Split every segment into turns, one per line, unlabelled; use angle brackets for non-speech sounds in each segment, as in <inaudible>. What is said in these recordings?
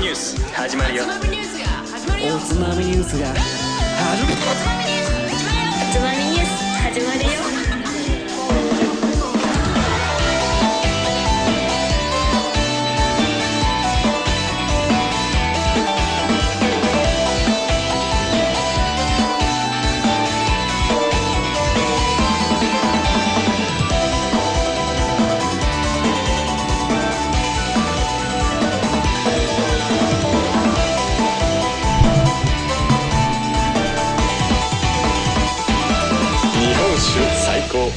ニュース始まるよ
つまみニュースが始まるよ
おつまみニュースが始まる
つまみニュース始まるよ
つまみニュース始まるよ
日本酒最高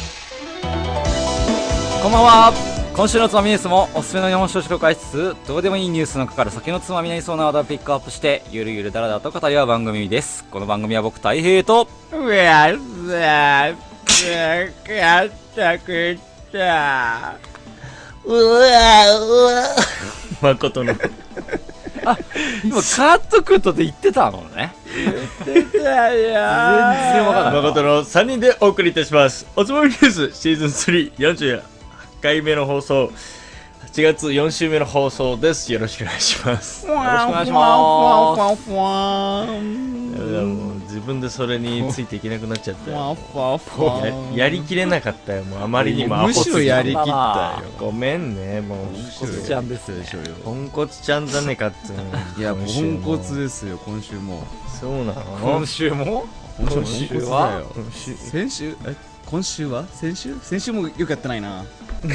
こんばんは今週のつまみニュースもおすすめの日本酒を紹介しつつどうでもいいニュースのかかる酒のつまみになりそうな話題をピックアップしてゆるゆるだらだらと語り合う番組ですこの番組は僕たい平と
うわうわうわやったくったうわうわ誠の
今カットクットって言ってたのね
だよ
全然わかんない
誠の3人でお送りいたしますおつまみニュースシーズン348回目の放送8月4週目の放送ですよろしくお願いします
よろ
しくお願いしま
ふわ
いやもう自分でそれについていけなくなっちゃった
ふ
よ
わふわふわ
ややりきれなかったよもうあまりにもアホ
むしろやりきったよ
ごめんねもうむしろ
こちゃんですね
ポンコツちゃんだねかっつうの
いやポ
今週
ン
も
コツですよ今週も
そうなの
今週も
今
今
週
週
も
は
ポンコツだよ先週え今週は先週先週もよくやってないなうん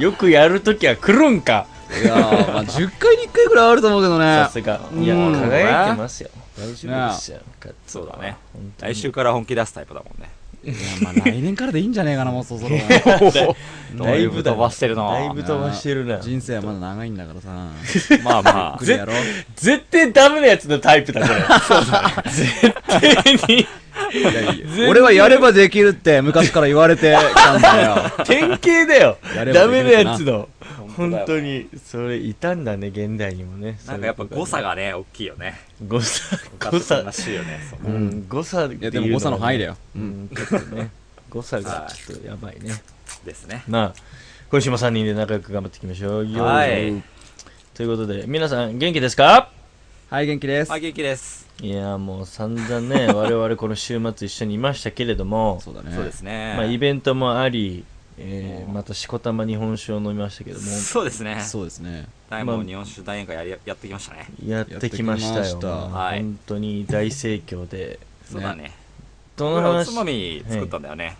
よくやるときは来るんか
いやー、まあ、10回に1回ぐらいあると思うけどね
さ。すが
うん
いや輝いてますよ大丈夫ですよかっつ
そうだね
本当に
来週から本気出すタイプだもんね
いやまあ、来年からでいいんじゃねえかな、もうそろそろ。
だいぶ飛ばしてるな
だいぶ飛ばしてるな。
人生はまだ長いんだからさ。
まあま
<laughs>
ゆっくりやろう。
絶対ダメなやつのタイプだ、こ <laughs> れ。絶対に。
俺はやればできるって昔から言われてたんだよ。
典型だよ
や。れば
ダ
でき
メ
るか
な
な
やつの。
本当だよ
本当に、それいたんだね、現代にもね。
あなんかやっぱ誤差
が。
がね大きいよね
誤差、誤
誤差
差
ら。しいよねそう
うん
ん、誤差っていう
いや、でも誤差の範囲だよ。
のはね。うん、ちょっとね。誤差がちょっとやば <laughs> いね。
ですね
なあ、今週も3人で仲良く頑張っていきましょう。よ
は
ー
い
ということで、皆さん元気ですか
はい、元気です
まあ。元気です
いや、もう散
<laughs>
々ね、我々この週末一緒にいましたけれども。
そうだね。
そうですね
まあ、イベントもあり、えーまたしこたま日本酒を飲みましたけども
そうですね
そうですね。
大門日本酒大宴会やりやってきましたね
やってきました
やってき
よ
ました
はい
本当に大盛況で
そうだね
ど
俺
の
らお
話
つまみ作ったんだよね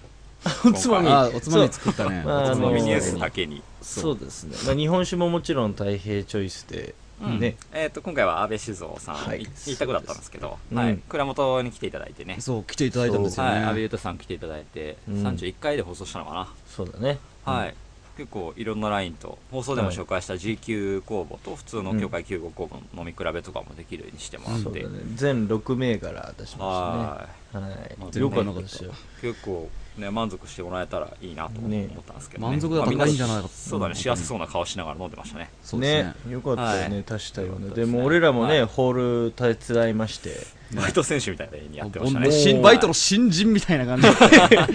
おつまみ
あ、おつまみ作ったね。
そう
お
あ
つ
の
まみニュー
おつま
ス
み
だけに
そうですね、まあ、日本酒ももちろん太平チョイスで、ね
えっと今回は安倍静雄さん
はい
い一択だったんですけど
うん
はい蔵元に来ていただいてね
そう、来ていただいたんですよ
はい安倍裕
ね。
太さん来ていただいて
うん
31回で放送したのか
そうだね
なはい結構いろんなラインと放送でも紹介した G 級公募と普通の協会9号公募の飲み比べとかもできるようにしてもらっ
そうだ
て
ね全6銘柄出しま
はい
したねはい、
まあ
よかったですよ
結構ね満足してもらえたらいいなと思
ね
ったんですけど、ね
満足度
まあみ
高いんじゃないか
な
と
そうだね幸せそうな顔しながら飲んでましたね
そうですね。
よかったよね、確かに
よかっ
ね
た
で
ですね
も俺らもね、
はい
ホール手伝いまして
バイト選手みたいな絵にやってました
もう
ね
新バイトの新人みたいな感じだったよ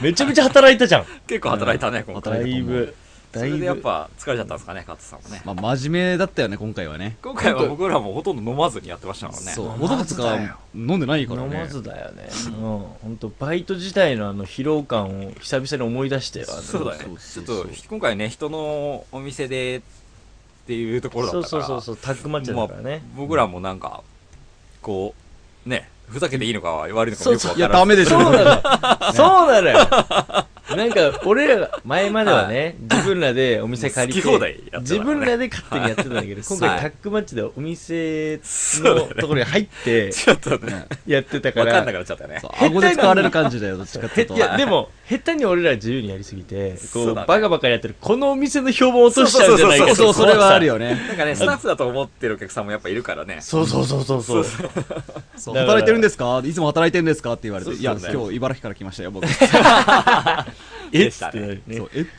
めちゃめちゃ働いたじゃん
結構働いたね今
だ
回
いぶ
そ
だい
れ
ぶ
でやっぱ疲れちゃったんですかね勝田さんもね
<laughs> まあ、真面目だったよね、今回はね。
今回は僕らもほとんど飲まずにやってましたからね
そう、ほとんどつか飲んでないから
飲ま
ね。
ずだよね、うん、本当バイト自体のあの疲労感を久々に思い出してよあの
そうだね
そうそう
ちょっと今回ね人のお店でっていうところだ
そう
ったか
そう
ら
そうそうタッグマッチだからね、
僕らもなんかこうねふざけていいのか悪いのかもよく
そ
分か
うそ
ら
う
いや、ダメでしょ。
そうなのそうなのよ <laughs> なんか俺らが前まではね自分らでお店借りて
好き放題やってたからね
自分らで勝手にやってたんだけど今
は
回
い
タッグマッチでお店
そうだ
の
ね
ところに入
<laughs>
って
ちょっとね
やってたか
分
ら
かんなくなっちゃったよね
そう顎で使われる感じだよ、どっちかって
へ
いうと。
いやでも下手に俺ら自由にやりすぎてこ
そう
う
だね
バカバカやってるこのお店の評判落としちゃうんじゃないか
そうそう、それはあるよね。
<laughs> なんかね、スタッフだと思ってるお客さんもやっぱいるからね。
そうそうそうそうそう
そう
だから
働いてるんですかいつも働いてるんですかって言われて、
そう
いや、
そうだよ
今日茨城から来ましたよ、 <laughs> 僕。
え
で
っ
した
て
ね
なるね
そうえっつって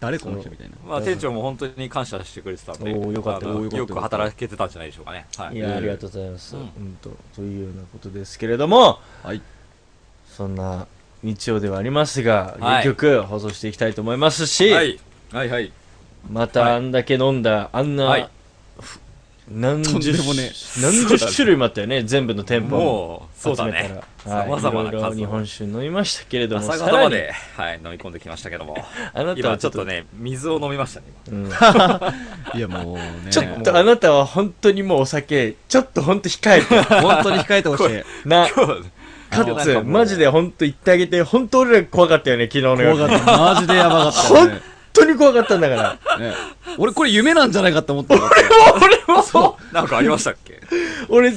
誰この人みたいな。
まあ店長も本当に感謝してくれてたんで、
おーよかった
あの
よかった
よく働けてたんじゃないでしょうかね。はいい。
やありがとうございます、
う
うんんとというようなことですけれども
はい。
そんな日曜ではありますが
はい
結局放送していきたいと思いますし、
はい。はいはい。
またあんだけ飲んだ、あんな、
はい
ふ何
とんで
十
もねえ
何十種類もあったよね全部の店舗
もうそうだ
集
ね
めたら
さまざまな
はいいろいろ
数
日
を
本酒飲みましたけれども
朝
さ
方
ら
ま
に
で、はい、飲み込んできましたけども
あなた
今
は
ちょっとね水を飲みましたね今 <laughs>
うん
いやもうね
ちょっとあなたは本当にもうお酒ちょっと本当控えて
本当に控えてほしい
な
今日
か
なんか
つ
もう
マジで本当言ってあげて本当俺ら怖かったよね昨日の
怖か
夜本
ったマジでやばかったよね
当に怖かったんだから
ね俺これ夢なんじゃないかって思ったよ
俺もそ
<laughs>
う
なんかありましたっけ
俺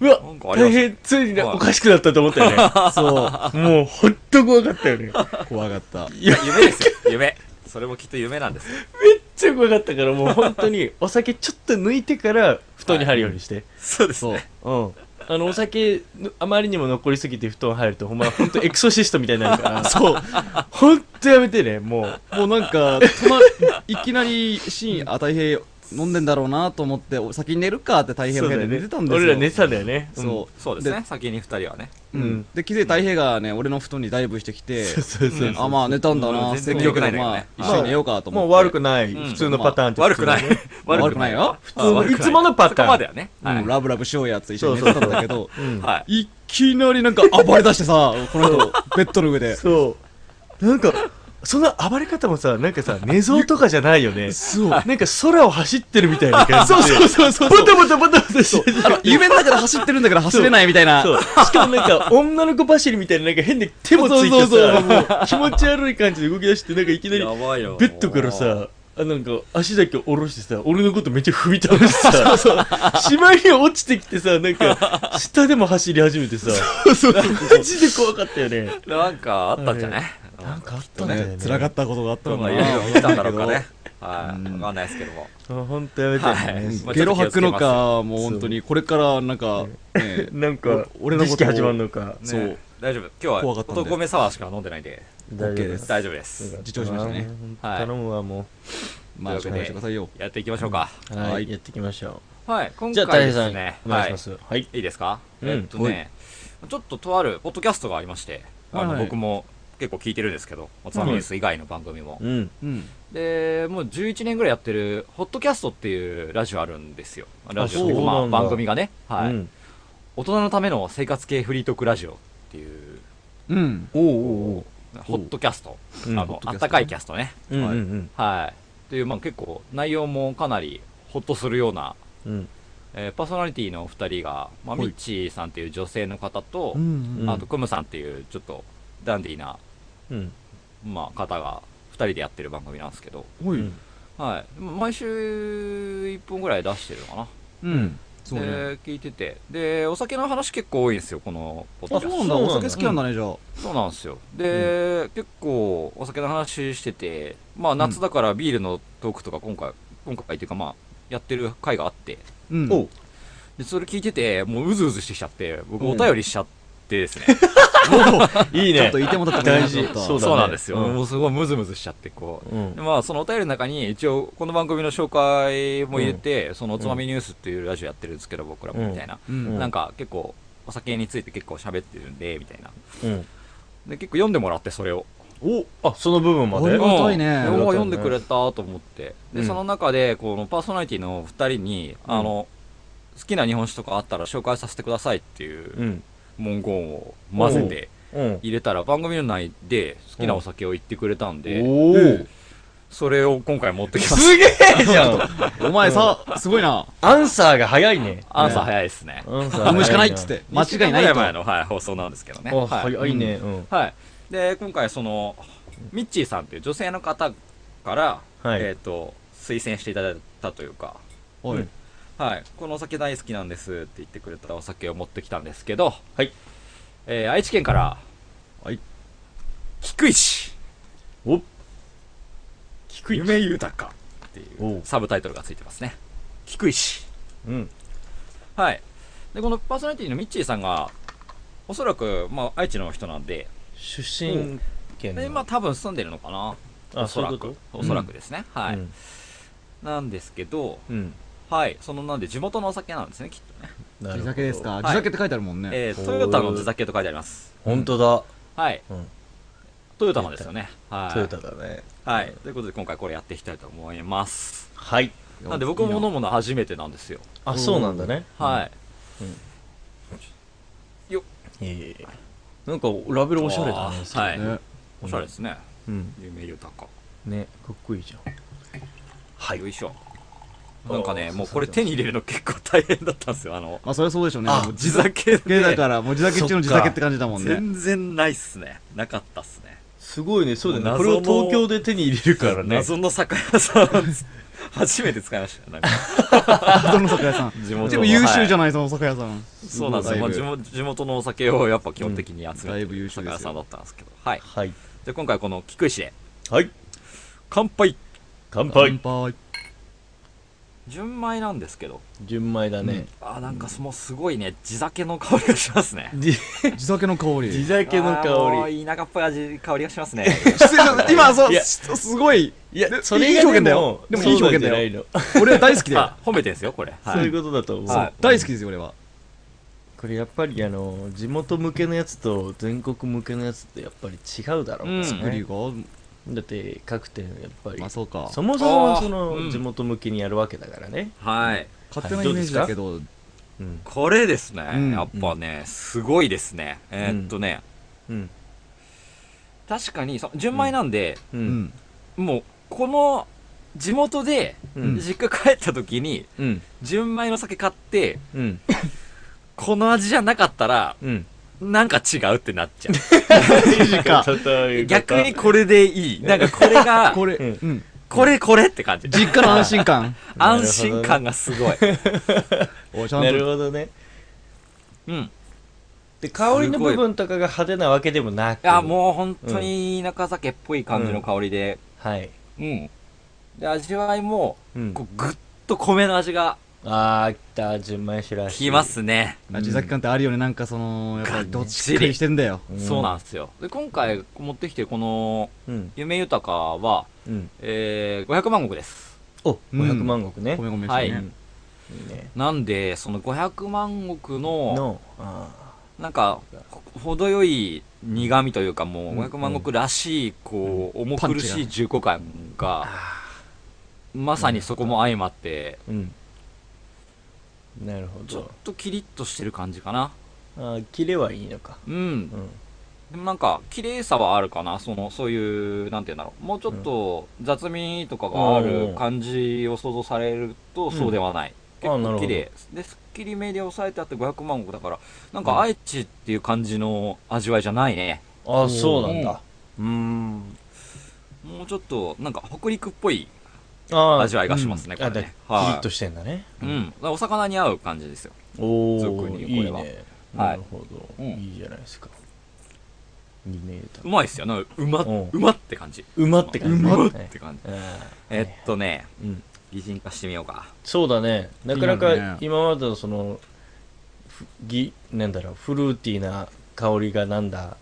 うわ
なんかありました
大変ついに
はい
おかしくなったと思ったよね
そ
もう本当怖かったよね
う怖かった
いや
夢ですよ夢それもきっと夢なんですよ
めっちゃ怖かったからもう本当にお酒ちょっと抜いてから布団に入るようにして、
そうです
そう
うんあのお酒のあまりにも残りすぎて布団入るとほんま本当エクソシストみたいになるから <laughs> そう本当やめてねもう
もうなんか、たま、いきなりシーン、あ、太平洋飲んでんだろうなと思って、お先に寝るかって太平洋
そう
部
だ
屋
よ
で
ね
寝てたんですよ。
俺ら寝てたんだよね
そう。
そうですね先に二人はね
で。
うん
うんで、気づいた太平洋がね、俺の布団にダイブしてきて、
そうそうそう
あ、まあ寝たんだな、
全然
せっかく
記憶ないんだよね
まあ一緒に寝ようかと
うん
思っ
も
て。
う悪くない、
うん
普通のパターンって
悪くない
普通のね
悪くないよ
<laughs> 悪くない
普通のいつものパターン
そこまではね
う
はい
ん、ラブラブしようやつ一緒に寝てたんだけど、
うん
はい
いきなりなんか暴れ出してさ、この人、ベッドの上で。
そうなんかその暴れ方もさなん <laughs> かさ寝相とかじゃないよね
そう
なんか空を走ってるみたいな感じで <laughs> そうそうそうそうバタバタバタバタしてる
あの夢の中で走ってるんだけど走れないみたいな。
そう。しかもなんか、女の子走りみたいな、なんか変な手もついて
そうそうそう
さ、気持ち悪い感じで動き出して、なんかいきなり、
やばいよ
ベッドからさ、あなんか足だけ下ろしてさ、俺のことめっちゃ踏み倒してさ、そうそう。しまいに落ちてきてさ、なんか、下でも走り始めてさ、マジで怖かったよね。
なんかあったんじゃない
なんかあったんだよ
ね
ね。、
辛かったことがあった
なん
の
か
か
い
な
ろいろ見たんだろうかねはい
うん
わかんないですけども
た。ほんとやめて
はい
ね。
まあ
ゲロ吐くの
ち
か、もう本当に、これからなんか、ね
なんか、
お俺のこと
儀式始まるのか。
そ
そうう
大丈夫今
怖
日
か
は
ったんで
男目サワーしか飲んでないんで
大丈夫
OK です
大丈夫です
自重しましたね。
はい
頼むわ、も
まあ、
と
紹
いうわけで
介してくださいよ。
やっていきましょうか
う。
はい
はい。やっていきましょ
はい今
う。じゃあ、大
回で
平さ
す
ん
ね、
お願いし
は
ます。はい。
いいですか、
うん
えっとね、ちょっととあるポッドキャストがありまして、あの
はいはい
僕も結構聞いてるんですけど、おつまみニュース以外の番組も。
うん。
うん。
で、もう11年ぐらいやってる、ホットキャストっていうラジオあるんですよ。ラジオっていうか
そう
ま
な
あ、
んだ
番組がね、はい
うん
大人のための生活系フリートークラジオっていう、
うん。
おうおうおう
ホットキャスト。
うん
あ
ホッ
の
ト、
あったかいキャストね。
うん
はい
うん
はい。っていう、まあ結構内容もかなりホッとするような、
うん
えーパーソナリティのお二人が、まあ、
はい
ミッチーさんっていう女性の方と、
うん。
あと、クムさんっていう、ちょっと、ダンディーな、
うん
まあ、方が、2人でやってる番組なんですけど、
おい。
はい。でも毎週、1本ぐらい出してるのかな。
うん。そう
で、
ね。
聞いてて。で、お酒の話結構多いんですよ、この、ポッド
あ、
キ
そ
ャ
うな
ス
んだ。
そうなん
お
だ
酒好きなんだね、じゃあ。
ト。そうなんですよ。で、結構、お酒の話してて、まあ、夏だからビールのトークとか、今回、今回っていうか、まあ、やってる回があって、
うん。
おう
で、それ聞いてて、もううずうずしてきちゃって、僕、
うん
お便りしちゃってですね。
いい
ちょ
ね
っといてもたっても
大事
なかった
そうだね
そうなんですよ。
うん
もうすごいムズムズしちゃって、こう。
うん
でまあ、そのお便りの中に、一応、この番組の紹介も入れて、そのおつまみニュースっていうラジオやってるんですけど、僕らもみたいな。
う
うん
ん。
なんか、結構、お酒について結構喋ってるんで、みたいな。
うん
で、結構読んでもらって、それを。
おあその部分ま
あ
で
りがたいね
うん
ありがたい
ね
お読んでくれたと思って。
う
で、
ん
その中で、このパーソナリティの二人に、
うん
あの、好きな日本酒とかあったら紹介させてくださいっていう
うん
文言を混ぜて
うん
入れたら、番組の内で好きなお酒を言ってくれたんで、
おお
それを今回持ってきました。
すげえじゃん
お前さ、すごいな。
アンサーが早いね
アンサー早いですね。
アンサー
飲むしかないっつって。間違いない
2時
と。
間ぐら前の、はい、放送なんですけどね。
あ
はい。
早いねうん
はいで、今回、その、ミッチーさんっていう女性の方から、
はい
えっ、と、推薦していただいたというか、
おい。
はい、このお酒大好きなんですって言ってくれたお酒を持ってきたんですけど、
はい。
えー愛知県から、
はい。
菊石
お
菊夢豊かってい
お
う
う
サブタイトルがついてますね。菊石
うん
はい。で、このパーソナリティのミッチーさんが、おそらく、まあ、愛知の人なんで、
出身県
で、まあ、多分住んでるのかな。
あ
おそ
そう
ら
いう
く。
こと
おそらくですね。はい、
うん
なんですけど、
うん
はい。その、なんで、地元のお酒なんですね、きっとね。
なる
地
ほど
酒ですか。
い
地酒って書いてあるもんね。
えー、トヨタの地酒と書いてあります。
本当だ
はい。
うん
トヨタのですよね。はい。
トヨタだね
はい。ということで、今回これやっていきたいと思います。
はい
や
なんで僕も
いい
飲むの初めてなんですよ
あそうなんだね
はい
ええなんかラベルおしゃれだね
あーはい
なね
おしゃれですね
うん
夢豊か
ねかっこいいじゃん
はいよいしょ
あー
なんかねもうこれ
刺
手
されてます
に入れるの結構大変だったんですよあの
まあそれはそうでしょうね
あ
もう
地酒
酒
で
だからもう地酒中の地酒って感じだもん <laughs> ね
全然ないっすねなかったっすね
すごいねそうだよねこ
謎
れ
の
を東京で手に入れるからね
謎の酒屋さん <laughs> 初めて使いましたよなん
<laughs>
か
どの酒屋さん
地元の
でも優秀じゃ
は
ないその酒屋さん
いそうなんですよ、まあ、地
だいぶ
元地元のお酒をやっぱ基本的に集
うんだ
め
い
て
ぶ
る
優秀
酒
ですよ
屋さんだったんですけど、はい
はい
で今回この菊石で
はい
乾杯
乾
乾
杯
杯
純米なんですけど
純米だね
あーなんかそのすごいね地酒の香りがしますね
地
地酒の香
地
り
酒の
あーも
香
う
り
田舎っぽい味香りがしますね
失礼な今そう
いや
すすごい
いや
それがでも
で
でも
もい
い
い
い
表
表
現
現
だ
だよ
よ
俺 <laughs> は大好きだよ
あ褒めてんですよこれ、はい
そういうことだと思う、
はい
大好きですよ俺は
これやっぱりあの地元向けのやつと全国向けのやつってやっぱり違うだろうからね、
うん
作りが
だって各店やっぱり、
まあそうか
そもそもそ
あーう
の
ん
地元向けにやるわけだからね、
はい
勝手なイメージだけど
うん
これですね、
うん
やっぱねすごいですねえーっとね、
うん
確かにその純米なんで、
う
うんん
もうこの地元で
うん
実家帰った時に
うん
純米の酒買って
うん
この味じゃなかったら
うん
なんか違うってなっちゃ
<laughs>
か
う逆にこれでいいなんかこれが
<laughs> これ
うん
うん
これこれって感じ
実家の安心
<laughs>
感
<laughs> 安心感がすごい、
おちゃん
なる
と
ほどね
うん
で香りの部分とかが派手なわけでもなく
いやもう本当に田舎酒っぽい感じの香りで
はい、
うん、で味わいも
うん、
こうグッと米の味が
あー来た純米酒らしい
きますね、
あ地酒感ってあるよねなんかそのやっぱりどっちりしてんだよ
うん
そうなんですよで今回持ってきてるこの
うん
夢豊かは、
うん
えー、500万石です
お500万石ね、
米米
は
し
い
てね
いいね
なんでその500万石の
のあ
なんかほ程よい苦味というかもう500万石らしいこう重
パン
苦
チが
しい重厚感がまさにそこも相まって
ーうんなるほ
ちょっ
ど
とキリッとしてる感じかな
あー切れはいいのか
うん
うん
でもなんか綺麗さはあるかなそのそういうなんて言うんだろうもうちょっと雑味とかがあ
うん
る感じを想像されるとそうではない、
あな
結
るほ
構
ど
綺麗ですっきりめで抑えてあって500万石だからなんか愛知っていう感じの味わいじゃないね
あそうなんだ
うんもうちょっとなんか北陸っぽい
あー
味わいがしますね、
あ
これ
だ
ね
キリッ
は
としてんだね
い、うん、だからお魚に合う感じですよ
おお
俗に
いい
これ
ね
は
なるほど
はいうん
いいじゃないですかイメー
う
ジ
まいっすよなんかうま
うん
うまって感じ
うまって感じ
うまっ
はい
て感じ、
あ
えっとね
ーうん
擬人化してみようか
そうだねなかない
いよ
か
ね
今までのそのふぎなんだろうフルーティーな香りがなんだ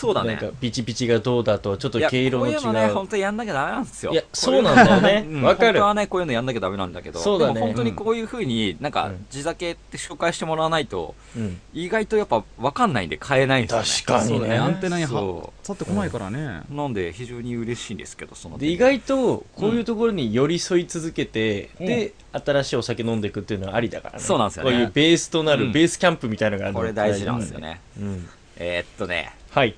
そうだね
なんかピチピチがどうだとはちょっと
いや
毛色の違う
こういうのね、本当にやんなきゃダメなんですよ。
いやそうなんだよね
うん
わかる
本当はね、こういうのやんなきゃダメなんだけど、
そうだね
でも本当にこういうふうに、なん
う
か
ん、
地酒って紹介してもらわないと、
うん
意外とやっぱ分かんないんで買えないんですよ、ね。
確か
そ
に
うだねアン
ね
テナには
そ
立ってこないからね
なんで、非常に嬉しいんですけど、その
で
点
意外とこういうところに寄り添い続けて、で新しいお酒飲んでいくっていうのはありだからね
そうなんですよね
こういうベースとな
う
る
ん
ベースキャンプみたいなのがあるの
これ大事なんですよね。
うん
えーっとね、
はい。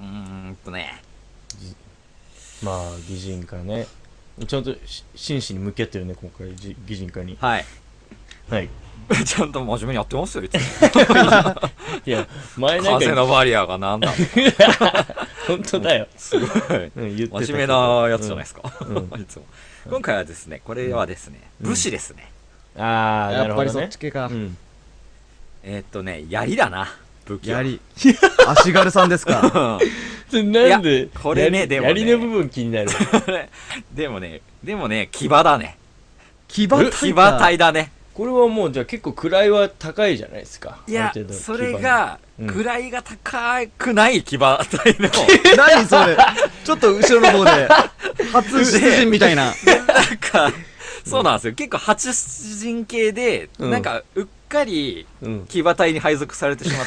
うーんとね、
まあ、擬人化ね。ちゃんとし真摯に向き合ってるね、今回、じ擬人化に。
はい。
はい。
<laughs> ちゃんと真面目にやってますよ、いつも。
いや、前なん
風の
か、
バリアがなんだ。
本当だよ。
すごい。
うん、 <laughs> 言ってた
真
けど
面目なやつじゃないですか。
うんう
<laughs> いつも。今回はですね、これはですね、
うん
武士ですね。
ああ、な
や
る
っ
ほ
ぱり
ど
そ
ね
っち。系か
うん。
えーっとね、槍だな。武器は
やり足軽さんですか
うん <laughs>
それなんで
いやこれね
やり
でもね
やりの部分気になる。
でもね、でもね、騎馬だね。
騎馬隊か
騎馬隊だね。
これはもう、じゃあ結構位は高いじゃないですか。
いや
ある、程度
それ、が、
うん
位が高くない騎馬隊の
何それちょっと後ろの方
<laughs>
で初出陣みたいな
なんか、そうなんですよ。結構八七人系で、
うん
なんか、うっかり
うん。
騎馬隊に配属されてしま <laughs> っ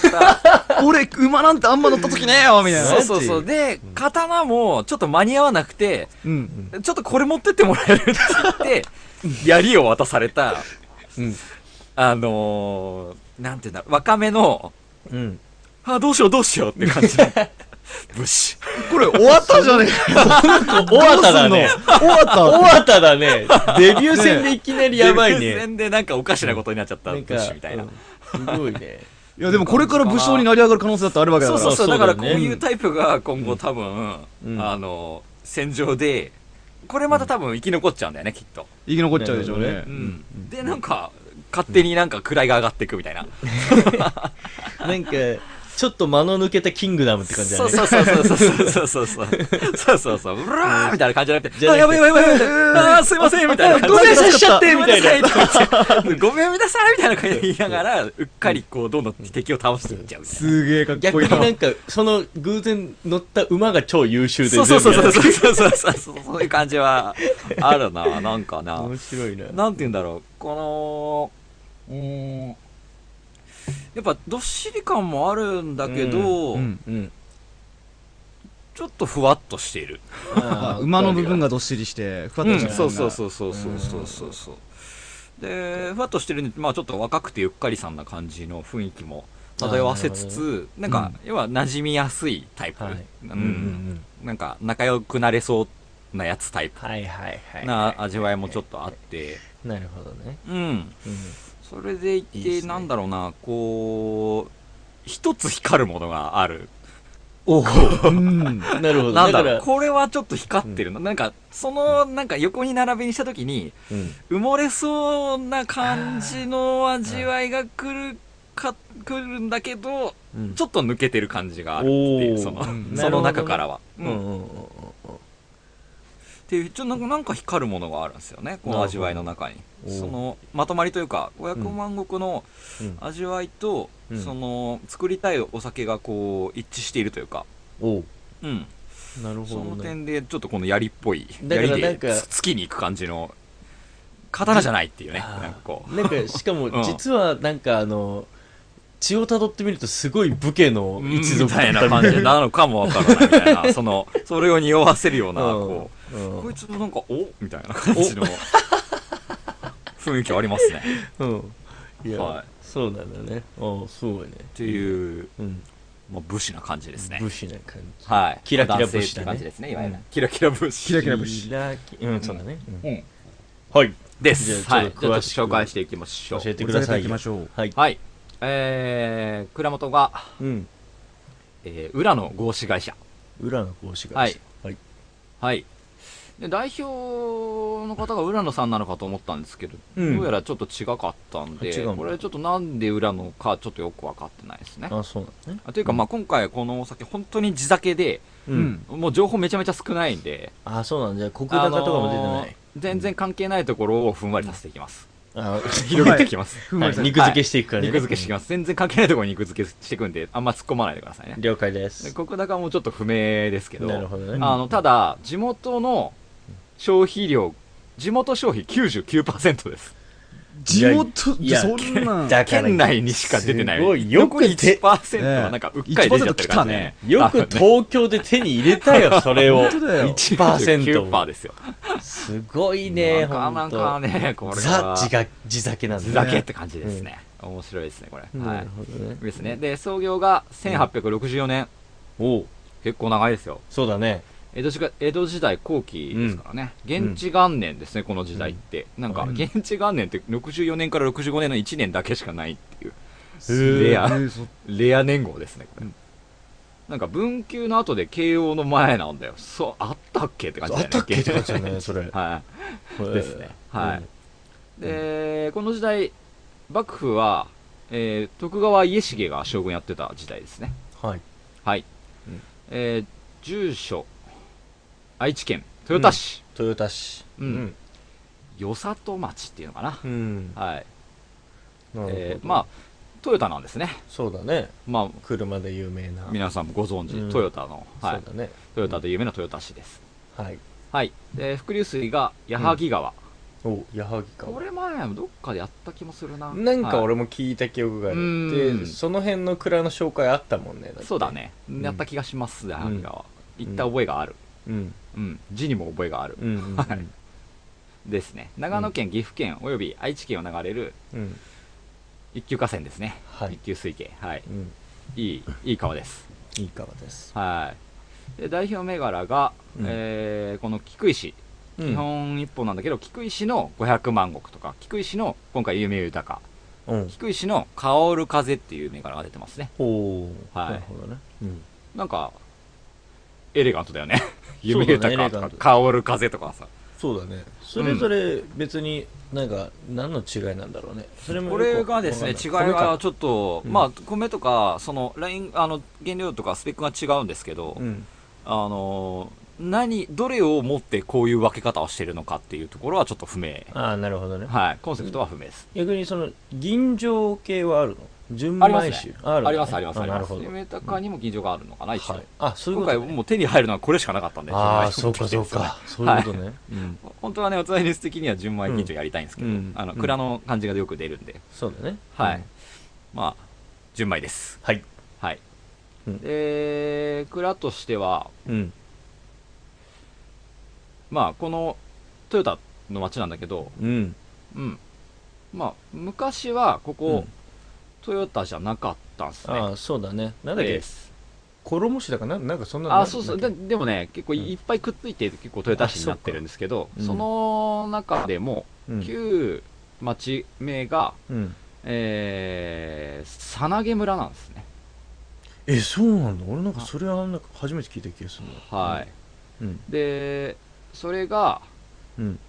<laughs>
た。
俺、馬なんてあんま乗った時ねえよみたいな。
そうそうそう。で、刀もちょっと間に合わなくて、
うん。
ちょっとこれ持ってってもらえるって言って、槍を渡された、
うん。
あのー、なんて言うんだろう、若めの、
うん。
あ、どうしようどうしようって感じで、
<laughs>
武士。
これ、終わったじゃねえか。
終わっただね。終わ <laughs> った。終わっただね。デビュー戦でいきなりやばい
デビュー
ね。
戦でなんかおかしなことになっちゃった
なん
武
か、
士みたいな。
うんすごいね。
いや、でもこれから武将になり上がる可能性だってあるわけだ
そう
から。
そうそう、だ
そう
か
だ
ら
よね
こういうタイプが今後多分、
うん
あの、戦場で、これまた多分生き残っちゃうんだよね、きっと。
生き残っちゃうでしょうね
う
う。ん。で、なんか、勝手になんか位が上がっていくみたいな。
なんか、ちょっと間の抜けたキングダムって感じだ
そ
ね
う。そうそうそうそうそうそうそう。そうそうそう。うらーみたいな感じじゃなくて、
じゃ
あ、
な
や
く
ばい
て
やばいやばいやばい。あー、すいませんみたいな感じ。
ごめんなさいしちゃってみたいな
な。ごめんなさいみたいな感じで言いながら、うっかりこう、どんどん敵を倒していっちゃうみたいな。
すげえかっこい
逆
い
に
な。
なんか、その偶然乗った馬が超優秀で
そうそうそうそう
全部や
そうそうそうそう。そういう感じはあるな、なんかな。
る面白いな。
なんて言うんだろう、この、うーん、やっぱどっしり感もあるんだけど、
うん
うん。
ちょっとふわっとしている。
あ馬の部分がどっしりして、ふわっとしてる
そうそうそうそうそうそうそうそう。で、ふわっとしてるんで、まあちょっと若くてゆっかりさんな感じの雰囲気も漂わせつつ、なんか、要は馴染みやすいタイプ。
はい
うん
うんうん
なんか仲良くなれそうなやつタイプ
はいはいはい。
な味わいもちょっとあって、
なるほどね。
うん。
うん
それでいて
いいっすね
なんだろうなこう一つ光るものがある
<laughs>
お
う。うん。
なるほど。
なんだ
か
ろう
ら
これはちょっと光ってるの、なんかそのなんか横に並びにした時に
うん
埋もれそうな感じの味わいが来るか来るんだけど
うん
ちょっと抜けてる感じがあるっていう
おー
その,、
うん
その中からは、
う
うんっ
んうんうん
ていうちょっとなんかなんか光るものがあるんですよねこの味わいの中に
なるほど
そのまとまりというか五百万石の、
うん
味わいと、
うん
その作りたいお酒がこう一致しているというか、
おう
うん、
なる
そ
ほ
の
どね。
点でちょっとこの槍っぽい
だから
槍
な
で
んか
つ突きに行く感じの刀じゃないっていうね
あー
なんかこう
なんかしかも
うん
実はなんかあの血をたどってみるとすごい武家の
み
一族
たい
だ
な
った
感じなのかもわからないみたいなそのそれを匂わせるような
うん
こう
うん
こいつもなんかおみたいな感じの雰囲気ありますね
うんいや、
はい
そうなんだねああすごいね
っていう、
うん
まあ、武士な感じですね
武士な感じ
はい
キラキラ武士だ
男性って
ね
感じですねいわゆる、
うん
キラキラ武士
キラキラ武士
キラキうんそうだね、うん
うん
はい
です。
じゃあ
は
ちょ
い。
っ
じゃあちょっ
と
と
詳しく
紹介していきましょ
教
う
え。てください
いきましょう。
はい、
はい。えー、倉本が、
うん
えー、裏の合資会社。
裏の講師が
はい
はい
はい。で、代表の方が浦野さんなのかと思ったんですけど、
うん
どうやらちょっと違かったんで
あ違うん、
こ
だ
れちょっとなんで浦野かちょっとよくわかってないですね。
あそうなんね
あというか、まあ今回このお酒本当に地酒で、
う
うんん。
もう情報めちゃめちゃ少ないんで、
あそうなんじゃ国高とかも出てない、
あのー全然関係ないところをふんわりさせていきます。
あ
広げていきます。
ふんわりさ
は
ん
い。肉付けしていくからね
肉付けしていきます。全然関係ないところに肉付けしていくんで、あんま突っ込まないでくださいね。
了解で
です国高もちょっと不明ですけど、
なるほどね
あのただ、地元の消費量、地元消費99%です。
地元、
いや
そんなん。
だから
県内にしか出てない。
すごいよくて
残り1%はなんかうっかり出ちゃってる感じね。
よく東京で手に入れた <laughs> よ、それを。
本当だよ
9%
1%。
ですよ。
すごいね、
<laughs> なかなか
ほんと。
ね、これ
ザ
は、
地が地酒なんだね
地酒って感じですね。面白いですね、これ。は
ないる。ほどね。
ですね。で、創業が1864年。
おう
結構長いですよ。
そうだね。
江戸時代江戸時代後期ですからね、現地元年ですね、この時代って、なんか
うん
現地元年って64年から65年の1年だけしかないっていう
すげえ
レア
そ
レア年号ですねこれ、なんか文久の後で慶応の前なんだよそうあったっけって感じだ
あ
よね。
ったっけって感じだね、そ <laughs>
<laughs>
れ
は
へー
いですねはい、
うん
でこの時代幕府は、えー徳川家重が将軍やってた時代ですね
はい。
はい、
うん
えー住所愛知県豊田市、
豊田市。
うん。よさと町っていうのかな
う、ん。
はい、
なるほど
えーまあ、トヨタなんですね、
そうだね。
ま
車で有名
あ、。
な
皆さんもご存知、
うん
トヨタの、は
そう
い、
だね。
トヨタで有名な豊田市です、
はい。
はい、で伏流水が矢作川、
お矢作か
これ前もどっかでやった気もするな
なんか
はい
俺も聞いた記憶があ
う
る
ー
で
ん
その辺の蔵の紹介あったもんねって
そうだね
ん
やった気がしますねなんかは行った覚えがある
うん
うん字にも覚えがある
うんうん
<laughs> はいですね長野県岐阜県および愛知県を流れる
うん
一級河川ですね
はい
一級水系はい
うん
いいいい川です
いい川です
はいで代表銘柄が
うん
えーこの菊石
基
基本一本なんだけど菊石の500万石とか菊石の今回夢豊か
うん
菊石の香る風っていう銘柄が出てますね
ほう
はい
なるほどねうん
なんかエレガントだよ
<laughs>
ね
そうだね
夢豊か
エレガン
と
ト
か香る風とかさ
そうだねそれぞれ別になんか何の違いなんだろうねそれもよ
こ
く
れがですね
わか
違い
んない
がちょっと、
うん
まあ米とかそのラインあの原料とかスペックが違うんですけど、
うん
あの何どれを持ってこういう分け方をしてるのかっていうところはちょっと不明
ああなるほどね
はいコンセプトは不明です、
逆にその銀醸系はあるの純
あります
米
ね
酒あるの
あ
ね
りますありますあり
な
ま
る
す
ほど
夢豊かにも銀醸があるのかな一応、
はいあそういう
今
こと
回
ね
もう手に入るのはこれしかなかったんで
ああ、そ
純米に
うかそ
<laughs>
うか。そういうことね。うん。
本当はねおつわりニュース的には純米銀醸やりたいんですけど、
うんうん
あの
うん
蔵の感じがよく出るんで、
そうだね。
はい、
うん。
まあ純米です
はい。
はい、
うん
で蔵としては
うん。
まあこのトヨタの町なんだけど
うん。
うんまあ昔はここ、
うん
トヨタじゃなかったんですね
ああ、そうだね。なんだっ
で
け、衣氏だかななんかそんなの
あそうそうで
なんだっ
でもね結構いっぱいくっついて結構トヨタ市になってるんですけど
あ
そ
そ,、うかうん
の中でも
けうん
旧町名が、
うん。
えー、さなげ村なんですね
え、そうなんだ。俺なんかそれはなんか初めて聞いた気がするな
はい、。
うん。
でそれが、
うん。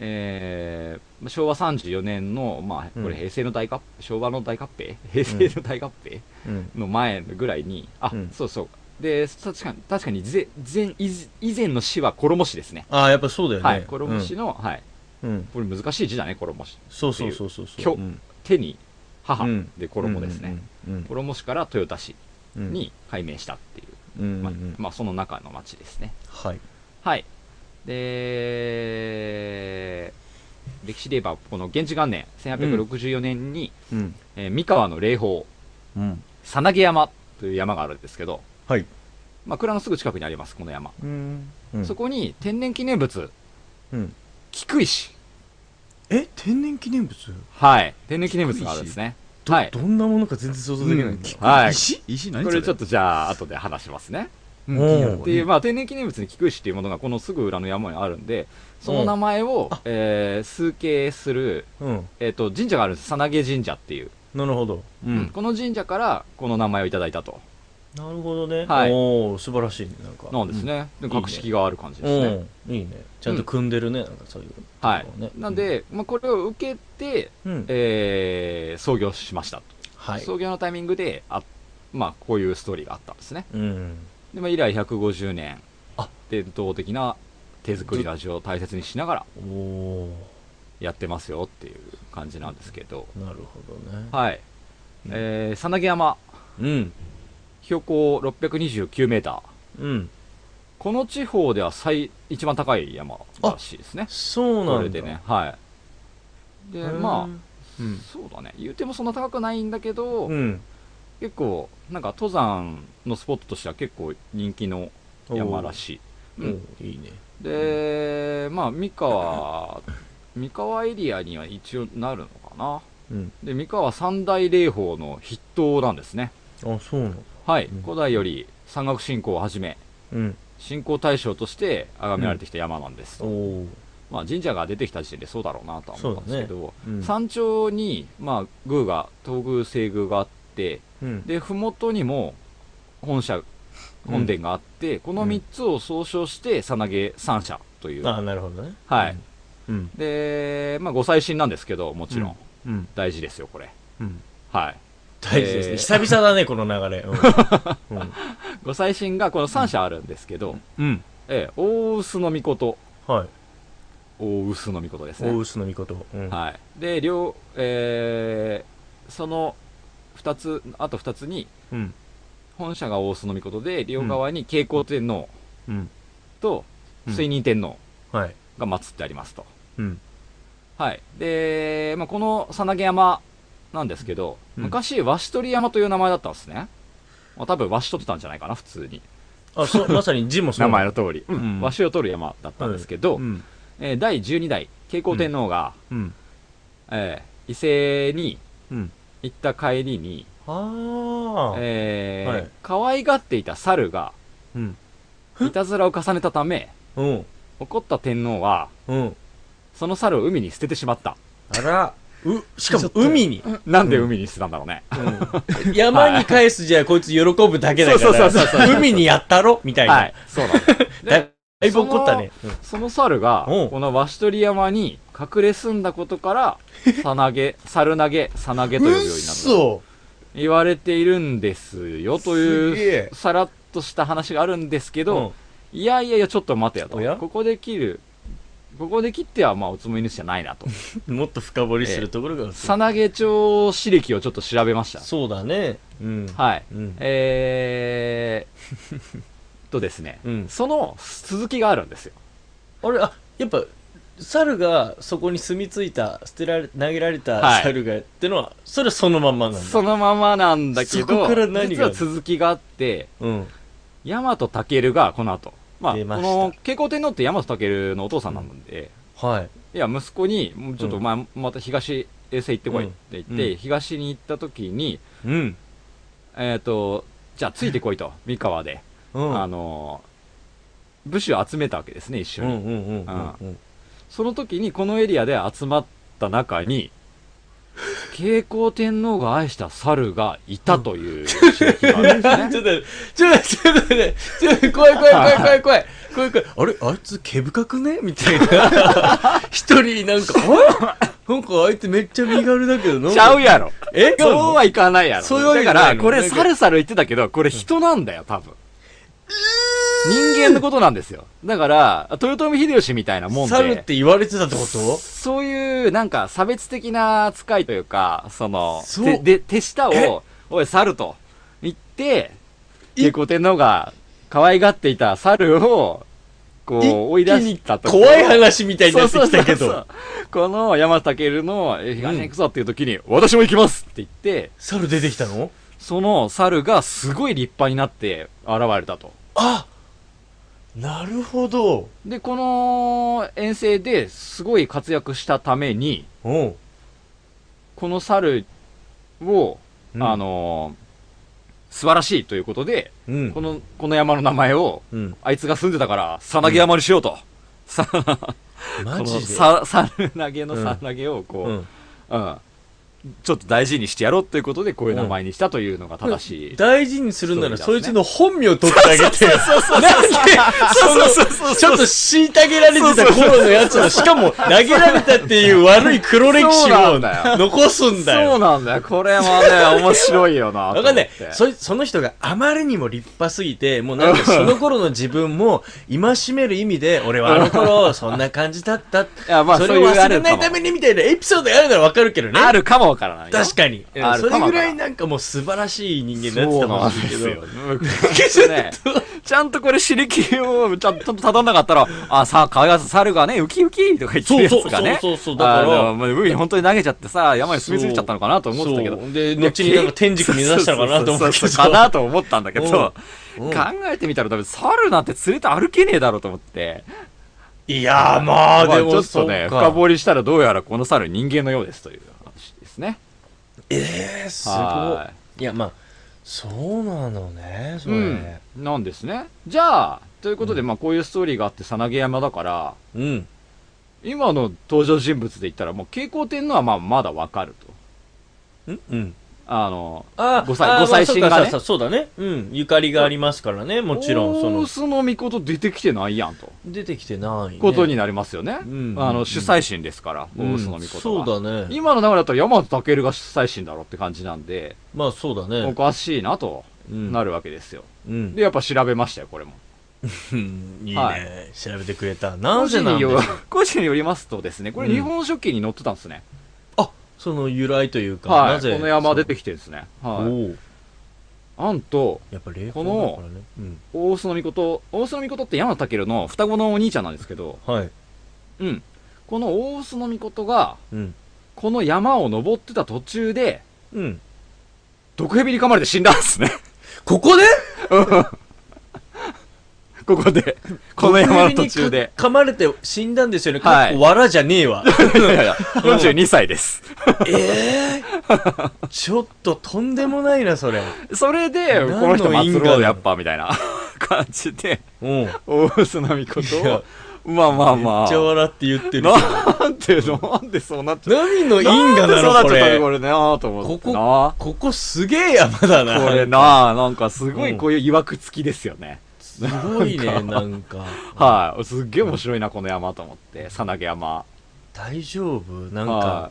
えー昭和34年の、まあ、こ
うん
れ平成の大合、昭和の大合併平成の大合併
うん。
の前ぐらいに、あ、
うん
そうそう。で、確かに、確かにぜ前以前以前の市は衣市ですね。
ああ、やっぱそうだよね。
はい、衣市の、はい。
うん。うん。
これ難しい字だね、衣市。
そうそうそうそう
きょ
そう。うん
手に
う
母
ん
で衣ですね。。
うん。
衣市から豊田市
うん。
に改名したっていう、
うん、うん。
まあ
うん
まあ、その中の町ですね。
はい。
はい。で、歴史で言えば、この源氏元年、1864年に、
うん。
えー三河の霊峰、
うん。
さなげ山という山があるんですけど、
はい。
まあ、蔵のすぐ近くにあります、この山。
うん。
そこに天然記念物、
うん。
菊石。
え、天然記念物
はい。天然記念物があるんですね。
ど
はい
どんなものか全然想像できないんだけど。
はい。
石石何
こ
そ
れちょっとじゃあ、後で話しますね。
うん気になるわ
っていう、まあ、天然記念物に菊石っていうものがこのすぐ裏の山にあるんで、その名前を、えー、数形する、
うん。
えっ、と、神社があるんです。さなげ神社っていう。
なるほど。う
うん。この神社からこの名前をいただいたと。
なるほどね。
はい
おお、素晴らしいね。なんか。
なんですね。で
いいね
格式がある感じ
う
ですね。
ん。いいね。ちゃんと組んでるね。なんかそういうところ
は
ね。
い。なんで、まあ、これを受けて、
うん、うん。
えー、創業しましたと。
はい。
創業のタイミングで、あまあ、こういうストーリーがあったんですね。
うん。
で、まあ、以来150年
あ、
伝統的な手作りラジオを大切にしながら
おお
やってますよっていう感じなんですけど、
ー、なるほどね。
はい。
うん
えー、さなぎ山、
うん。
標高629メーター。
うん。
この地方では最、一番高い山らしいですね。
そうなんだ。
これでね、はい。で、まあ、
あ。うん。
そうだね。言うてもそんな高くないんだけど、
うん。
結構、なんか登山のスポットとしては結構人気の山らしい。
お
う
ー
ん、
いいね。
で、まあ、三
<laughs>
河、三河エリアには一応なるのかな。
うん。
で、三河三大霊峰の筆頭なんですね。
あ、そうなんだ。
はい。
うん
古代より山岳信仰をはじめ、
うん。
信仰対象として崇められてきた山なんですと。
おお。
まあ、神社が出てきた時点でそうだろうなとは思ったんですけど、
うん。
山頂に、まあ、宮が東宮西宮があって
うん。
で麓にも本社
うん
本殿があって、この
うん
3つを総称してさなげ三社という、
あ、なるほどね。
はい。
うん。
で、まあ、ご祭神なんですけどもちろん、
うん。
大事ですよこれ
うん。
はい
大事です
えー
ね。久々だね、この流
<laughs>
れ。うん。うん
ご祭神がこの3社あるんですけど、
うん。
ええ大臼のこと
はい。
大臼のことですね
大臼の御事。うん。
はい、で両、えーその2つあと2つに
うん。
本社が大須のことで両側に慶光天皇
うん。
と
うん
水仁天皇
はい。
が祀ってありますと、
うん。
はい。で、まあ、このさなげ山なんですけど、
うん
昔、鷲取山という名前だったんですね。まあ、多分、鷲取ってたんじゃないかな、普通に。
あ、そう、まさに字もそう。
名前の通り。
ん
うん鷲を取る山だったんですけど、
うん。
えー第12代、慶光天皇が、
うん。
えー伊勢に
うん。
行った帰りに、
ああ。
えー
はい
可愛がっていた猿が、
うん。
いたずらを重ねたため、
うん。
怒った天皇は、
うん。
その猿を海に捨ててしまった。
あら。う、しかも海に。
なんで海に捨てたんだろうね。
うん山に返すじゃこいつ喜ぶだけだか
そうそう
ら
そうそう
海にやったろみたい
は。
ない
そう
<laughs>
なんです
だいぶ怒ったねうん
その猿が
おう、
この鷲取山に隠れ住んだことから、さな
<laughs>
げ、猿投げ、さなげと呼ぶようになった。
そ
言われているんですよ、と
す
い
げ
う
え、
さらっとした話があるんですけ
うん
ど、いやいやいや、ちょっと待てよと
おや。
ここで切る、ここで切っては、まあ、おつむ犬じゃないなと。
もっと深掘りするところが
さなげ町史歴をちょっと調べました。
そうだねうん
はい。
うん
え
<laughs>
ー、とですね、
うん
その続きがあるんですよ。
あれあやっぱ猿がそこに住み着いた捨てられ投げられ
は
た
い
猿がってのはそれはそのまんまなんだ
そのままなんだけ
そこ
ど、
から何が
実は続きがあって、
うん
大和武がこの後、まあ、こ
出ました
の慶光天皇って大和武のお父さんなんで、
はい
いや、息子に、もうちょっと
うん
まあまた東、衛星行ってこいって言って、
うん
東に行った時に、
うん
えっ、と、じゃあついてこいと、三河で、
うん
あのー武士を集めたわけですね、一緒
うん
に。
うんうんうんうん
その時にこのエリアで集まった中に、慶光天皇が愛した猿がいたと
<laughs>
いう刺激があるんですね。
ちょっと、ちょっと、ちょっとね、ちょっと、怖い怖い怖い怖い怖い。怖い怖い。あれあいつ毛深くねみたいな。 <laughs> 一人、なんか、あれなんかあいつめっちゃ身軽だけどな。
ちゃうやろ。
え
そうはいかないやろ。
そういうわけじ
だ
ゃ
か
ない
ら、
の
これ、
なんか
サルサル言ってたけど、これ人なんだよ、多分。人間のことなんですよ。だから、豊臣秀吉みたいなもんで。
猿って言われてたってこと
そういう、なんか、差別的な扱いというか、その、
そう
てで、手下を、おい、猿と言って、
い
下古天皇が可愛がっていた猿を、こ
一気
う、
に
追い出したところ
怖い話みたいになってきたけ
そうそう
ど。
そうそうこの山田健のえ東に行くぞっていう時に、私も行きますって言って、
猿出てきたの
その猿がすごい立派になって現れたと。
あなるほど。
で、この遠征ですごい活躍したために、
うん。
この猿を、
うん
あのー素晴らしいということで、
うん
こ。の、この山の名前を、
うん。
あいつが住んでたから、さなげ山にしようと。さ、 <laughs> こ
マ
の、
ジで。
さ、猿投げのさなげを、こう、う
う
ん
ん。
ちょっと大事にしてやろうということで、こういう名前にしたというのが正しい。
大事にするなら、
スト
そ
ーリ
い
ー
つ
だ
の本名取ってあげて。
<laughs> そうそうそう
その、ちょっと虐げられてた頃のやつを、しかも投げられたっていう悪い黒歴
そう
史
な
を
んだよ
残すんだ
そう
よ。
なんだよ。これはね、面白いよな。
<laughs> わかんない
と思っ。て
そい、その人があまりにも立派すぎて、もうなんかその頃の自分も、戒める意味で、俺はあの頃、そんな感じだった。
やまあ
それを
そういうあ
忘
れ
れ
かも
ないためにみたいなエピソードがあるならわかるけどね。
あるかもわからないよ。
確かに。う
あ
ん
る
それぐらいなんかもう素晴らしい人間になってたかもしれ <laughs> ないけ
<laughs>
ど。
そうなんですよ。ね、ちゃんとこれ、刺激をちゃんとたどんなかったら、あ、さ、かわいが猿がね、ウキウキとか言ってるやつがね。
そうそうそうそうそうだから
あのまあ海に本当に投げちゃってさ、山に住み着いちゃったのかなと思ってたけ
そ
ど。
うで
いや
後になんか天竺目指したのかなと
そ
思ったけど
うそうそうそうかなと思ったんだけど、
うん
考えてみたら多分、猿なんて連れて歩けねえだろうと思って。
いやーまあ、
まあち
で
ょ
も
っと
そう
ね、
か
深掘りしたらどうやらこの猿人間のようですという話ですね。
えー、すご。
はい
いや、まあ、そうなのね、それ。
うん。なんですね。じゃあ、ということで、まあこういうストーリーがあって、さなげ山だから、
うん。
今の登場人物で言ったら、もう蛍光天皇はまあまだわかると。
うんうん。
あの、
あ
ご祭
あー
ご祭神
まあ
がね
そうかそうかそうだね。うん。ゆかりがありますからね、もちろん、そ
大
の、
須の御事出てきてないやんと。
出てきてない、ね。
ことになりますよね。
うん
あ
う
の、
ん
主催神ですから、大
うん
須の御事
そ
は。
うだね。
今の流れだったら山本健が主催神だろって感じなんで、
まあ、そうだ
お
ね。
かしいなと
うん
なるわけですよ。
うん。
で、やっぱ調べましたよ、これも。
うんいいね、
はい
調べてくれた。なぜなん
に
でし
よ
ょう。
<laughs> 個人によりますとですね、これ
うん
日本書紀に載ってたんですね。
あ、その由来というか、
は。
ないぜ。
この山出てきてるんですね。
そう
はい。
おう
なんと、
やっぱ霊峰だ
こ
から
の
ね。うん。
大須の御事、大須の御事って山田健の双子のお兄ちゃんなんですけど、
はい。
うん。この大臼の御事が、
うん。
この山を登ってた途中で、
うん。
毒蛇に噛まれて死んだんですね。 <laughs>
ここで
ここ
<laughs>
で。この山の途中で。
毒蛇にか噛まれて死んだんですよね。
はい
かっこわらじゃねえわ。
いや <laughs> いや、42歳です。
ええ <laughs> ちょっととんでもないな、それ。
それで、
何の
この人
因
末
果
路
だ
でやっぱ、みたいな感じで、
うん。
大臼の御事
いや
を、まあまあま
めっちゃ
あ。
笑って言ってる。
なんで、なんでそうなっちゃっ
何の
た
因果なの
んでそうなっ
こ
ちゃった
れ
の。これね、あーと思って
ここ
な。
ここすげえ山だな。
これなあ、なんかすご
う
い
ん
こういう曰く付きですよね。
すごいね、なんか。
はい。すっげえ面白いな、この山と思って。さなげ山。
大丈夫なん
は
か、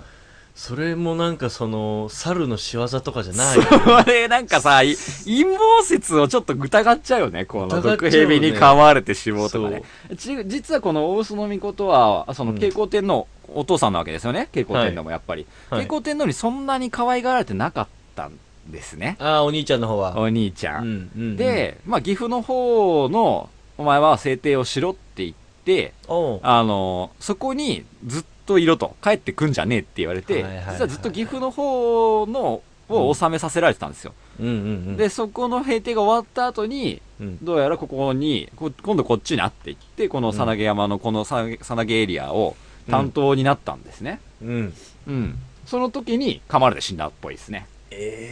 それもなんかその、猿の仕業とかじゃ
い。
ない。
それ、なんかさ、い陰謀説をちょっと疑っちゃうよね。この
疑っちゃう
毒
ね
蛇に噛まれて死亡とかね。ち実はこの大須の御事は、その
うん
慶光天皇、お父さんなわけですよね。慶光天皇もやっぱり。
はい
慶光天皇にそんなに可愛がられてなかったんですね。
ああ、お兄ちゃんの方は。
お兄ちゃん。
ん、うん
で、まあ、岐阜の方の、お前は制定をしろって言って、
おう
あの、そこにずっといろと、帰ってくんじゃねえって言われて、
はいはいはい
実はずっと岐阜の方の、を納めさせられてたんですよ。
うんうんうん、
で、そこの平定が終わった後に、
うん
どうやらここに、こ今度こっちなって言って、このさなげ山のこのささなげエリアを担当になったんですね。
うん。
うん。その時に噛まれて死んだっぽいですね。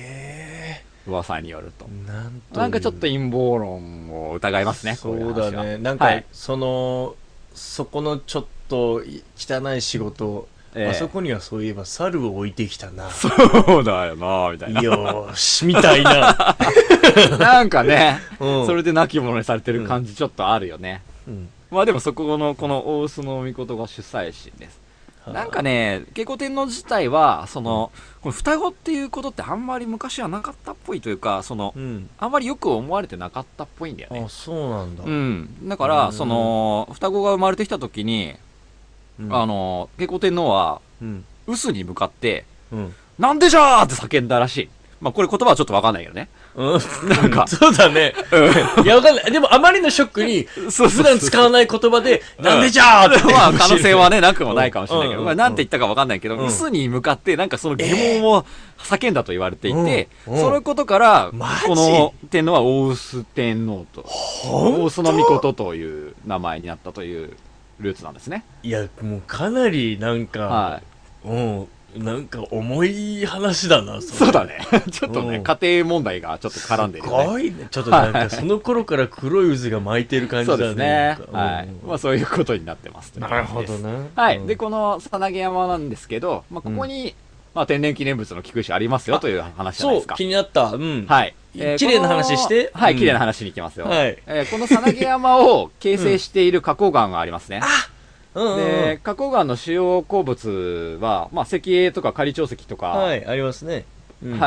え
噂によると
え。なんという
なんかちょっと陰謀論を疑いますね、こい
そう
話は
だね。なんか、
はい
その、そこのちょっとい汚い仕事、
ええ
あそこにはそういえば猿を置いてきたな。
<laughs> そうだよなみた
<laughs>
いな。
よーし、みた
<laughs>
いな。
なんかね、
うん
それで亡き者にされてる感じちょっとあるよね。
うん
まあでもそこの、この大須の御事が主催神です。なんかね、慶光天皇自体は、その、この双子っていうことってあんまり昔はなかったっぽいというか、その
う、ん。
あんまりよく思われてなかったっぽいんだよね
あ、。そうなんだ。
うん。だか
う
ら、
ん
その、双子が生まれてきた時に、
うん
あの、慶光天皇は、
うん。
臼に向かって、
うん。
なんでじゃーって叫んだらしい。まあこれ言葉はちょっとわかんないけどね。
うん。、
なんか
<laughs> そうだね。いや、わかんない。でも、あまりのショックに、
<laughs> そう
普段使わない言葉で、
ん
なんでじゃーって。
まあ、可能性はね、なくもないかもしれないけ
う
ど、
ん
まあ、なんて言ったかわかんないけど、
うん
薄に向かって、なんかその疑問を叫んだと言われていて、
うんうん
そのことから、
マジ
この天皇は大臼天皇と、大須の御事という名前になったというルーツなんですね。
いや、もうかなり、なんか、
はい。
うん。なんか、重い話だな、そ
そう
れ。
だね。 <laughs> ちょっとね、
うん
家庭問題がちょっと絡んでる
す
よね。
ごいね。ちょっとなんか、その頃から黒い渦が巻いてる感じ
そ
だ
う
ね。
ですね。
な
は
ん
い
か。うん
まあ、そういうことになってます。
なるほど。ね。
はい。
うん
で、このさなげ山なんですけど、まあ、ここに、まあ、天然記念物の菊石ありますよという話じゃない
そ
で
う
すか、。
気になった。うん。
はい。
綺麗な話して
このは
う
い、
ん
綺麗な話に行きますよ。
はい
えーこのさなぎ山を形成している花崗岩がありますね。
うんうんうん
で、花崗岩の主要鉱物は、まあ、石英とか仮潮石とか、
は
はい。
い、ありますね。うん。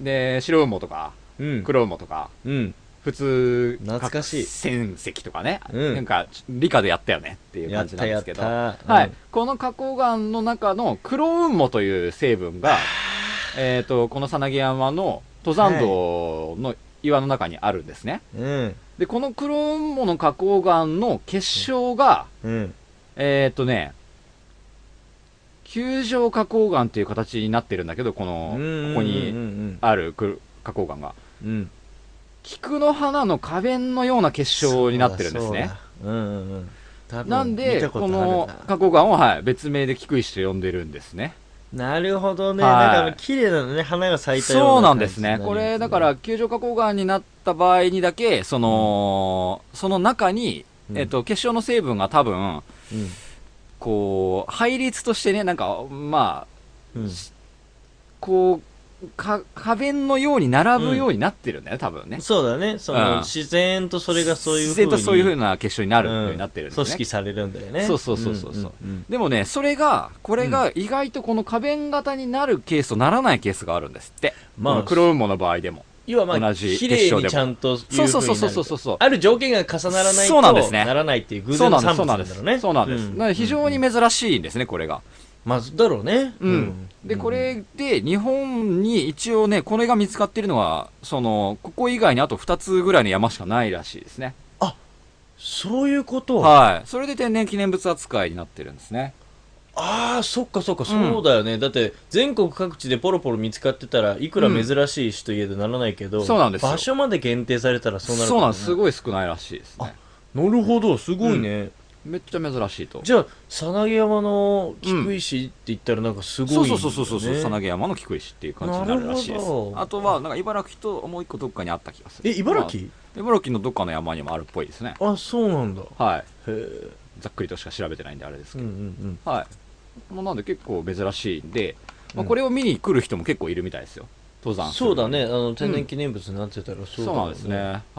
で、白雲母とか、
うん。
黒雲母とか、
うん。
普通、
懐かしい
戦石とかね、
うん
なんか、理科でやったよねっていう感じなんですけど。
やったやった
は
う
い
ん。
この花崗岩の中の黒雲母という成分が、えっと、このさなぎ山の登山道の岩の中にあるんですね。
うん。
で、この黒雲母の花崗岩の結晶が、
うん。
えっ、ー、とね、球状花崗岩っていう形になってるんだけど、この、ここ
うんう
に
ん
ある黒花崗岩が。
うんうん。
菊の花の花弁のような結晶になってるんですね。
そうだ。うんうんうん。多分
なん
見
で、
たとあ
こ
るな
の花崗岩を、はい、別名で菊石と呼んでるんですね。
なるほどね。
はい
なんかあの綺麗なのね、花が咲いたような。
そうなんですね。これ、だか、ら、球状花崗岩になった場合にだけ、その、その中に、
うん
えっ、と、結晶の成分が多分、
うん。
こう、配列としてね、なんか、まあ、
うん。
こう、か、花弁のように並ぶようになってるんだよね、多分ね。
そうだね。そ
うん
の、自然とそれがそういう
自然とそういう風
に
な結晶になるよう
う
に
ん
なってるんですね。
組織されるんだよね。
そうそうそうそうそう
うんうん
でもね、それが、これが意外とこの花弁型になるケースとならないケースがあるんですって。
まあ
この黒雲母の場合でも。
要はまあ、
同じ
綺
結
麗
晶で
に
も
ちゃんという風に
そ
な
うそ
る
うそうそうそうそう。
ある条件が重ならない
そう
と
なんですね
ならないっていう偶
そうな
然の
んです、
産
そうな
物なんん
で
だ
す
ろうね。。
そうなんです。だから非常に珍しいんですね、これが。
まずだろうね。
うん。で、こ、れで、日本に一応ね、これが見つかってるのは、その、ここ以外にあと2つぐらいの山しかないらしいですね。
そういうこと
はい。それで天然記念物扱いになってるんですね。
ああそっかそっかそうだよね、だって全国各地でポロポロ見つかってたらいくら珍しい種といえどならないけど、
うんそうなんですよ
場所まで限定されたらそうなる
そうなんですすすごい少ないらしいですね
なるほどすごいね、
めっちゃ珍しいと
じゃあさなぎ山の菊石って言ったらなんかすごい、ね
そうそうそうそうそうそうさな
ぎ
ぎ山の菊石っていう感じになるらしいで
な
す
るほど
あとはなんか茨城ともう一個どっかにあった気がする
え茨城、
まあ茨城のどっかの山にもあるっぽいですね
あそうなんだへ
はい
え
ざっくりとしか調べてないんであれです
う
け
んう
ど、
ん
はいもうなんで結構珍しいんで、ま
う
あ、
ん
これを見に来る人も結構いるみたいですよ登
う
山
ん
する
そうだねあの天然記念物になってたら
そ
そ
うう
だ
な
よ
んですね、はい、
へえ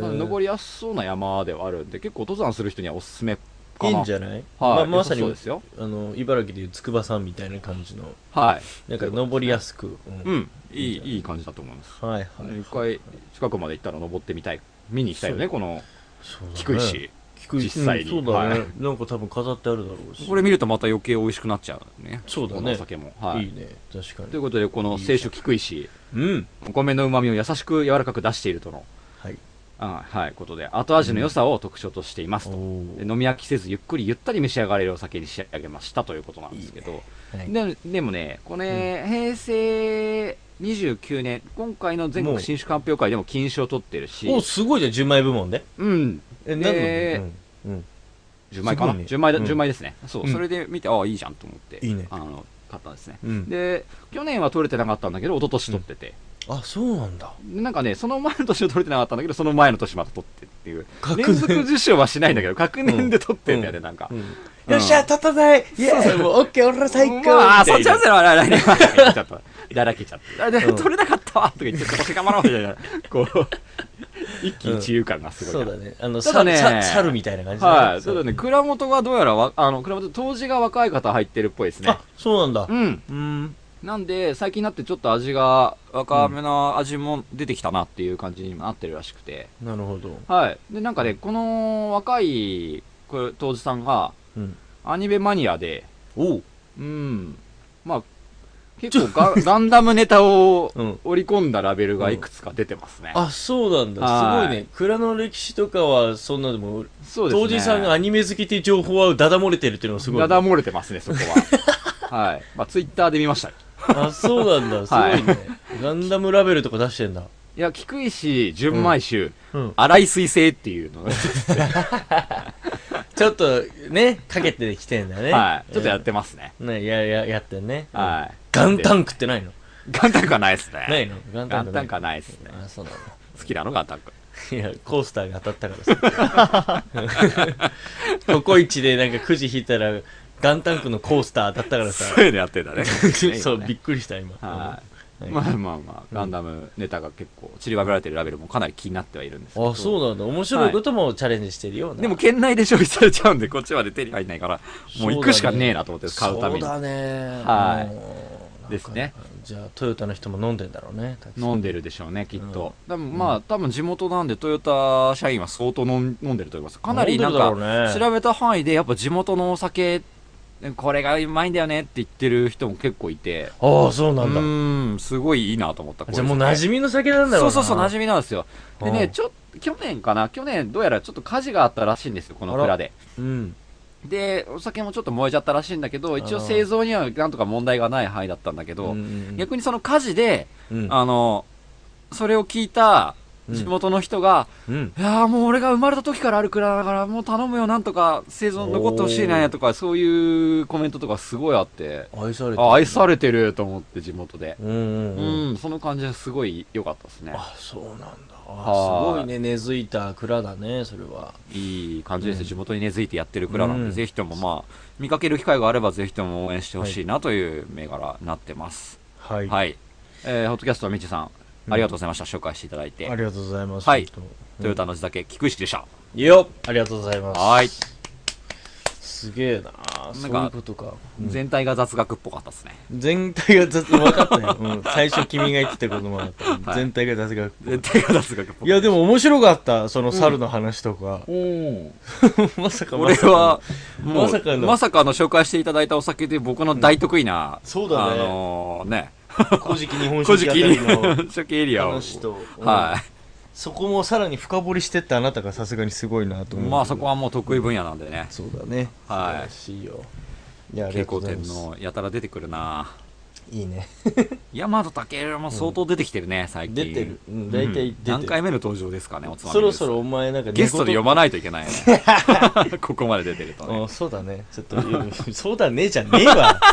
まあ登りやすそうな山ではあるんで結構登山する人にはおすすめかない
いんじゃない、
はい、
ままさに
良さそうですよ
あの茨城でいう筑波山みたいな感じの
はい
なんか登りやすく、う
うんんいいいい感じだと思います
はいはい
一回近くまで行ったら登ってみたい見に行きたいよね
そう
この
そうだね
低いし、
低い
実際に
うんそうだね、
は
なんか多分飾ってあるだろうし
これ見るとまた余計美味しくなっちゃうね
そうだね、
このお酒も、はいい、
いね確かに
ということでこの清酒菊石
うん
お米の旨味を優しく柔らかく出しているとの
はい
あはい、ことで後味の良さを特徴としていますと、
おー
で飲み飽きせずゆっくりゆったり召し上がれるお酒に仕上げましたということなんですけど
はい
ででもねこれ、平成29年今回の全
も
国
う
新酒鑑評会でも金賞を取ってるし
おすごいじゃん10枚部門で
うんで
えなんだうんうん
10枚かな、
すごいね
10枚だ、
うん
10枚ですねそう、
うん
それで見てああいいじゃんと思って
いいね
あの買ったんですね、
うん
で去年は取れてなかったんだけど一昨年取ってて、
あそうなんだ
でなんかね、その前の年は取れてなかったんだけど、その前の年また取ってっていう
確、年
連続受賞はしないんだけど、確年で取ってんだよね、なんか。うん
立たないイエーイもうオッケー俺ら最
まあ、あ
み
そ
た
っ
い
ち
な
なんですよ、来年は。ちょっと、だらけちゃって。 <laughs> あで
うん
取れなかったわとか言って、今年頑張ろうみたいな、こう、一喜一憂感がすご
そ
いうな。
だねあの
ただね
ささ猿みたいな感じだ
はい、ただね、蔵元がどうやらわ、あの、蔵元、当時が若い方入ってるっぽいですね
あ。そうなんだ
うん。
うん
なんで、最近になってちょっと味が、若めな味も出てきたなっていう感じにもなってるらしくて。
なるほど
はい。で、なんかね、この若い、これ、当時さんが、
うん
アニメマニアで、
おう
うん。まあ、結構ガン、ガンダムネタを
うん
織り込んだラベルがいくつか出てますね。
あそうなんだ
は
す
い
ごいね蔵の歴史とかはそんなでも
そうですね。
当時さんがアニメ好きっていう情報はダダ漏れてるっていうのがすごい
だだ漏れてますね、そこは。
<laughs>
はい。まあ、ツイッターで見ました。い
あそうなん <laughs> だすご
はい
いねガンダムラベルとか出してんだ
や、菊石純米酒、
うん
荒い水星っていうのが、
ちょっとねかけてきてんだね
はい。ちょっとやってますね。
ねやややってんね
はい。
ガンタ
ン
ンクってないの
ガンタンクはないですね。
ないのガンタ
ガ
ンク
ン
な
タ
い
ンクはないですね。
あそうなんだ
好きなのガンタンク。
いや、コースターが当たった
<laughs>
からさ。ココイチでなんかくじ引いたら、元旦区のコースター当たったからさ。
そういうのやってんだね。
<laughs> そう、びっくりした、今。
はい、
はい
まあまあまあ、ガンダムネタが結構散りばめられてるラベルもかなり気になってはいるんですけど
あ、そうなんだ。面白いこともチャレンジしてるような。
でも、県内で消費されちゃうんでこっちまで手に入んないからもう行くしかねえなと思って買うために、
そうだね。
はい
い
ですね。
じゃあ、トヨタの人も飲んでんだろうね。たくさん
飲んでるでしょうねきっと、でもまあ多分地元なんでトヨタ社員は相当飲ん飲んでると思いますかなりなん
飲んでるだろう
か
ね
調べた範囲でやっぱ地元のお酒これがうまいんだよねって言ってる人も結構いて
ああ、そうな
うん
だ。
ーんすごいいいなと思った
じゃあもう
これ
馴
ですね
染みの酒なんだろう
そうそ
な。
うそう、馴
み。
染みなんですよ。で
う
ね、
ん
ちょっと、去年かな去年、どうやらちょっと火事があったらしいんですよ、この
あら
蔵で。
うん。
で、お酒もちょっと燃えちゃったらしいんだけど、一
あ
応
ら
製造にはなんとか問題がない範囲だったんだけど、
うん
逆にその火事で、
うん
あの、それを聞いた地元の人が、
うん。
いやーもう俺が生まれた時からある蔵だから、もう頼むよ、なんとか製造残ってほしいね、とか、そういうコメントとかすごいあって、
愛されてる
あ、愛されてると思って、地元で。
うんうん
う
うん。
ん、その感じはすごい良かったですね。
あそうなんだあ
は
す
い
ごいね根付いた蔵だねそれはい
い感じです、地元に根付いてやってる蔵なんで、
うん
ぜひともまあ見かける機会があればぜひとも応援してほしいなという銘柄になってます
は
はい、
い、
えーホットキャストのみちさん
うん
ありがとうございました、紹介していただいて
ありがとうございます
はい
本
トヨタの地酒菊石でした、
当よっありがとうございます
はい
すげえなそういうことかうん
全体が雑学っぽかったですね
全体が雑分かったよ、
<laughs>
うん、最初君が言ってたことも分かった、
はい
全体が雑学
全体が雑学っぽかった
いやでも面白かったその猿の話とか、まさかま
俺
さか
はもう
まさかの
まさかの紹介していただいたお酒で僕の大得意な、
そうだね
あのー、ね
古事記日
古
本書
事
記あ
記
たりの
<laughs> 初期エリアを
話と、うん
はい
そこもさらに深掘りしてったあなたがさすがにすごいなと思う
まあそこはもう得意分野なんでね、
そうだね
はい
素晴らしいよいや、あり
蛍
がと
光
うござい
点
ます。
のやたら出てくるない
いね。
大和武も相当出てきてるね最近
出てるうん大体出てる
何回目の登場ですかねおつまみ
そろ
です
そろお前なんか
ゲストで呼ば
ば
ないといけ
<laughs>
ないねここまで出てるとね
あそうだね。ちょっと、うん <laughs> そうだねじゃねえわ。 <laughs>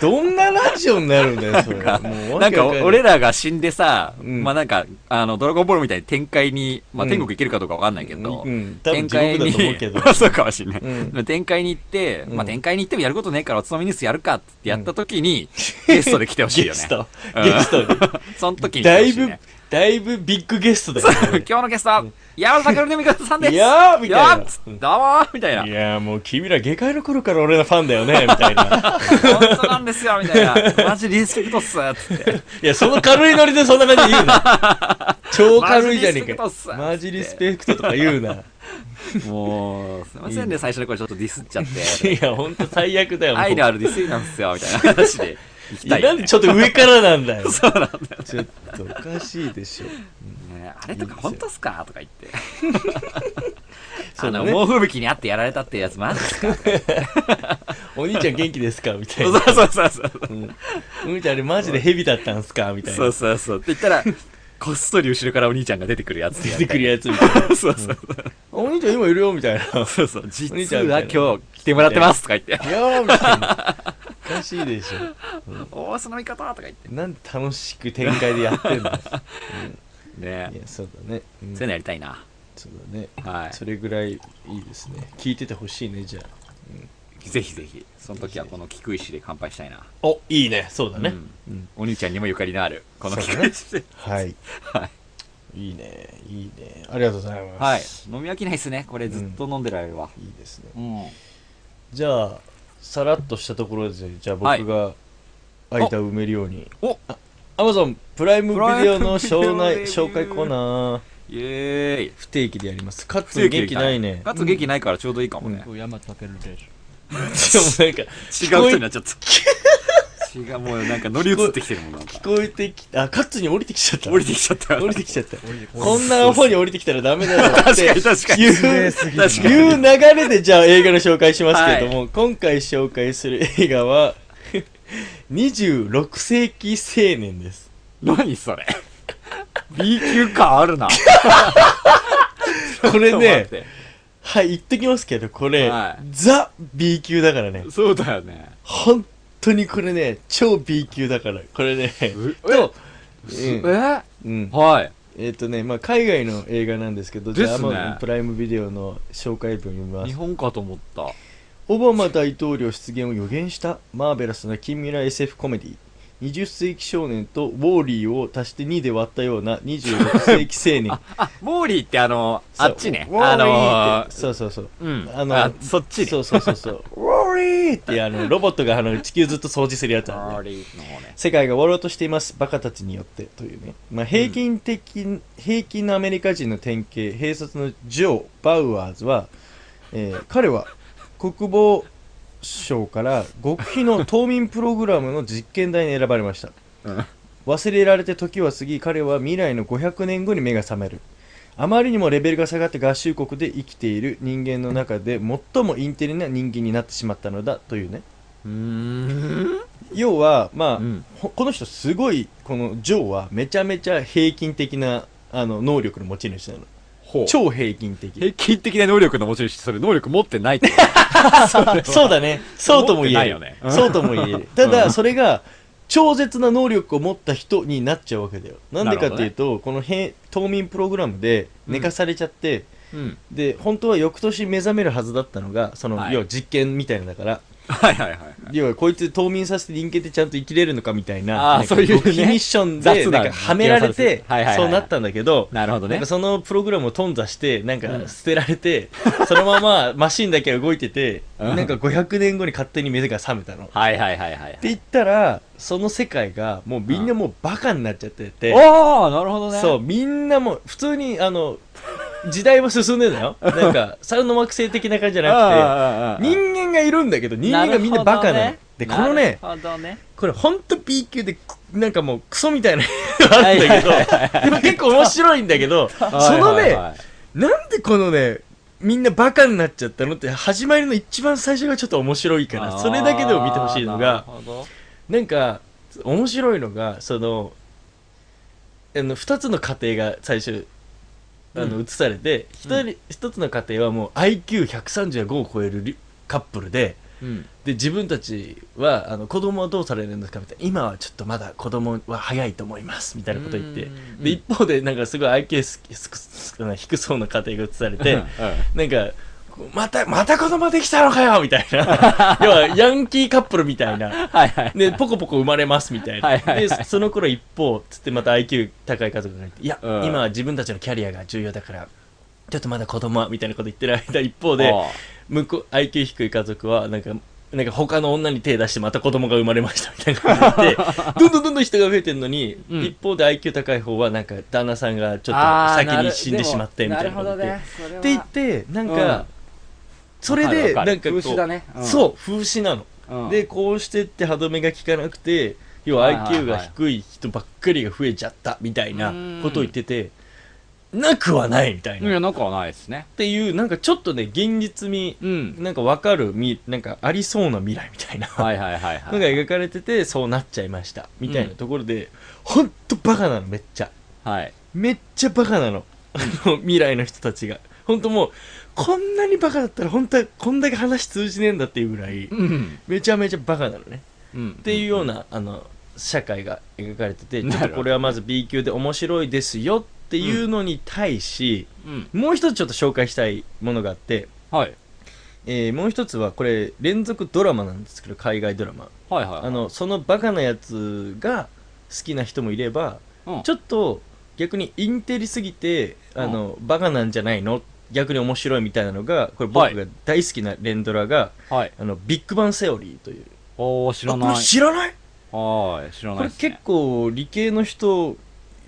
どんなラジオになるんだよ、それ。もう
なんか俺
ら、
らが死んでさ、
うん
まあなんか、あの、ドラゴンボールみたいに展開に、まあ
うん
天国行けるかどうかわかんないけど、
うん、多
展
分地獄
開
だ
に
と思うけ
<laughs>
ど。、
そうかもしんない。
う
展開に行って、
うん
まあ展開に行ってもやることねえからおつまみニュースやるかってやった時に、ゲストで来てほしい
<laughs> ゲ
よね
ス。ト。ゲストで。
その <laughs> 時に来
だ
てほ
い
しい
ぶ
ね。、
だいぶビッグゲストだよね。
今日のゲスト、山田匠のみかさんです
いやーみたいな
よっつどうもーみたいな。
いやーもう君ら下界の頃から俺のファンだよね、みたい
<laughs>
な。
本当なんですよみたいな。マジリスペクトっすつって。
いや、その軽いノリでそんな感じで言うな。
<laughs>
超軽いじゃねえ
マジリスペクトっす。
かマジリスペクトとか言う
<laughs>
な。
もう、すいませんね、最初の頃ちょっとディスっちゃって。
いや、ほんと最悪だよ。もう
愛のあるディスイなんですよ、みたいな話で行き
い
た
や
い
な
よ
ん
ね。
でちょっと上からなんだよ。 <laughs> そうなんだよ。ちょっとおかしいでしょ。
ねあれとか本当っすかとか言
<laughs>
って。
そ
あ
うだ
の、
ね
猛吹雪にあってやられたってやつマジっすか
お兄ちゃん元気ですかみた
そ
いうな。
そうそうそう。
お兄ちゃんあれマジでヘビだったんすかみたい
そう
な。
そうそう。って言ったら、こっそり後ろからお兄ちゃんが出てくるやつ
出てくる
や
やつみたいな。
つ。そうそう
お兄ちゃん今いるよみたいな。い
そうそう。実
お兄ちゃんみ
は
たいな
今日来てもらってますとか言って。
やーみたいな。おかしいでしょ。
おー、その見方とか言って。
なんで楽しく展開でやってんのい
ね
や、そうだね。うん
そういうのやりたいな。
そうだね。
はい
それぐらいいいですね。聞いててほしいね、じゃあ。
ぜひぜひ。その時はこの菊石で乾杯したいな。
お、いいね。そうだ
う
ね。
んお兄ちゃんにもゆかりのある、この
そうだ
菊
ね
石
<laughs>
で。
はい。
はい。
いいね。いいね。ありがとうございます。
はい。飲み飽きないっすね。これずっと飲んでられるわ。
いいですね。
うん。
じゃあ、さらっとしたところで、じゃあ
はい
僕が間を埋めるように。
お
アマゾンプライムビデオの
プ
紹
ライ
介
ムビデオレビュー
紹介コーナー、
イエーイ。
不定期でやります。かつ
元
元気ないね。
かつ元気ないからちょうどいいかもね。
僕山たけるでし
でもなんか、
違う人になっちゃった。違う、もうなんか乗り移ってきてるもんなん
<laughs>
か。
聞こえてきた、あ、カッツに降りてきちゃった。
降りてきちゃった。
降りてきちゃった。こんなアホに降りてきたらダメだよっ
確か
て
に <laughs> 確かに。
言
ょ
う、
すぎ
確かに。
いう流れでじゃあ映画の紹介しますけれども、今回紹介する映画は、26世紀青年です。
何それ。B 級感あるな。
こ
<laughs>
れ
ちょっと待っ
ね、
て。
はい、言ってきますけど、これ、
はい
ザ・ B 級だからね。
そうだよね。
本当にこれね、超 B 級だから。これね、と、うん
え
うん、
はい。
えっ、とね、まあ、海外の映画なんですけど、
ですね
じゃあ、プライムビデオの紹介文読みま
日
す。
本かと思った。
オバマ大統領出現を予言したマーベラスな近未来 SF コメディ20世紀少年とウォーリーを足して2で割ったような26世紀
<laughs>
青年
あ、モーリーってあの、
そう
あっちね。
ウォー
あ
リーっ
の
て、そうそうそう
うん。
あ
あ
の
の、そっちね。
そうそうそ
<laughs>
うそうウォーリーってあのロボットがあの地球ずっと掃除するやつ
モ
なん
ー
で
リーの方ね。
世界が終わろうとしていますバカたちによってというね、まあ、平均的、平均のアメリカ人の典型兵卒のジョー・バウアーズは、えー彼は国防省から極秘の島民プログラムの実験台に選ばれました
うん
忘れられて時は過ぎ彼は未来の500年後に目が覚めるあまりにもレベルが下がって合衆国で生きている人間の中で最もインテリな人間になってしまったのだというね
うーん。
要はまあ、
うん
ほこの人すごいこのジョーはめちゃめちゃ平均的なあの能力の持ち主なの
ほう。
超平均的
平均的な能力の持ち主、それ能力持ってないってこ <laughs>
<laughs> そうだねそうとも言える
持ってないよね
そうとも言えるただそれが超絶な能力を持った人になっちゃうわけだよなんでかっていうと、このへ島民プログラムで寝かされちゃって、
と。うん。
で本当は翌年目覚めるはずだったのがその、
はい
要は実験みたいなのだから
はいはいはいはい。
要はこいつ冬眠させて人間ってちゃんと生きれるのかみたい
あ
な
ー
なんか
そういうね
極秘ミッションで
雑な
なんかはめられて
はいはいはい
そうなったんだけど
なるほど
なん
ね
か。そのプログラムを頓挫してなん
うん
か捨てられてそのままマシンだけが動いてて
うん
なんか500年後に勝手に目が覚めたの。っ
はいはいはいはい。
て言ったらその世界がもうみんなもうバカになっちゃってて。
ああ、なるほどね。
そう、みんなもう普通にあの時代は進んでんだよなんか猿の惑星的な感じじゃ
ああ
な
ああああ
くて人間がいるんだけど人間がみんなバカな
るほど
の
ね
でこのね
なるほどね。
これほんと B 級でくなんかもうクソみたいなあるんだけどでも結構面白いんだけどそのね
はいはいはい
なんでこのねみんなバカになっちゃったのって始まりの一番最初がちょっと面白いからそれだけでも見てほしいの
あ
が
ーなるほど
なんか面白いのがそのあの2つの家庭が最初あの映されて、一人1つの家庭はもう IQ135 を超えるりカップルで
うん
で自分たちはあの子供はどうされるんですかみたいな今はちょっとまだ子供は早いと思いますみたいなこと言って
うん
で一方でなんかすごい IQ すすすす低そうな家庭が映されて。なんか、こうまた、また子供できたのかよみたい
<laughs>
な。要は、ヤンキーカップルみたいな。
はいはい
で、ポコポコ生まれますみたいな。
はいはいはい
で、そその頃一方、つってまた IQ 高い家族がいて、いや、
うん
今は自分たちのキャリアが重要だから、ちょっとまだ子供は、みたいなこと言ってる間、一方で、向こう、IQ 低い家族は、なんか、なんか他の女に手出してまた子供が生まれましたみたいな
<laughs>
感じで、どんどんどんどん人が増えてるのに、
うん
一方で IQ 高い方は、なんか旦那さんがちょっ
あ
と
ー
先
なる
に死んでしまってみたいなこと言って。っ
って
言ってなん
うん
かそれで
わか
な
るわかる
んかこう
風刺だねうん
そう風刺なの
うん
でこうしてって歯止めが効かなくて要は
はいはいはい
IQ が低い人ばっかりが増えちゃったみたいなことを言っててなくはないみたい
い
なっ
やなんかはないですね
ていうなんかちょっとね現実味
うん
なんかわかるみなんかありそうな未来みたいな
はいはいはいは
の
い
が描かれててそうなっちゃいましたみたいなところでほんとバカなのめっちゃ
はい
めっちゃバカなのあの未来の人たちが本当もうこんなにバカだったら本当はこんだけ話通じねえんだっていうぐらい
うん
めちゃめちゃバカなのね
うん
っていうようなあの社会が描かれててちょっ
な
と
るほど
これはまず B 級で面白いですよっていうのに対し
うん
もう一つちょっと紹介したいものがあって
はい
えーもう一つはこれ連続ドラマなんですけど海外ドラマ
はいはい
あのそのバカなやつが好きな人もいれば
の
ちょっと逆にインテリすぎてあの、バカなんじゃないの逆に面白いみたいなのがこれ
はい
僕が大好きな連ドラが、
はい
あのビッグバンセオリーという
おー知ら
あ
ない
これ知らない
はい知ら
こ
ない
れ
っすね
結構理系の人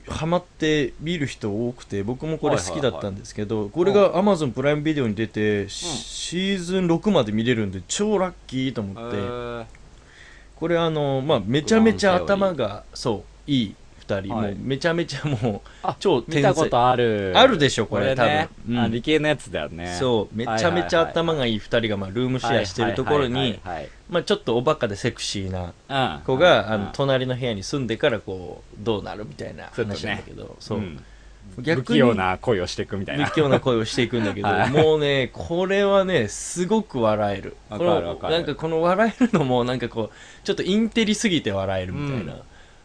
ハマって見る人多くて僕もこれ好きだったんですけど、これが Amazon プライムビデオに出て、シシーズン6まで見れるんで超ラッキーと思って、
えー
これあのまあめちゃめちゃ
ビッグバンセオリー
頭がそういい2人、
はい
もうめちゃめちゃもう
あ
超天才
見たことある
あるでしょ
こ
こ
れ
れ
ね
多分
あ
うん
理系のやつだよね
そうめちゃめちゃ頭がいい2人がまあルームシェアしてるところ
はい
に
はいはい
まあちょっとおバカでセクシーな
はいうん
子があ
うん
の隣の部屋に住んでからこうどうなるみたいな
そうだね
話なんだけどそううん
不
逆
器
に
用な恋をしていくみたいな
仏教な声をしていくんだけど
はい
もうねこれはねすごく笑える
わか
こ
る
の
わかる
なんかこの笑えるのもなんかこうちょっとインテリすぎて笑えるみたいな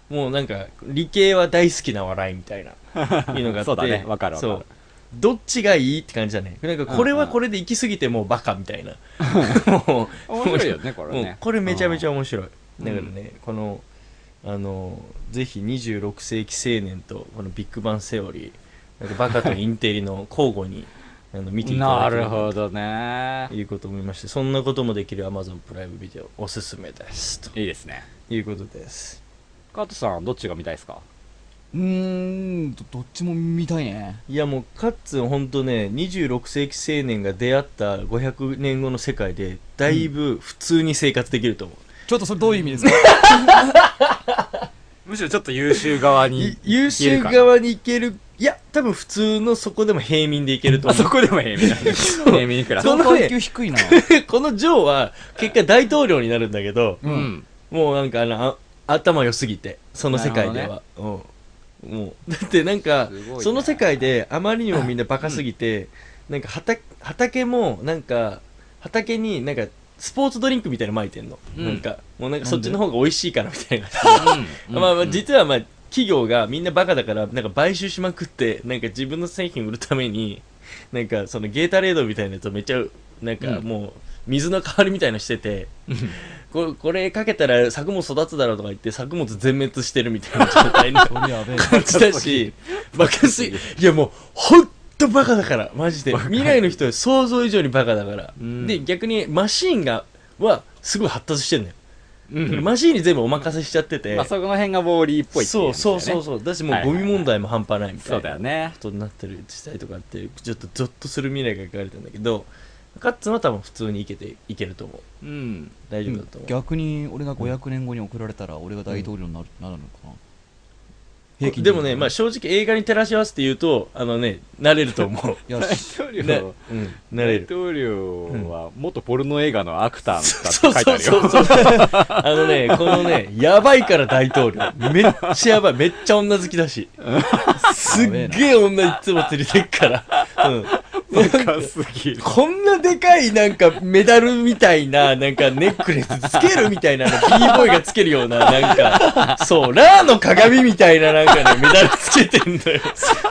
もうなんか理系は大好きな笑い
<laughs>
みたいないうのがあって
そうだねわかるわかる
そうどっちがいいって感じだねなんかこれはこれで行き過ぎてもうバカみたいな <laughs> もう
面白いよねこれ
も
ね
うこれめちゃめちゃ
うん
面白い、
ん
だからねこのあのぜひ26世紀青年とこのビッグバンセオリーなんかバカとインテリの交互にあの見ていた
な
だけ
る
れば
ほどね
ということを思いましてそんなこともできる Amazon プライムビデオおすすめですと
いいですね
いうことです
加藤さんどっちが見たいですか
うーんどどっちも見たいね
いやもうカッツンほんとね26世紀青年が出会った500年後の世界でだいぶ普通に生活できると思う、
ちょっとそれどういう意味ですか
むしろちょっと優秀側
<laughs> い優秀側に行けるいや多分普通のそこでも平民でいけると
あ
思う
そこでも平民だね平民クラス
<laughs> そ
そ
の
の
ね
階級低い <laughs> な
このジョーは結果大統領になるんだけど、
う
う
んん
もうなんかあのあ頭良すぎてその世界では、うんもう <laughs> だってなんか
すごいね
その世界であまりにもみんなバカすぎて、なんか畑畑もなんか畑になんかスポーツドリンクみたいなの撒いてんの、
うん
なんかもうなん
なん
か
で
そっちの方が美味しいからみたいな
うん
<laughs> まあまあ実はまあ企業がみんなバカだからなんか買収しまくってなんか自分の製品売るためになんかそのゲータレードみたいなやつをめっちゃなんか
うん
もう水の代わりみたいのしててこれこれかけたら作物育つだろうとか言って作物全滅してるみたいな状態の
<laughs>
それやべえ
感じだしバカすぎいやもうほんとバカだからマジで未来の人は想像以上にバカだから
うん
で逆にマシーンがはすごい発達してんのよ
うんま
マシーンに全部お任せしちゃってて
あそこの辺がウォーリーっぽいってい
そうそうそう
う
そうだしも
は
う
いは
ゴ
いはい
ミ問題も半端ないみた
そう
い
だよ
なこ
ね
とになってる自治体とかあってちょっとゾッとする未来が描かれてんだけどカッツンは多分普通にいけていけると思う
<laughs> うん
大丈夫だと思う、
逆に俺が500年後に送られたら俺が大統領になる,、なるのかな平均
でもね、まあ、正直映画に照らし合わせて言うとあのね慣れると思
<laughs>
う
よ
大
し <laughs>
統
ね
領、 <laughs>
うん、慣れ
大
る
統領は元ポルノ映画のアクター
そ
だ
う
って書
そう
いてある
<laughs> そう
よ。
そう。あのね、このね、やばいから大統領。めっちゃやばい。めっちゃ女好きだし。すっげえ女いつも連れてっから。うん。
高すぎる。
こんなでかいなんかメダルみたいな、なんかネックレスつけるみたいなの、b ボーイがつけるような、なんか、そう、ラーの鏡みたいななんかね、メダルつけてんだよ。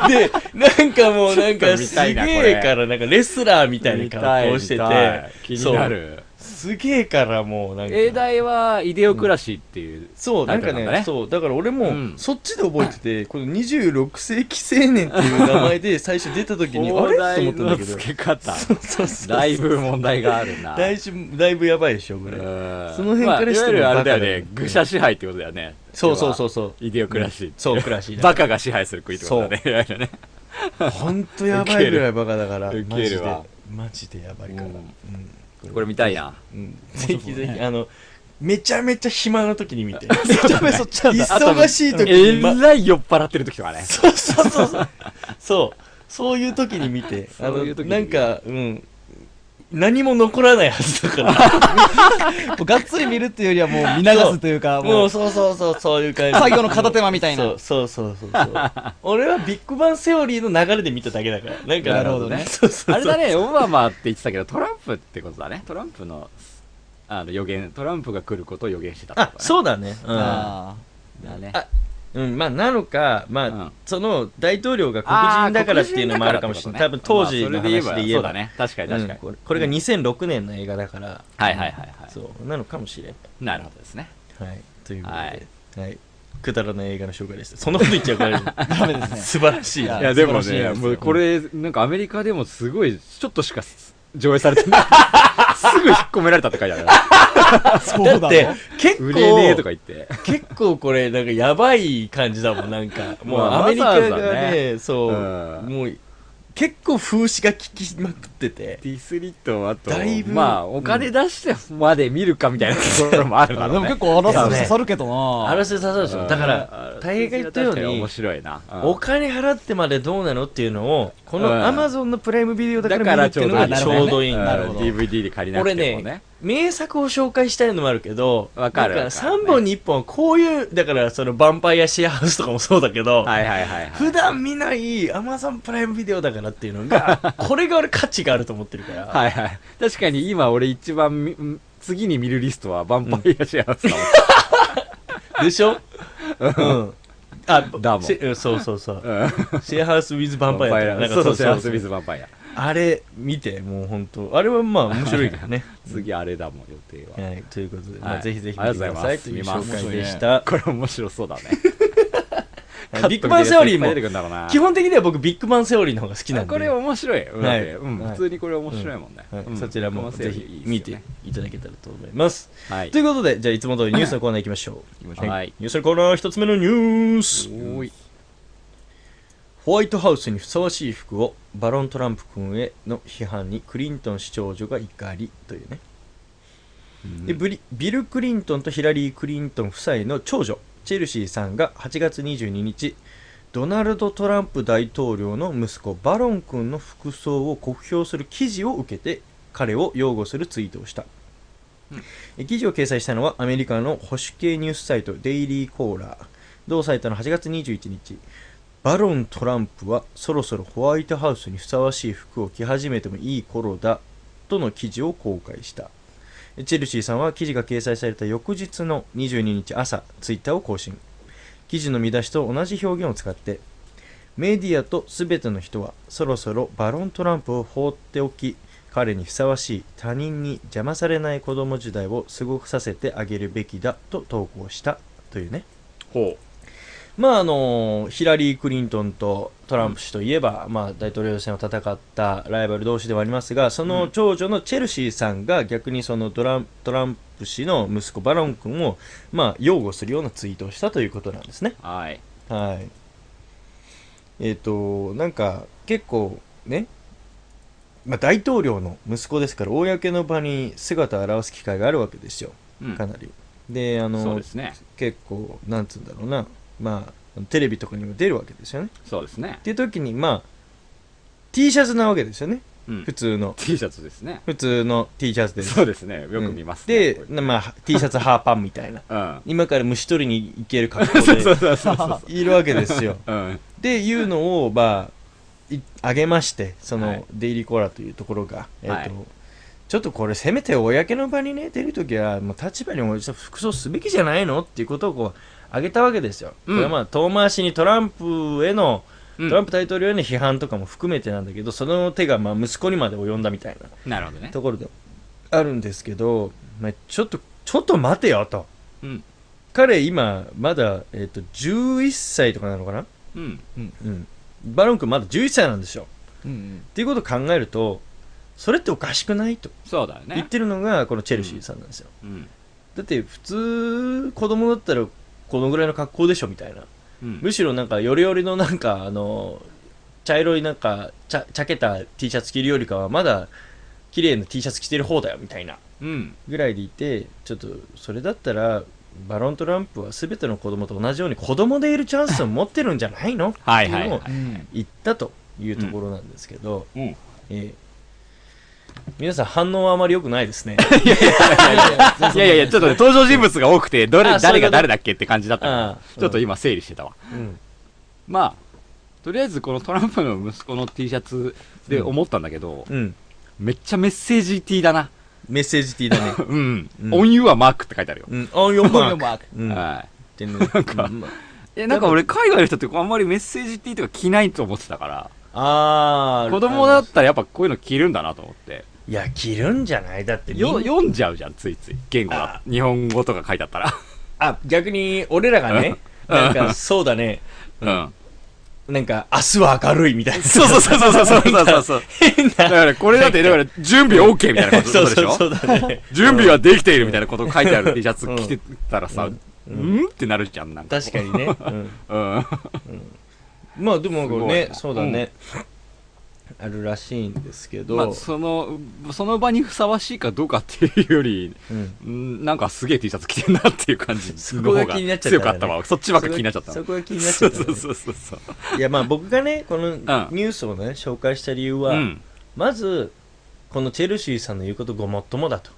で、なんかもうなん
ちょ
か
っと見
す
たいなこ
げえ
れ
から、なんかレスラーみたいな格好して
見たい見たい
て、
気になる。
そう。すげえからもうなんか。
英大はイデオクラシーっていう、
そう、
タイ
なん
トル
か
なん
ね
だね
そう、だから俺も、
うん
そっちで覚えてて、この26世紀青年っていう名前で最初出
<laughs>
た時に、あれ
大
と思ったんだ
の
けど
付、け方。
そうそう
だいぶ問題があるな。
だいぶ、だいぶやばいでしょ、これ。
そ
その辺からして
いわゆ
も
るあれだよ
バカだよ
ね、愚者支配ってことだよね。
そうそうそううそう。
イデオクラシーって。
そう、クラシー
<laughs>
だ。
バカが支配する国ってことだね。いわゆるね
ほんとやばいぐらいバカだから、
ウケる
マジで
ウケるわ。
マジでやばいから。
う
うんん
これ見たいな。
うんぜひぜひ、あの、めちゃめちゃ暇な時に見て。
<laughs> そっちなんだ
忙しい時
え
に、ま
らい酔っ払ってる時とかね。
そうそうそうそう。そう。そういう時に見て。あ
<laughs> そう
の、
いう時に
なんか、うん。何も残らないはずだから。
もうがっつり見るっていうよりはもう見流すというか
<laughs> も
も
う
う
そうそうそう、そういう感じ。
作業の片手間みたいな
そうそうそうそうそう。俺はビッグバンセオリーの流れで見ただけだから。なんか、
なるほどね
そうそうそう。
あれだね、オバマって言ってたけど、トランプってことだね。トランプの、あの予言、トランプが来ることを予言してたって
あ、
こと
そうだね。うん。
あ
うだね。
あうん、まあ、なのか、まあ、
うん
その、大統領が黒人だからっていうのもあるかもしれない。多分当時の話で言えば。
そうだね。確かに確か
うん
に。
これこれが2006年の映画だから、
はいはいはいは
そう、なのかもしれん。
い。なるほどですね。
はい。ということで、
は
はいい。くだらない映画の紹介でした。そんなこと言っちゃうから、ダメですね。素晴らしい。
や
いやでも
素晴
ね
らしいですよ
もうこれなんかアメリカでもすごいちょっとしか上映され <laughs> てないすぐ引っ込められたって書いてある
あそう
だって、結
売れねえ
構
と、か言って
結構これ、なんかやばい感じだもん、な
<laughs>
んか。もう
まあ
アメリカ
わざわ
が
ざね
ね、そう、
うん
もう、結構風刺が効きまくってて。
ディスリとあと
だいぶ
まあお金出してまで見るかみたいなところもあるだ
<laughs>
で
ろう
も
ね
結構争
そう
う
ね
刺さるけど
あら
な
せさせるでし
う
ょ。
ん
だから、大変が言ったよう
確か面
に、
白いなうん
お金払ってまでどうなのっていうのを、こ
うん
のアマゾンのプライムビデオだか
だ
ら
か
見るっ
ら
て
ち
い
ょ
う
うどいい
のがちょうどいいん
う
だ
ん
なるほど
DVD で借りなく
俺
ても
ね
ね
名作を紹介したいのもあるけど、
わかる
なん
わかる
3本に1本はこういう、だからそのヴァンパイアシェアハウスとかもそうだけど、
はいはいはいはい
普段見ないアマゾンプライムビデオだからっていう
<laughs>
のが、これが俺価値があると思ってるから。
はいはい確かに今俺一番み次に見るリストはヴァンパイアシェアスだもん
でしょうん。あ、
だもん
シェうんそうそうそう。 <laughs>
うん
シェアハウスウィズヴァンパイアとかなんか
そうそうシェアス
そう
ミスヴァンパイア
あれ見て、もう本当あれはまあ面白いけどね。
次あれだもん予定 <laughs> は
はい、ということで、
は
まあ、
い
ぜひぜひ
あ
見
り
て
がと
く
う
だ
ご
さ
ざい
い
ます
と
見ま
いう紹
す
介でした。
これ面白そうだね
<laughs> ビッグバンセオリーも
カットみたいなやついっぱい出てくるんだろうな
基本的には僕ビッグバンセオリーの方が好きなんで
これ面白い、だってうん
はい
普通にこれ面白いもんね、
はい
うん
そちらも
ビッグバ
ぜ
ンセオリーいいっすよ
ひ
ね
見ていただけたらと思います、
はい
ということでじゃあいつも通りニュースのコーナー行きましょう
行きましょうはい
ニュースのコーナー一つ目のニュース
おーい
ホワイトハウスにふさわしい服をバロン・トランプ君への批判にクリントン市長女が怒りというね、でブリビル・クリントンとヒラリー・クリントン夫妻の長女チェルシーさんが8月22日ドナルド・トランプ大統領の息子バロン君の服装を酷評する記事を受けて彼を擁護するツイートをした、え記事を掲載したのはアメリカの保守系ニュースサイトデイリー・コーラー同サイトの8月21日バロン・トランプはそろそろホワイトハウスにふさわしい服を着始めてもいい頃だとの記事を公開したチェルシーさんは記事が掲載された翌日の22日朝ツイッターを更新記事の見出しと同じ表現を使ってメディアとすべての人はそろそろバロン・トランプを放っておき彼にふさわしい他人に邪魔されない子供時代を過ごさせてあげるべきだと投稿したというね
ほ
まああのヒラリー・クリントンとトランプ氏といえば、まあ、大統領選を戦ったライバル同士ではありますがその長女のチェルシーさんが逆にそのトラントランプ氏の息子バロン君を、まあ、擁護するようなツイートをしたということなんですね。
うはい
はいえっ、となんか結構ね、まあ、大統領の息子ですから公の場に姿を現す機会があるわけですよ
うん
かなり。であの
そうですね
結構なんつうんだろうなまあテレビとかにも出るわけですよね。
そうですね
っていう時にまあ T シャツなわけですよね
うん
普通の
T シャツですね
普通の T シャツです。
そうですねよく見ますね
で
こ、れ
なまあ、T シャツハーパンみたいな
うん
今から虫取りに行ける格
<laughs>
好でいるわけですよ。
うん
っていうのをまあい上げましてその、
はい
デイリーコーラというところが、えーと
はい
ちょっとこれせめて公の場にね出るときはもう立場に応じた服装すべきじゃないのっていうことをこう上げたわけですよ。
うん
これはまあ遠回しにトランプへの
うん
トランプ大統領への批判とかも含めてなんだけど、その手がまあ息子にまで及んだみたいな
なるほどね
ところであるんですけど、まあ、ちょっとちょっと待てよと
うん
彼今まだ、えー、と11歳とかなのかな
うん
うん、バロン君まだ11歳なんですよ
うん
っていうことを考えるとそれっておかしくないと
そうだよ
言っ
ね
てるのがこのチェルシーさんなんですよ、
うん
だって普通子供だったらこのぐらいの格好でしょみたいな
うん
むしろなんかヨレヨレのなんかあの茶色いなんか茶茶けた T シャツ着るよりかはまだ綺麗な T シャツ着てる方だよみたいな
うん
ぐらいでいてちょっとそれだったらバロントランプは全ての子供と同じように子供でいるチャンスを持ってるんじゃないの
はいはいは
って
い
うん
言ったというところなんですけど、
うんうん
えー皆さん反応はあまり良くないですね
いやいやいや、ちょっとね、登場人物が多くて、どれ、
あそうい
誰
うこ
が
と
誰だっけって感じだったか
ああ
ら、ちょっと今整理してたわ。
うん
まあ、とりあえずこのトランプの息子の T シャツで思ったんだけど、
うん
めっちゃメッセージ T だな。
メッセージティーだね
<laughs> うん
う。ん
オンユはマークって書いてあるよ。
うんあ4番
マーク
うんっ
は
てね
<laughs>
うんま
い。え、なんか俺、海外の人ってあんまりメッセージ T とか着ないと思ってたから、
あー
子供だったらやっぱこういうの着るんだなと思って。
いや着るんじゃないだってみん
よ、読んじゃうじゃん、ついつい。言語だ。日本語とか書いてあったら。
あ逆に俺らがね
うん
なんかそうだね
うん。
なんか明日は明るいみたいな <laughs>
そうそうそうそうそうそうそうそう。
変
だ
な
からこれだって、だから準備 OK みたいなこと
そう
でし
そう
ょ
そうだね
準備はできているみたいなこと書いてある T シャツ着てたらさ、うんってなるじゃん、なんか。
確かにね、うん
うん。
まあでもこれね
す
そ
ご
う
い
だね、あるらしいんですけど、
まあ、その、その場にふさわしいかどうかっていうより、
うん
うんなんかすげえ T シャツ着てんなっていう感じ
<laughs> そ
の
こ
方
が
が
気になっちゃったね
強かったわ。そっちばっか気になっちゃったわ。
そこが気になっちゃったね
そうそうそうそう。
いやまあ僕がねこのニュースをね紹介した理由は、
うん。
まずこのチェルシーさんの言うことごもっともだと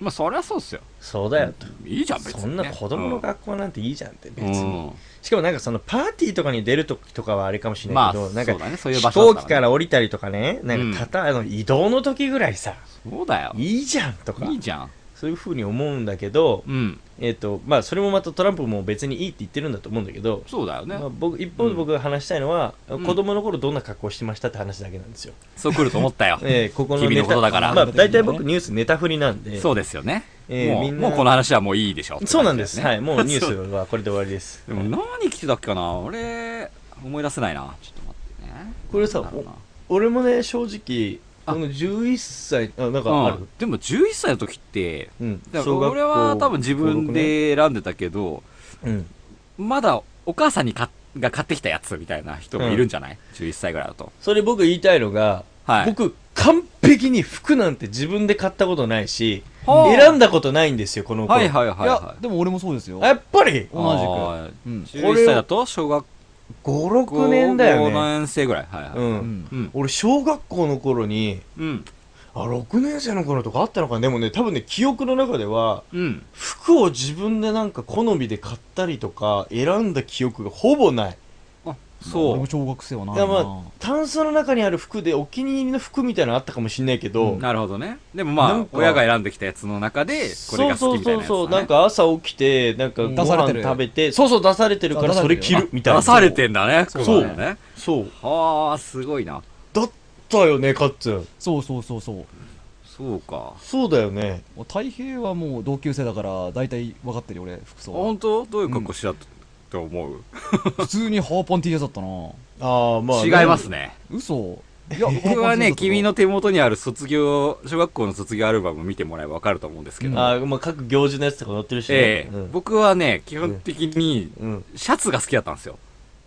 まあ、そりゃそうっすよ。
そうだよと、
いいじゃん、別に、ね。
そんな子供の学校なんていいじゃんって別
うん
に、しかもなんかそのパーティーとかに出るときとかはあれかもしれ
ま
な
あ、
いけ
そう
ど、なん
だ
か
ね。そういう
飛
場所
行
だ
機
た
から
ね。
ら降りたりとかねなんかたた、あの移動の時ぐらいさ
そうだよ。
いいじゃんとか
いいじゃん。
そういうふうに思うんだけど、
うん。
えっとまあ、それもまたトランプも別にいいって言ってるんだと思うんだけど、
そうだよね。
まあ、僕一方で僕が話したいのは、
ん
子供の頃どんな格好してましたって話だけなんですよ、。
そう来ると思ったよ
ええここの
君
ネ
のこ
タ
とだから
まあ、大体僕ニュースネタ振りなんで
そうですよね。
えー
も
み
うん
な
もうこの話はもういいでしょ。
そうなんです、
って
は
感
い
じ
<laughs> もうニュー
そう
スはこれで終わりです
でも何着てたっけかな俺、思い出せないな。ちょっと待ってね。
これさ
なんだろうな
俺もね正直
あ
この11歳あなんかあ
う
る
ん、でも11歳の時って、
うん
だから俺は多分自分、で選んでたけど、
小六ね
まだお母さんにかが買ってきたやつみたいな人もいるんじゃない、?11 歳ぐらいだと。
それ僕言いたいのが、
はい
僕完璧に服なんて自分で買ったことないし、
はあ
選んだことないんですよこの子
はいはいはい
い
は
や
い。
でも俺もそうですよ
やっぱ
同じ
り
く
あー
うん
11歳だと小学校
56年だよね
5年生ぐらい。はいはい。
うん、
うん
うん。
俺小学校の頃に
うん。
あ6年生の頃とかあったのかなでもね多分ね記憶の中では
うん。
服を自分でなんか好みで買ったりとか選んだ記憶がほぼない
あ、
俺
そ
も小学生はない
いや
な、
まあタンスの中にある服でお気に入りの服みたいなのあったかもしんないけど、
う。なるほどね。でもま
な
あ
ん、か
親が選んできたやつの中で、これ
そう
が好
そ
き
う
みたい
そ
な
う
やつ
そう
だ
なん
ね
か朝起きてなんか
うん
ご
出されて
飯
る
食べてそうそう出されてるから
出さ
そ
れ
れ
てる
着
よ
るみたいな
出されてんだね、
そう
ここまでね。
そう
はあ、すごいな。
だったよねカッツン
そうそうそうそう
そうか。
そうだよね
もう太平はもう同級生だから大体分かってるよ俺服
あ
装
本当どういう格好しだったと思う
普通にハーパン T シャツだったな
ああまあ
違いますね。
嘘い
僕はね、君の
で
手元にある卒業、小学校の卒業アルバムを見てもらえばわかると思うんですけど、
あーまあ各行事のやつとか載ってるしね、
ええ
うん
僕はね、基本的に
うん
シャツが好きだったんですよ。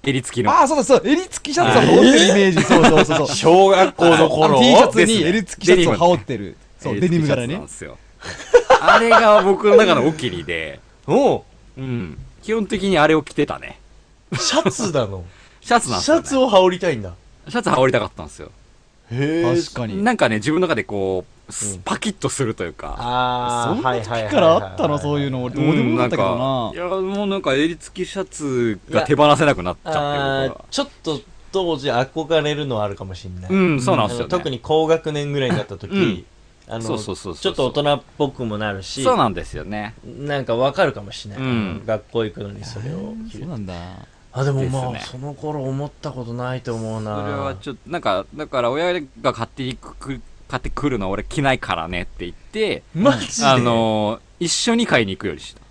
襟付きの。
ああそうだそうだ襟付きシャツを羽織ってるイメージ、そうそうそうそう
小学校の
あの
頃
T シャツ
です
に
ね
襟付きシャツを羽織ってるそうデニム柄
襟付きシャツなん
ね
ですよ。あれが僕の中のお気に入りで、
おう
うん。基本的にあれを着てたね。
シャツだの
シャツ
シ
なんですよ、
ャ
ね。
ツを羽織りたいんだ
シャツ羽織りたかったんですよ。
へえ
確かに。
なんかね、自分の中でこう、スパキッとするというか。
ああ
そんな時からあったのそういうの。俺どうでもよかったけどな。
いや、もうなんか襟付きシャツが手放せなくなっちゃってる
あ
か
ーちょっと当時憧れるのはあるかもしれな
ら。
い、
うん、そうなん
あ
です
の
よ、ね。
特に高学年ぐらいになった時、
うん
あの
そうそうそうそう
ちょっと大人っぽくもなるし
そうなんですよね。
なんかわかるかもしれない、
うん
学校行くのにそれを着
そう
る
なんだ。
あでもまあ
ですね
その頃思ったことないと思う
そ
な
れはちょっと、なんか、だから親が買っていく、買ってくるのは俺着ないからねって言って、
マジで
あの、一緒に買いに行くようにした。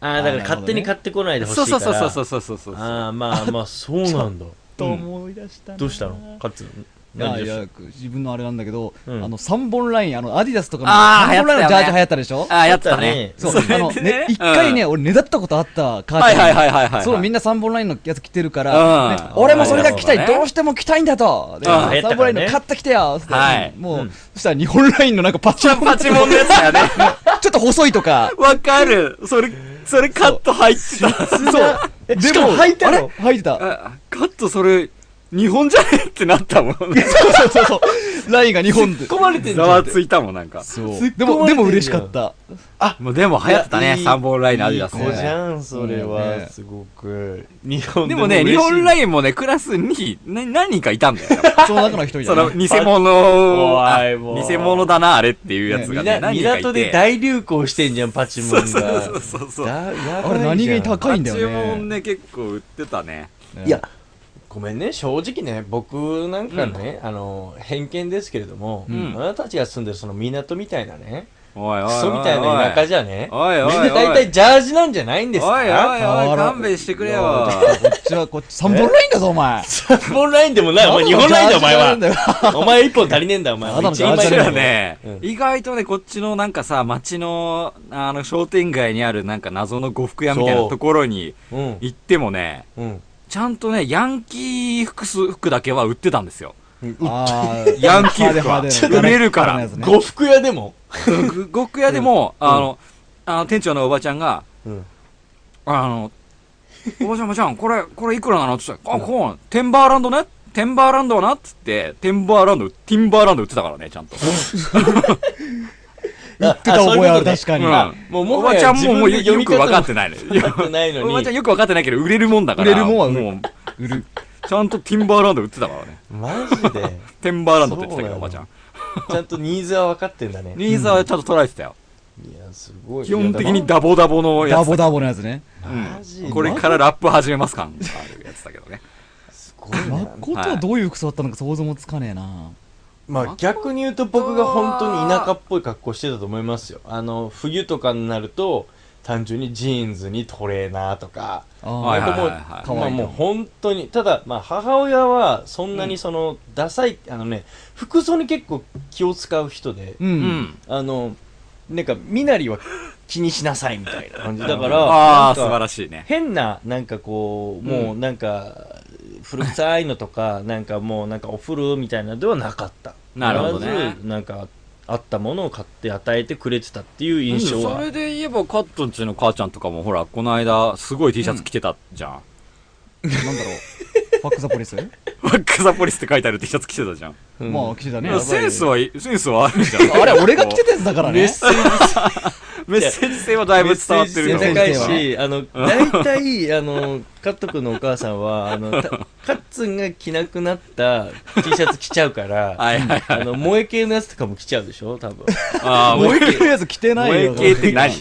あーだから勝手に
あーなるほどね
買ってこないでほしい
そう
から
そうそうそうそうそうそう。
ああまあまあそうなんだ
と思い出したな
どうしたのカッツン
いやい
何
や
でし、
自分のあれなんだけど、
うん
あの、3本ライン、あの、アディダスとかの、
あー
3本ラインのジ
流
ャ
行
ー
ったよね
ジ流行ったでしょ
ああ、やってた
やっ
ね
た。
そ
ね
う、
れで
あの、ね、一回ね、
うん
俺ねだったことあった、母ち
は
ゃん
い
に。
はいはいはいはい。
そう、みんな3本ラインのやつ着てるから、
うん
ね俺もそれが着た
う
い、
ん
どうしても着たいんだと。で
うん
3本ラインの買ってきてよ、つって
はい
もう、そしたら日本ラインのなんかパチ
ち
モ
ゃ
ン
パチモンのやつだよね。
ちょっと細いとか。
わかる。それ、それカット入ってた。
そう。でも、
しかも履いてん
あ
の
れ履いてた。
あカットそれ、日本じゃねえってなったもん。
そうそうそうそう。ラインが日本で。
ょ突っ込まれてんじ
ざ
ゃ
わ
ん
ついたもん、なんか。
そう
突っ込まれてんじゃん
でも、でも嬉しかった。
もうでも流行ってたね
い、や
三本ラインのアディダス
いい子じ
ね。
ゃんそれ
うん
は
ね
すごく日本
でもね、日本
イ
ラインもね、クラスにな何人かいたんだよ。
その中の一人
<laughs> そ
だ
の、
ね。
偽物
お
あ
いもう
偽物だな、あれっていうやつ
ン
がね、何人かい
港で
て。
大流行してんじゃんパチモンが
そうそうそうそう。
だやばい
あれ何気に
じゃん
高いんだ
パチモ
よ
ン
ね。
ね、結構売ってたね。
ね
いや、ごめんね、正直ね、僕なんかね、あの、偏見ですけれども、
うん
あなたたちが住んでるその港みたいなね、
おいおいお
ク
いおい。
ソみたいな田舎じゃね、
おいおいおい
みんな大体ジャージなんじゃないんです
おいおいおい
か
勘弁してくれよ <laughs>
こっちはこっち3本ラインだぞ、お前。
<laughs> 日本ラインでもない、お前日本ラインだお前は。
は。
お前一本足りねえんだ、お前
ただの
は。一
ジャ
人
ー
こ
ジ
前
っ
だ
ちら
だ
ね
う、ん
意外とねこっちのなんかさ町のあの商店街にあるなんか謎の呉服屋みたい
そ
な
う
ところに
うん。
行ってもね
うん。
ちゃんとねヤンキー服す服だけは売ってたんですよ
あー
ヤンキー服は
派手派手
売れるから
派手なやつね
呉服屋でも、
呉呉服屋でも、あのあの店長のおばちゃんが
うん、
あの、おばちゃんおばちゃん、これ、これいくらなのって言ったら、あ、こう、テンバーランドね。テンバーランドはなっつって、テンバーランド、ティンバーランド売ってたからね、ちゃんと。
言って
た覚えある確かに
うん
もうも
お
は
ば
や
ちゃんももう
自分で読
よ
み
く
方
分かってないの
分かってないの
おばちゃん
に。
よく分かってないけど、売れるもんだから。
売れるもんは売る
う
売る。
ちゃんとティンバーランド売ってたからね。
マジで。
テンバーランドって言ってたけど、お
そうなの
ばちゃん。
<laughs> ちゃんとニーズは分かってんだね。
ニーズはちゃんと捉えてたよ。
いや、すごい。
基本的にダボダボのや
ダ
つだ
ボダボのやつね。
マジ
う
で
ん。これからラップ始めます感があるやつだけどね。
すごいな
ことはどういう服装だったのか想像もつかねえな。
まあ逆に言うと僕が本当に田舎っぽい格好してたと思いますよあの冬とかになると単純にジーンズにトレーナーとか
あー
はいはいはい
ま
は
あ
い。
可愛い
まあもう本当にただまあ母親はそんなにそのダサい、あのね服装に結構気を使う人で、
う。
うんん。
あのなんか身なりは気にしなさいみ
<laughs>
たいな感じだから
ああ、
な
素
んか
晴らしいね。
変ななんかこうもうなんか古臭いのと
<laughs>
かなんかもうなんかお古みたいなのではなかった
なるほどね
必ずなんかあったものを買って与えてくれてたっていう印象
うん
は
それで言えばカットンちの母ちゃんとかもほらこの間すごい T シャツ着てたじゃん、
なんだろう。ファックザポリス
ワックザポリスって書いてある T シャツ着てたじゃん、
うん
まあ着てたね。
センスはいセンスはあるじゃん
あれ、俺が着てたやつだからね。
<laughs> メッセージ性はだいぶ伝わってるよ
メッセージ
メッセ
性高
ー
いしあの大体あのカット君のお母さんはあのたカッツンが着なくなった T シャツ着ちゃうから
はいはい
あの萌え系のやつとかも着ちゃうでしょ多分
あー
もう一回やつ着て <laughs> ないよ。
萌え系って何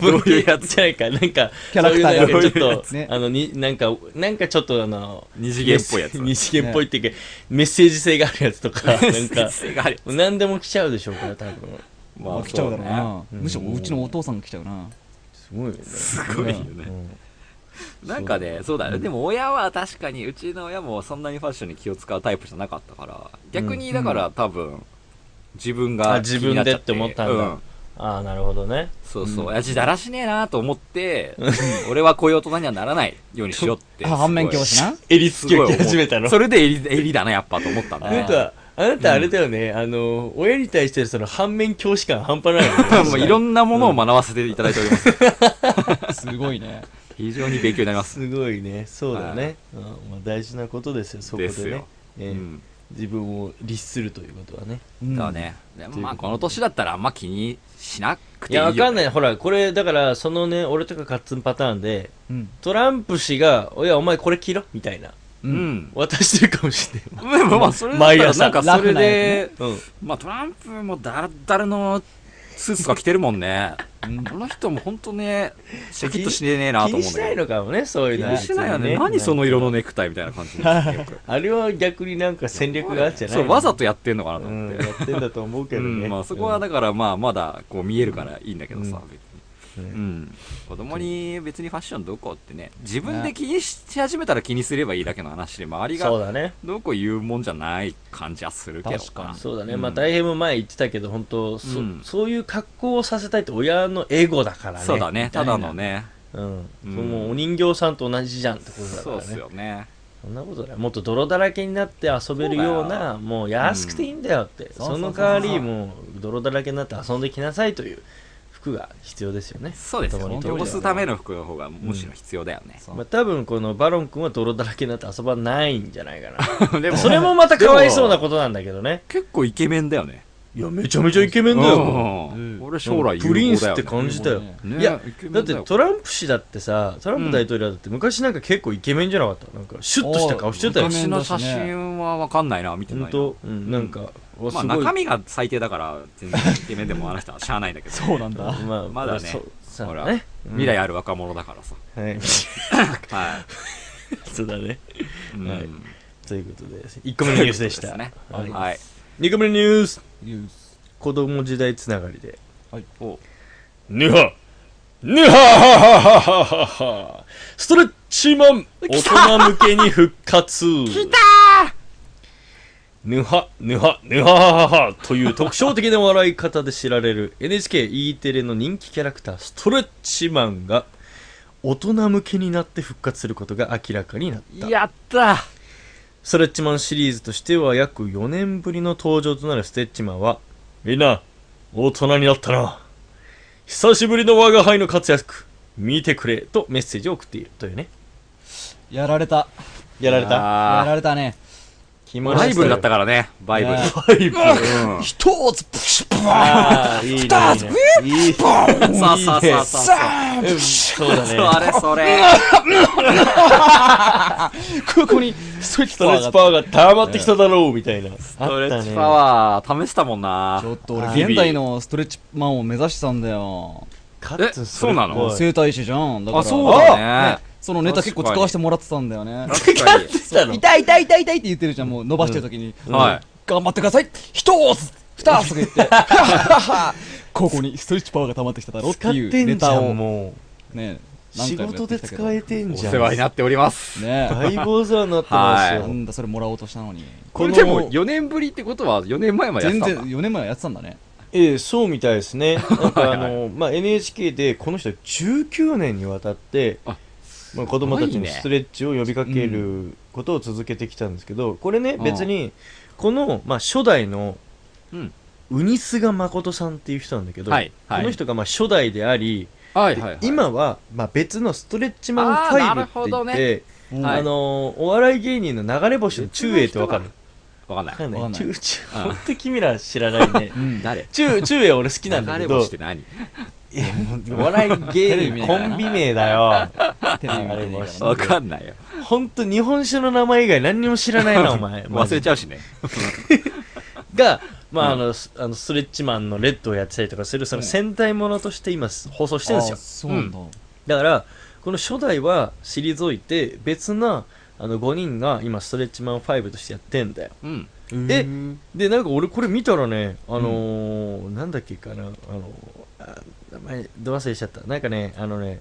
どういうやつ
じゃないか、なんか、
キャラクター
そういうなんかち
どういう
ょ
や
っ
つ
と、
ね
あの、に、なんか、なんかちょっとあの、
二次元っぽいやつ
メッセ <laughs> 二次元っぽいっていうか、メッセージ性があるやつとか、なん
メッセー
か
ジ、性がある
何でも来ちゃうでしょうから、多分。
ま
着ちゃうだろう
そ
な。むしろうちのお父さんが着ちゃうな。
すごいよね。
うねすごいよね、なんかねそうだね、でも親は確かにうちの親もそんなにファッションに気を使うタイプじゃなかったから逆にだから多分自分
あ
が気
自
になっち
分で
ゃ
って思ったんだ。
うん
ああ、なるほどね。
そうそう、親父だらしねえなと思って、俺はこういう大人にはならないようにしようっ
<laughs>
て。
あ反面教師な。
襟
す
付
ごい
きを
思う。
着始めたの。
それで襟、襟だな、やっぱと思ったんだ
なん
ね。
か、あなたあれだよね、あの、親に対してのその反面教師感半端ないよね
<laughs> もういろんなものを学ばせていただいております。
すごいね
非常に勉強になります。
すごいねそうだ
は
ね、うんまあ、大事なことですよそこでね
ですよ
え
う
<laughs> え
ん。
自分を律するということはね
うん
だね。でもまあ、この年だったらあんま気にしなく
い
ていい
や、
よ。
わかんない。ほら、これ、だから、そのね、俺とかカッツンパターンで、
うん
トランプ氏が、いや、お前これ着ろみたいな。
う
うんん。
渡してるかもしれない。
<laughs> でもまあ、それだった
毎
ら
朝
なんかそれで、
うん。
まあ、トランプもだらだらのスーツとか着てるもんね。この人も本当ね、シャキッとしねえなと
気
思う
に
んだ
し
けど。
ないのかもね、そういう
気
のは
にしないよ
別に
ね。何その色のネクタイみたいな感じなんですよよ
あれは逆になん
<laughs>
か戦略があるんじゃ
く
ない
そう、わざ
と、
とやってんのかなと
う
思っ
ん、
て
や。ってんだと思うけ
う
どね、
ん、まあそこはだからまあまだこう見えるからいいんだけどさ、別に、
ね
うん、子供に別にファッションどうこうってね自分で気にし始めたら気にすればいいだけの話で周り
そう
が
だね。
どうこう言うもんじゃない感じはするけど
確か
な
に
そうだね。
うん
まあ、大変も前言ってたけど、本当そ、
うん
そういう格好をさせたいって親のエゴだからね。
そうだね
た
た
いな
だのね
うん。
うん
もうお人形さんと同じじゃんってことだか
そう
ら
っ
ね。
すよね
そんなことない。もっと泥だらけになって遊べるよう
そうだ
な、もう安くていいんだよって。
そうそう
そ
そうそう
の代わり、もう泥だらけになって遊んできなさいという服が必要ですよね。
そうですよ
子供
ね
にとっては
汚すための服の方がむしろ必要だよね、
そう
まあ、多分このバロン君は泥だらけになって遊ばないんじゃないかな。
<laughs> でも
それもまたかわいそうなことなんだけどね。
結構イケメンだよね
いやめちゃめちゃイケメンだよ、
うん
うん
俺将来有望だよ、ね、
プリンスって感じだよ、
ね
ね
いや
イケメン
だっ
だ
て
よ
トランプ氏だってさ、トランプ大統領だって昔なんか結構イケメンじゃなかったなんかシュッとした顔してたよ
お。
昔の写真は分かんないな見てない
本
な
当、うん、なんか、お
まあ
すごい
中身が最低だから全然イケメンでもあの人はしゃあないんだけ <laughs> ど
そうなんだ
まあ、
まだね
そうそう
ほ
だ
ら、
ね。
未来ある若者だからさ
<laughs>
はい。
は
そうだね。
い、うん
はいということで、1個目のニュースでした。
そういうことですね
はい
はい
ニコメニュース
ニュース
子供時代つながりで
はい
ぬはぬははははははストレッチマン大人向けに復活きたぬはぬはぬははははという特徴的な笑い方で知られる NHKE テレの人気キャラクターストレッチマンが大人向けになって復活することが明らかになった
やった
ストレッチマンシリーズとしては約4年ぶりの登場となるストレッチマンは、みんな、大人になったな。久しぶりの我が輩の活躍、見てくれ、とメッセージを送っているというね。
やられた
やられた。
やら
あ
れたね
来
ー
ま
バイブルだった
か
からねバイブル
いや
ら。バイブル。
うん
一つプシュッ
あーいいね。いいねいいね
さあさあさあさあ
うんそうだ
そ
ね。
れそれ
ここにストレッ
ストレッチパワーが溜まってきただろう、みたいな。ス
ストレッチパワー試したもんな
ちょっと俺現代のストレッチマンを目指してたんだよ
カ
え
ッツン
そうなの
それっ
整体師じゃんだから
あそうだね
そのネタ結構使わせてもらってたんだよね
確かに
ぽい来たの
痛い痛い痛い痛いって言ってるじゃんもう伸ばしてる時に、
はい
頑張ってください一つ二つとか言ってはははここにストレッチパワーが溜まってきただろって
使っ
い
て
うんネ
じゃ
タを
ん、も
ね
う。仕事で使えてん
お
じゃん。
世話になっております
ね
だいぶお世話になってます
は
よ
な。んだそれもらおうとしたのに
これでも4年ぶりってことは4年前までやって
全
たん
然
だ
4年前はやってたんだね
ええそうみたいです
<laughs>
ね。なんかあの、まあ、NHK でこの人は19年にわたって
あ、
まあ、子供たちに
すごいね
ストレッチを呼びかけることを続けてきたんですけど、これね、
うん
別に、この、まあ、初代の
うん、
ウニスガ誠さんっていう人なんだけど、
はいはい
この人がまあ初代であり、
はい
で
はいはい
今は、まあ、別のストレッチマンファイブって
あーなるほどね
言って、
う
あ,、
ん
はい
のーお笑い芸人の流れ星の中英ってわかる
わかんない
わかんない
わかんない
中中ほんと君ら知らないね
うん
誰
中中英俺好きなん
流
だけ
れ
ど
星って何
いやもうお笑い芸人コンビ名だよ
テレビ見てねえからな
わかんないよ。
ほんと日本酒の名前以外何にも知らないなお前
忘れち
ゃ
ゃうしね。
うがまああのスあのストレッチマンのレッドをやってたりとかするその戦隊ものとして今放送してるんですよ
あそうなんだ、
だからこの初代は退いて別なあの5人が今ストレッチマン5としてやってんだよ
うん。
で
うん
でなんか俺これ見たらねあのーなんだっけかなあのーあ名前ど忘れしちゃったなんかねあのね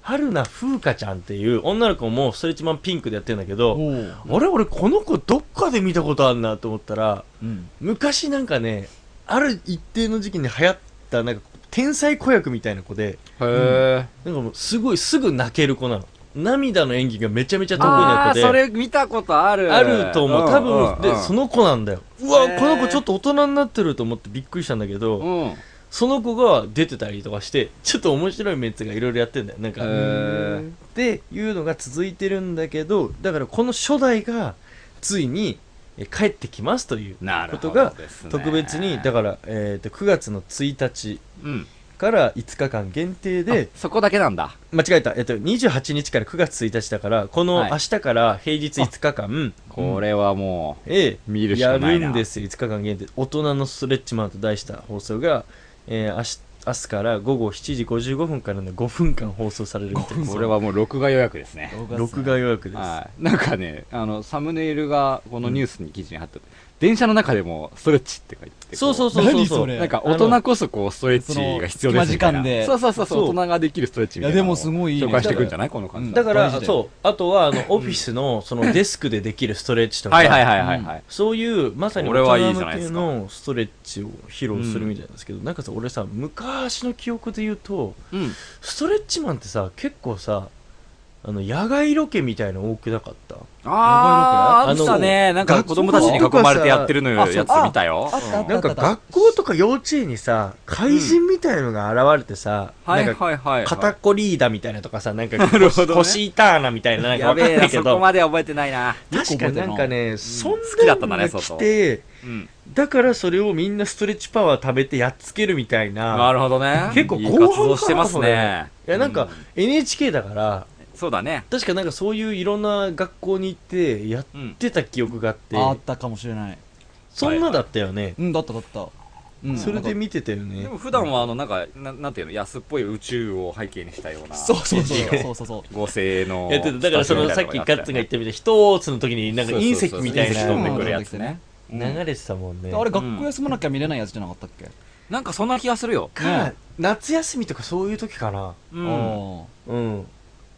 春名風花ちゃんっていう女の子もストレッチマンピンクでやってるんだけ
お
ど
う
あれ俺この子どっかで見たことあるなと思ったら
うん
昔なんかねある一定の時期に流行ったなんか天才子役みたいな子で
へえ。
なんかもうすごいすぐ泣ける子なの涙の演技がめちゃめちゃ得意な
あ
子
あ、
で
それ見たことある。
あると思う。多分、で、そ
の、
の子なんだよ。うわ、
へー
この子ちょっと大人になってると思ってびっくりしたんだけど、
うん。
その子が出てたりとかしてちょっと面白いメンツがいろいろやってんだよなんか、っていうのが続いてるんだけどだからこの初代がついにえ帰ってきますという
なる
こ
ほ
と
ど
が
ですね
特別にだから、えー、と9月の1日
うん
から5日間限定で
でそこだけなんだ
間違えた、えっと、28日から9月1日だからこの
はい
明日から平日5日間、
これはも
ええ
見るしか
や
ないな
るんですよ5日間限定大人のストレッチマンと題した放送が、えー、明日明日から午後7時55分からの5分間放送されるみたいうです
これはもう録画予約ですね
録画予約です、
はい、なんかねあのサムネイルがこのニュースに記事に貼ってあって、電車の中でもストレッチって書いてあって
そうそううそうそう
何
そ
そうれ
なんか大人こそこうストレッチが必要ですみたい
その隙間時間
な
で
そうそうそうそう
そう
大人ができるストレッチみたい
い
な
や
の
で
を
もすごいいいね
紹介していくんじゃないこの感じ
だから
大事だよ
そうあとはあのオフィスのそのデスクでできるストレッチとか、
はいはいはいはいはい、
そういうまさに
これは
大
いい
人
じゃない
向
で
け
すか
のストレッチを披露するみたいなんですけどなんかさ俺さ昔の記憶で言うと
うん
ストレッチマンってさ結構さあの野外ロケみたいの多くなかっ
あ
た
ーあ
やばいのか
ったねなんか子供たちに囲まれてやってるのよやつ見たよ
なんか学校とか幼稚園にさ怪人みたいのが現れてさ、
はい
なんか
はいはい
肩こりだみたいなとかさなんか
<laughs> るほどね
腰痛なみたいななんか
や
わか
べ
ん
え
ない
な
け
そこ
ど
までは覚えてないな、
確かになんかね、そん
好きだったん
な
だね
のが来て
うん、
だからそれをみんなストレッチパワー食べてやっつけるみたい
な
な
るほどね
結構
いい
後半
活動してます
かな
ね
いやなん
う
か NHK だから
そうだね
確かなんかそういういろんな学校に行ってやっ
うん
てた記憶があって、
あったかもしれない
そんなだったよね、
うんだっただったうん
それで
なんか
見てたよね
でも普段はあのなんかななんていうの安っぽい宇宙を背景にしたような
そうそう <laughs> そう
CG
そ
を
うそうそう
合成の
やってただからそのさっきガッツが言ったみたいな一つの時になんか隕石みた
そ
い
うそうそう飛ん
なの
で
が
くるやつね
流れてたもんね、
あれ学校休まなきゃ見れないやつじゃなかったっけ
なんかそんな気がするよ
か、
ね
夏休みとかそういう時かな
うん
ああ
うん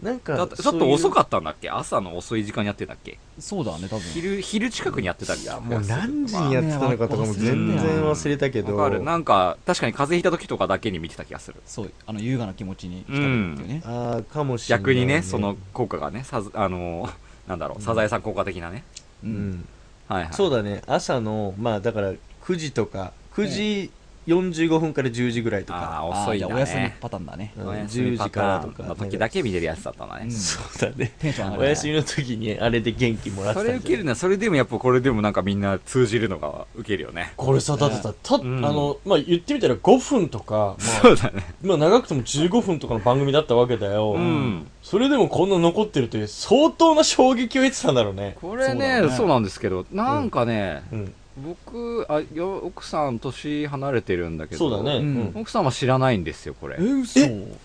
なんか
だってちょっと遅かったんだっけ朝の遅い時間にやってたっけ
そうだね多分
昼昼近くにやってたっけ
たもう何時にやってたのかとかも
ね
全然忘れたけど
わかるなんか確かに風邪ひいた時とかだけに見てた気がする
そうあの優雅な気持ちに浸れるっていうね
ああかもしれない、
逆にねその効果がねさずあのー <laughs> なんだろうサザエさん効果的なね
う
うんん
はいはい
そうだね朝のまあだから9時とか9時45分から10時ぐらいと
ああ
か、
遅いん
あーじゃあ
だ
お休み
ね
パターンだね
うん
お休み
10
パ
時
タ
からと
ー
か
ンの時だけ見れるやつだったんだね
うん
そうだね
テンション上がる
お休みの時にあれで元気もらって
そ
た
れ
んじゃない
受けるのはそれでもやっぱこれでもなんかみんな通じるのが受けるよね
これさだってさた、
うん
あのまあ言ってみたら5分とか、まあ
そうだね
まあ、長くても15分とかの番組だったわけだよ、
うん
それでもこんな残ってるという相当な衝撃を得てたんだろうね
これ
そうだ
ね
ね
そうなんですけどなんかね
うん
僕あよ奥さん年離れてるんだけど
そうだね、
うん
奥さんは知らないんですよこれ
え嘘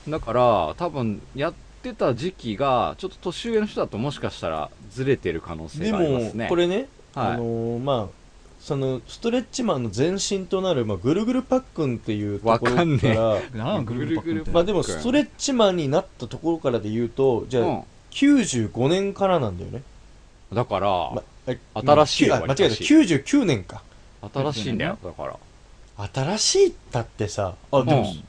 だから多分やってた時期がちょっと年上の人だともしかしたらずれてる可能性
で
があります
も
ね
これね、
はい
あのーまあそのストレッチマンの前身となる、まあ、ぐるぐるパックンっていうところから
わかんねえ
なんかぐるぐるパックンって
まあでもストレッチマンになったところからで言うとじゃあ、
う
95年からなんだよね、
ん、だから、
まあ
新しい
きゅあ
わ
間違えた99年か
新しいんだよだから
新しいだってさあでも、
うん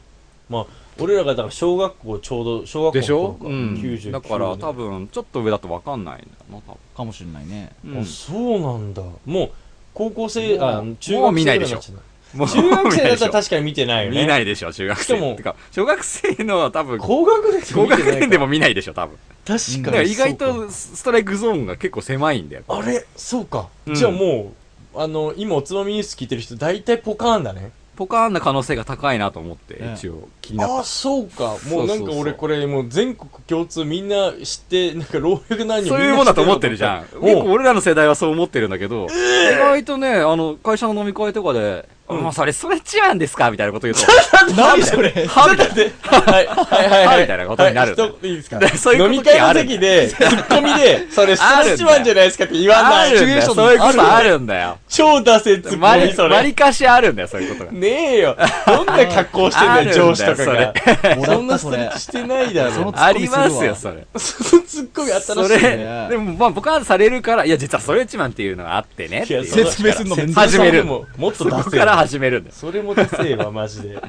まあ俺らがだから小学校ちょうど小学校
でしょ、
う
うん、だから多分ちょっと上だと分かんないんだよな多
かもしれないね
分、う
あ
ん、
そうなんだもう高校生
もう
あ中
もう
学生
見ないでしょ
ぐらい
もう
の <laughs> 中学生だ
見ないで
ったら
しょ
確かに見てないよ
<laughs>
ね
見ないでしょ中学生
しかも
てか小学生のは多分
高学年で
高
も
学
見てないか
年でも見ないでしょ多分
確
だ
か
から
に
意外
そう
とストライクゾーンが結構狭いんだよ
かあれそうか、
うん
じゃあもうあの今おつまみニュース聞いてる人大体ポカーンだね
ポカーンな可能性が高いなと思って、
ね
一応気になっ
ああそうかもうな
そ
んか
うそうそ
俺
う
これもう全国共通みんな知ってなんか老若男女みんな知ってる
そういうもんだと思ってるじゃん。結
もう
構俺らの世代はそう思ってるんだけど、意外とね、あの、会社の飲み会とかで、あまあ、それストレッチマンですかみたいなこと言うと、
何それ
はみたいな。
はい、はい、はい、はい。
みたいなことになる
はい一言いいですか
そういう
飲み
ことっ
会
てあ
の
る
席で、ツッコミで、それ、ストレッチマンじゃないですかって言わな
あ
い。
るんだよ。
シチュエーション
そういうことあるんだよ。
超ダセえツッ
わ
コミ、
り、
そ
わ
れ。
りかしあるんだよ、そういうこと
<laughs>
が。
ねえよ。どんな格好してんだ
あるん
よ、
だよ
上司とかが。
れ
そんなストレッチしてないだ
その
ろ。
ありますよ、
ツ
それ。
そのツッコミ新しい
そ
ね。
れ、でもまあ、僕はされるから、いや、実はストレッチマンっていうのがあってねっていう。
いやその
説明すんのめんど
くさい
説明するのももっと
そ
ダ
こ
セ
から
え。
始めるんだよ。
それもダセえわ、マジで。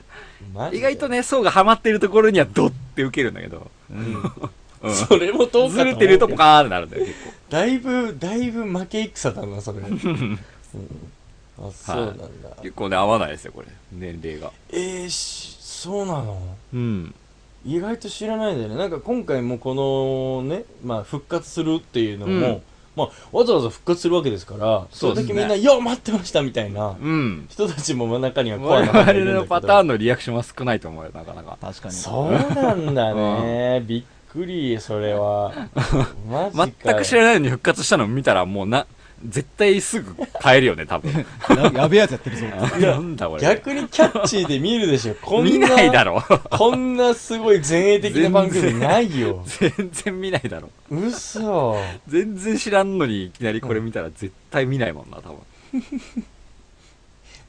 マジで
意外と。ね、層がハマってるところにはドッて受けるんだけど、
うんそれもどうか
ず
思う
れてるとポカーンってなるんだよ、結構。 <laughs>
だいぶ、だいぶ負け戦だな、それ。うんあそうなんだ、
結構ね合わないですよこれ年齢が
えー、しそうなの
うん
意外と知らないんだよねなんか今回もこのね、まあ、復活するっていうのも、
うん
まあ、わざわざ復活するわけですから
そ
そ
う
れ
で
だ
すね
けみんな「よう待ってました」みたいな
うん
人たちも真ん中には怖
我
いな
々のパターン
ン
のリアクションは少ないと思うよなかなか
確かに
そうなんだねびっくりそれはマジかよ
<laughs> 全く知らないのに復活したの見たらもうな絶対すぐ変えるよね多分
ややべえやつやってるぞ
なんだこれ
逆にキャッチーで見るでしょこんな
見ないだろ <laughs>
<laughs> こんなすごい前衛的な番組ないよ
全然見ないだろ
嘘
全然知らんのにいきなりこれ見たら絶対見ないもんな多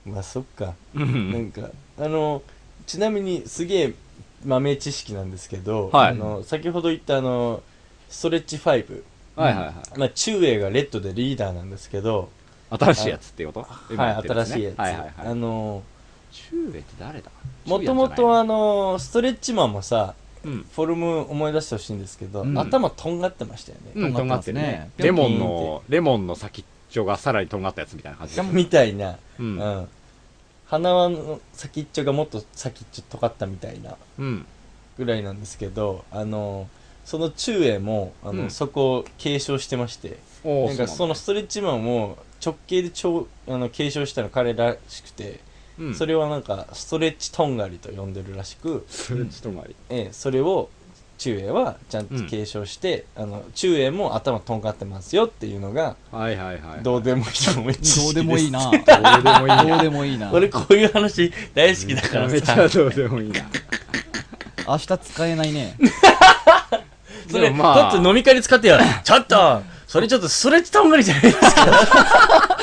まあそっか
分う
なんんかあのちなみにすげえ豆知識なんですけど、
はい
あの先ほど言ったあのストレッチ5、
<laughs> はいはいはい
まあ、中英がレッドでリーダーなんですけど、
新しいやつってこと今やっ
はい、
てる
新
つね
しいやつ、
はいはいは
あ
い
の
中衛って誰だ
もともとあのストレッチマンもさ
うん
フォルム思い出してほしいんですけど、
うん
頭とんがってましたよね、
うんと
と
ん
ん
が
が
っ
ってて
る
ますね
ねレモンのレモンの先っちょがさらにとんがったやつみたいな感じでしょ
みたいな、
う
うん
ん
鼻輪の先っちょがもっと先っちょ尖ったみたいな
うん
ぐらいなんですけどあのその中英もあの、
うん
そこを継承してまして
おー
なんかそのストレッチマンを直系で超あの継承したの彼らしくて、
うなんだ
それはなんかストレッチとんがりと呼んでるらしく、
それちょっとまり
ええそれを中英はちゃんと継承して、あの中英も頭とんがってますよっていうのが
はいはいはい
どうでもいいもめっちゃ
どうでもいい
<laughs>
などうでもいいな
俺こういう話大好きだから
<laughs> めち
さ
ゃどうでもいいな
明日使えないね
それ
でもまあ
ちょっと飲み会で使って
<laughs>
よちょっとそれちょっとストレッチとんがりじゃないですか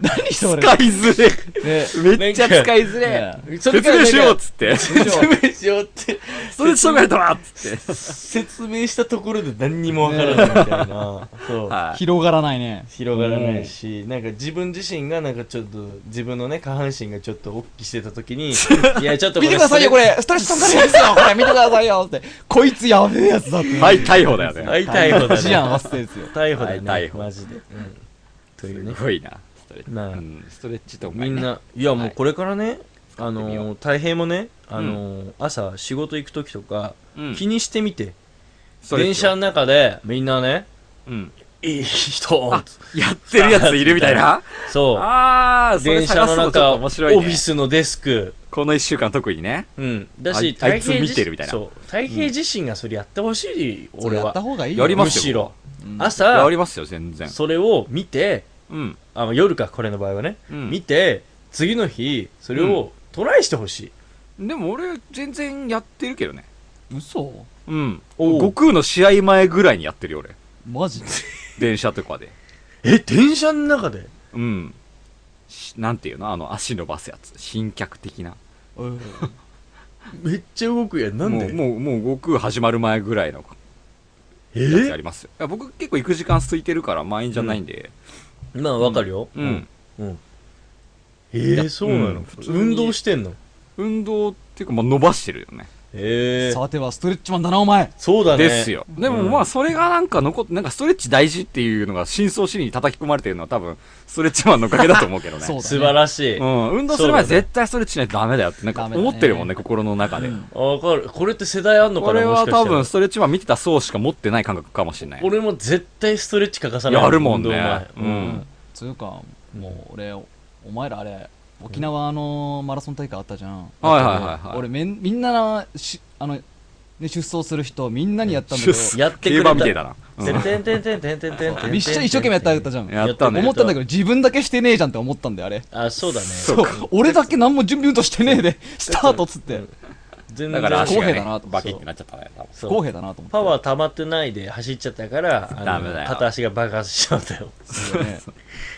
何それ
使いづれ
で
めっちゃ使いづれ
ね
説明しようっつってそ
説明しようって
れちょっとまりだわっつって
説明したところで何にもわからないみたいな、そう
はい
広がらないね
広がらないし、なんか自分自身がなんかちょっと自分のね下半身がちょっと大きくしてた時にいやちょっと
見てくださいよこ
れ
れストレッチとんがりですよこれ見てくださいよってこいつやべえやつだって
はい逮捕だよね
大逮捕だ
事案
ね
発生ですよ
<laughs>
逮捕だ
はい逮
ね
捕
マジで、うん、という
す
ね
ごいなストレッチ
なあ
うんストレッチとか
みんないやも
は
う
い
これからね、あ
やってみよ
のー
う
大平もね、あのー朝仕事行く時とか、
うん
気にしてみて
ストレッ
電
チを
車の中でみんなね
うん
いい人
あやってるやついるみたいな
そう
ああそれ
電車
探
の
すのちょ
中
っと
オ
面
フ
白いね
ィスのデスク
この1週間特にね
うん、だ
あい
し、
あい
大
つ
平
見てるみたいな
そう、太平自身がそれやってほしい、
それ
俺
やっ
は
た。方がいい
やりま
む
すよ
しろ、
うん
や
朝
り、ますよ全然
それを見て、
うん
あまあ夜か、これの場合はね、
うん
見て、次の日、それをトライしてほしい。
でも俺全然やってるけどね
嘘
うん
おう
悟空の試合前ぐらいにやってるよ俺
マジで
電車とかで
え、電車の中で
うんしなんていうのあの足伸ばすやつ新脚的な
うん
めっちゃ動くやん、なんで
もうもうもう悟空始まる前ぐらいの
え
やつありますよいや僕結構行く時間空いてるから満員じゃないんで
まあ、わかるよ。
うん、。
うん。えー、そうな
うん
の
普通に
運動してんの
運動っていうかまあ伸ばしてるよね
えー、
さてはストレッチマンだなお前
そうだね。
ですよ。でもまあそれがなんか残って、なんかストレッチ大事っていうのが真相心理に叩き込まれてるのは多分ストレッチマンのおかげだと思うけどね。
そうだね
素晴らしい。
う
わ
ん、運動する前
そうだね
絶対ストレッチしないとダメだよってなんか
ダメだね
思ってるもんね、心の中で。
かる。これって世代あんのか
こ
な
れ
もし
は
かした
多
ら
分ストレッチマン見てた層しか持ってない感覚かもしれない。
俺も絶対ストレッチ欠かさない
やるもんね
運動前
う
うんんつうかもう俺お前らあれ沖縄のマラソン大会あったじゃん
はいはいはいはい。
俺めんみんなしあの、ね、出走する人みんなにやったんだけど
出走
やってく
競
れた
馬みてえだな。うん
てんてんてんてんてんてんてんてん
一緒一生懸命やってあげたじゃん
やったね。
思ったんだけど自分だけしてねえじゃんって思ったんだよあれ
あそうだね
そうか。
俺だけ何も準備運動してねえでスタートっつって
全然
だから足
不公
が、
平
ね
だなと、
バキってなっちゃったね。多分
不
そう
公平だなと思って
パワー溜まってないで走っちゃったからあの
ダメだよ
片足が爆発しちゃうんだよ
ー
<laughs>
ね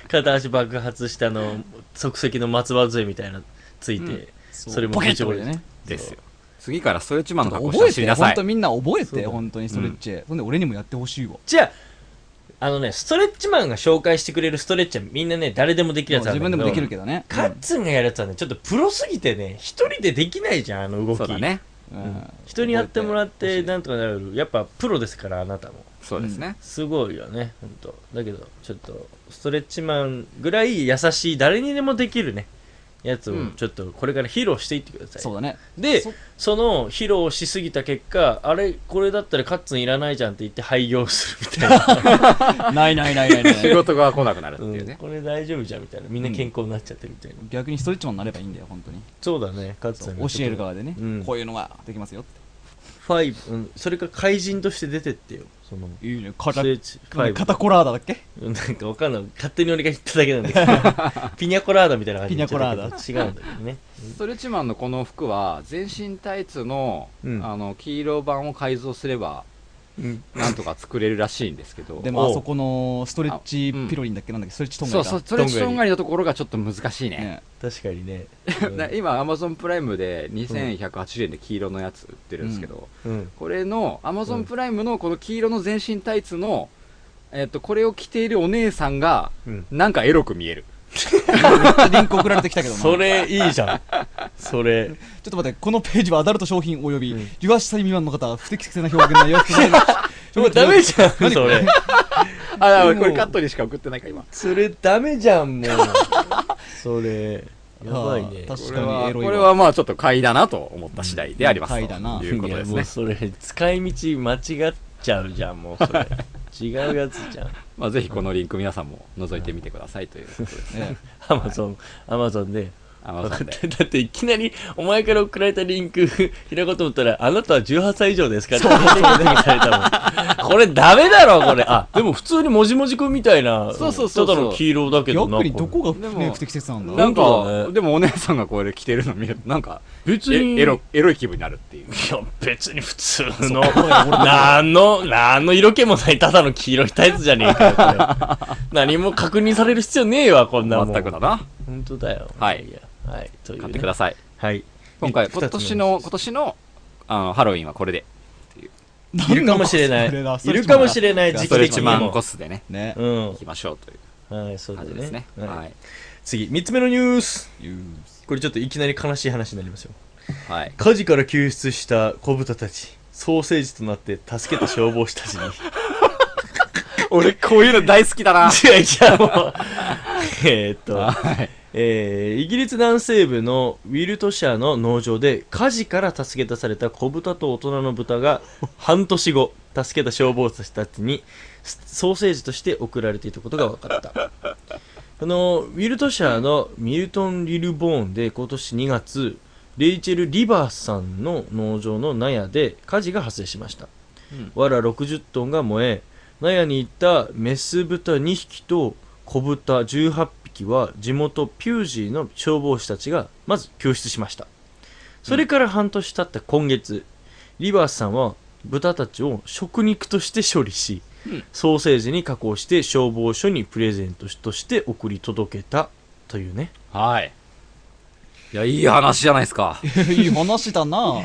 片足爆発してあの即席の松葉杖みたいなついて、
うん
そう
それも
ポケ
非
ット
常
で
に
ね
ですよ。次からストレッチマンの格好して
覚え
走り
て
なさ
本
い
当。みんな覚え
そう
て
だよ
本当にストレッチほんで俺にもやってほしいわ
じゃああのねストレッチマンが紹介してくれるストレッチはみんなね誰でもできるやつなん
自
だけど
分でもできるけどね
カッツンがやるやつはねちょっとプロすぎてね一人でできないじゃんあの動き
そうだね。
うん
人にやってもらっ
覚え
てなんとかなるやっぱプロですからあなたも
そうですね、
すごいよね本当だけどちょっとストレッチマンぐらい優しい誰にでもできるねやつを
うん
ちょっとこれから披露していってください、
そうだね
で
そ
その披露しすぎた結果あれこれだったらカッツンいらないじゃんって言って廃業するみたいな、
ないないない
<laughs>
ないない
仕事が来なくなるって
うん
いうね、
これ大丈夫じゃんみたいなみんな健康になっちゃってるみたいな、
逆にストレッチマンになればいいんだよ本当に
そうだねカッツ
そう
ン
教える側でね、
うん
こういうのができますよっ
ファイブ、うん、それか怪人として出てってよその
ていうね
ストレッチファイブ
肩コラーダだっけ
なんかわかんない勝手に俺が言っただけなんだけどピニャコラーダみたいな感じで言っちゃったけど
ピニャコラ
違うんだけどね
ストレッチマンのこの服は全身タイツの,、
うん
あの黄色版を改造すれ
<laughs>
ば
うん
なんとか作れるらしいんですけど
でも
おう
あそこのストレッチピロリンだっけなんだっけストレッチトンガ
そう
リか
そうストレッチトンガリのところがちょっと難しいね
ね
確かにね
な今アマゾンプライムで2180円で黄色のやつ売ってるんですけど、
うん
これのアマゾンプライムのこの黄色の全身タイツの、えっとこれを着ているお姉さんが
うん
なんかエロく見える、
リンク送られてきたけどな
それいいじゃんそれ
ちょっと待って、このページはアダルト商品及び、
うん
18歳未満の方、不適切な表現の予約なります。
<laughs> もうダメじゃんそれ
あ
でも
これカットにしか送ってないか今
それダメじゃんもうそれやばいね
はあ確
こ
か
れ
に
は
エロいわ
これはまあちょっと買いだなと思った次第でありま
う
す、
ん買いだな
ということです
いやも
ね
うそれ使い道間違っちゃうじゃんもうそれ違うやつ
<laughs>
じゃん
まあ、ぜひこのリンク皆さんも覗いてみてくださいということですね。
え
アマゾンアマゾンで
ア
分
マ
か
ゾン
っ
で。
た <laughs> だっていきなりお前から送られたリンク開こうと思ったら、あなたは18歳以上ですかって送られたもん。これダメだろ、こ
<laughs>
れ。あ、でも普通にもじもじくんみたいな、
そうそうそうそう
ただの黄色だ
え
けど
や
な。
っぱりどこ
で
が、ね、
も
不適切なん
な
だ
ん
本当だ
か、
ね
でもお姉さんがこれ着てるの見ると、なんか、
別に
えエロ、エロい気分になるっていう。
いや、別に普通の、なんの、なんの色気もない、ただの黄色いタイツじゃねえかよこ
<laughs>
れ、何も確認される必要ねえわ、こんなもん。
全くだな。
本当だよ。
はい
や。はい。という、ね。
買ってください。
はい。
今回、
二つ目
今年の、今年の、あの、ハロウィンはこれで。
いるかもしれない。いるかもしれない時
ス
期
トレッ
的
チ
に
マン
も
コ。スでね、
ね
う。ん
行きましょうという
はい、そうだ
感じですね
ね。。
は。
はい次、3つ目のニュース。
いう
これちょっといきなり悲しい話になりますよ。
はい。
火事から救出した小豚たち。ソーセージとなって助けた消防士たちに。
俺、こういうの大好きだ
<laughs>
な。
いやいや、
<laughs>
もう。えーっと、
はい。
えーイギリス南西部のウィルトシャーの農場で火事から助け出された小豚と大人の
<laughs>
豚が半年後、助けた消防士たちにスソーセージとして送られていたことが分かった。あのウィルトシャーのミルトン・リルボーンで今年2月レイチェル・リバースさんの農場の納屋で火事が発生しました、
うん
わら60トンが燃え納屋にいたメス豚2匹と子豚18匹は地元ピュージーの消防士たちがまず救出しましたそれから半年経った今月リバースさんは豚たちを食肉として処理し、
うん
ソーセージに加工して消防署にプレゼントとして送り届けたというね
はい。いや、いい話じゃないですか。
いい話だな。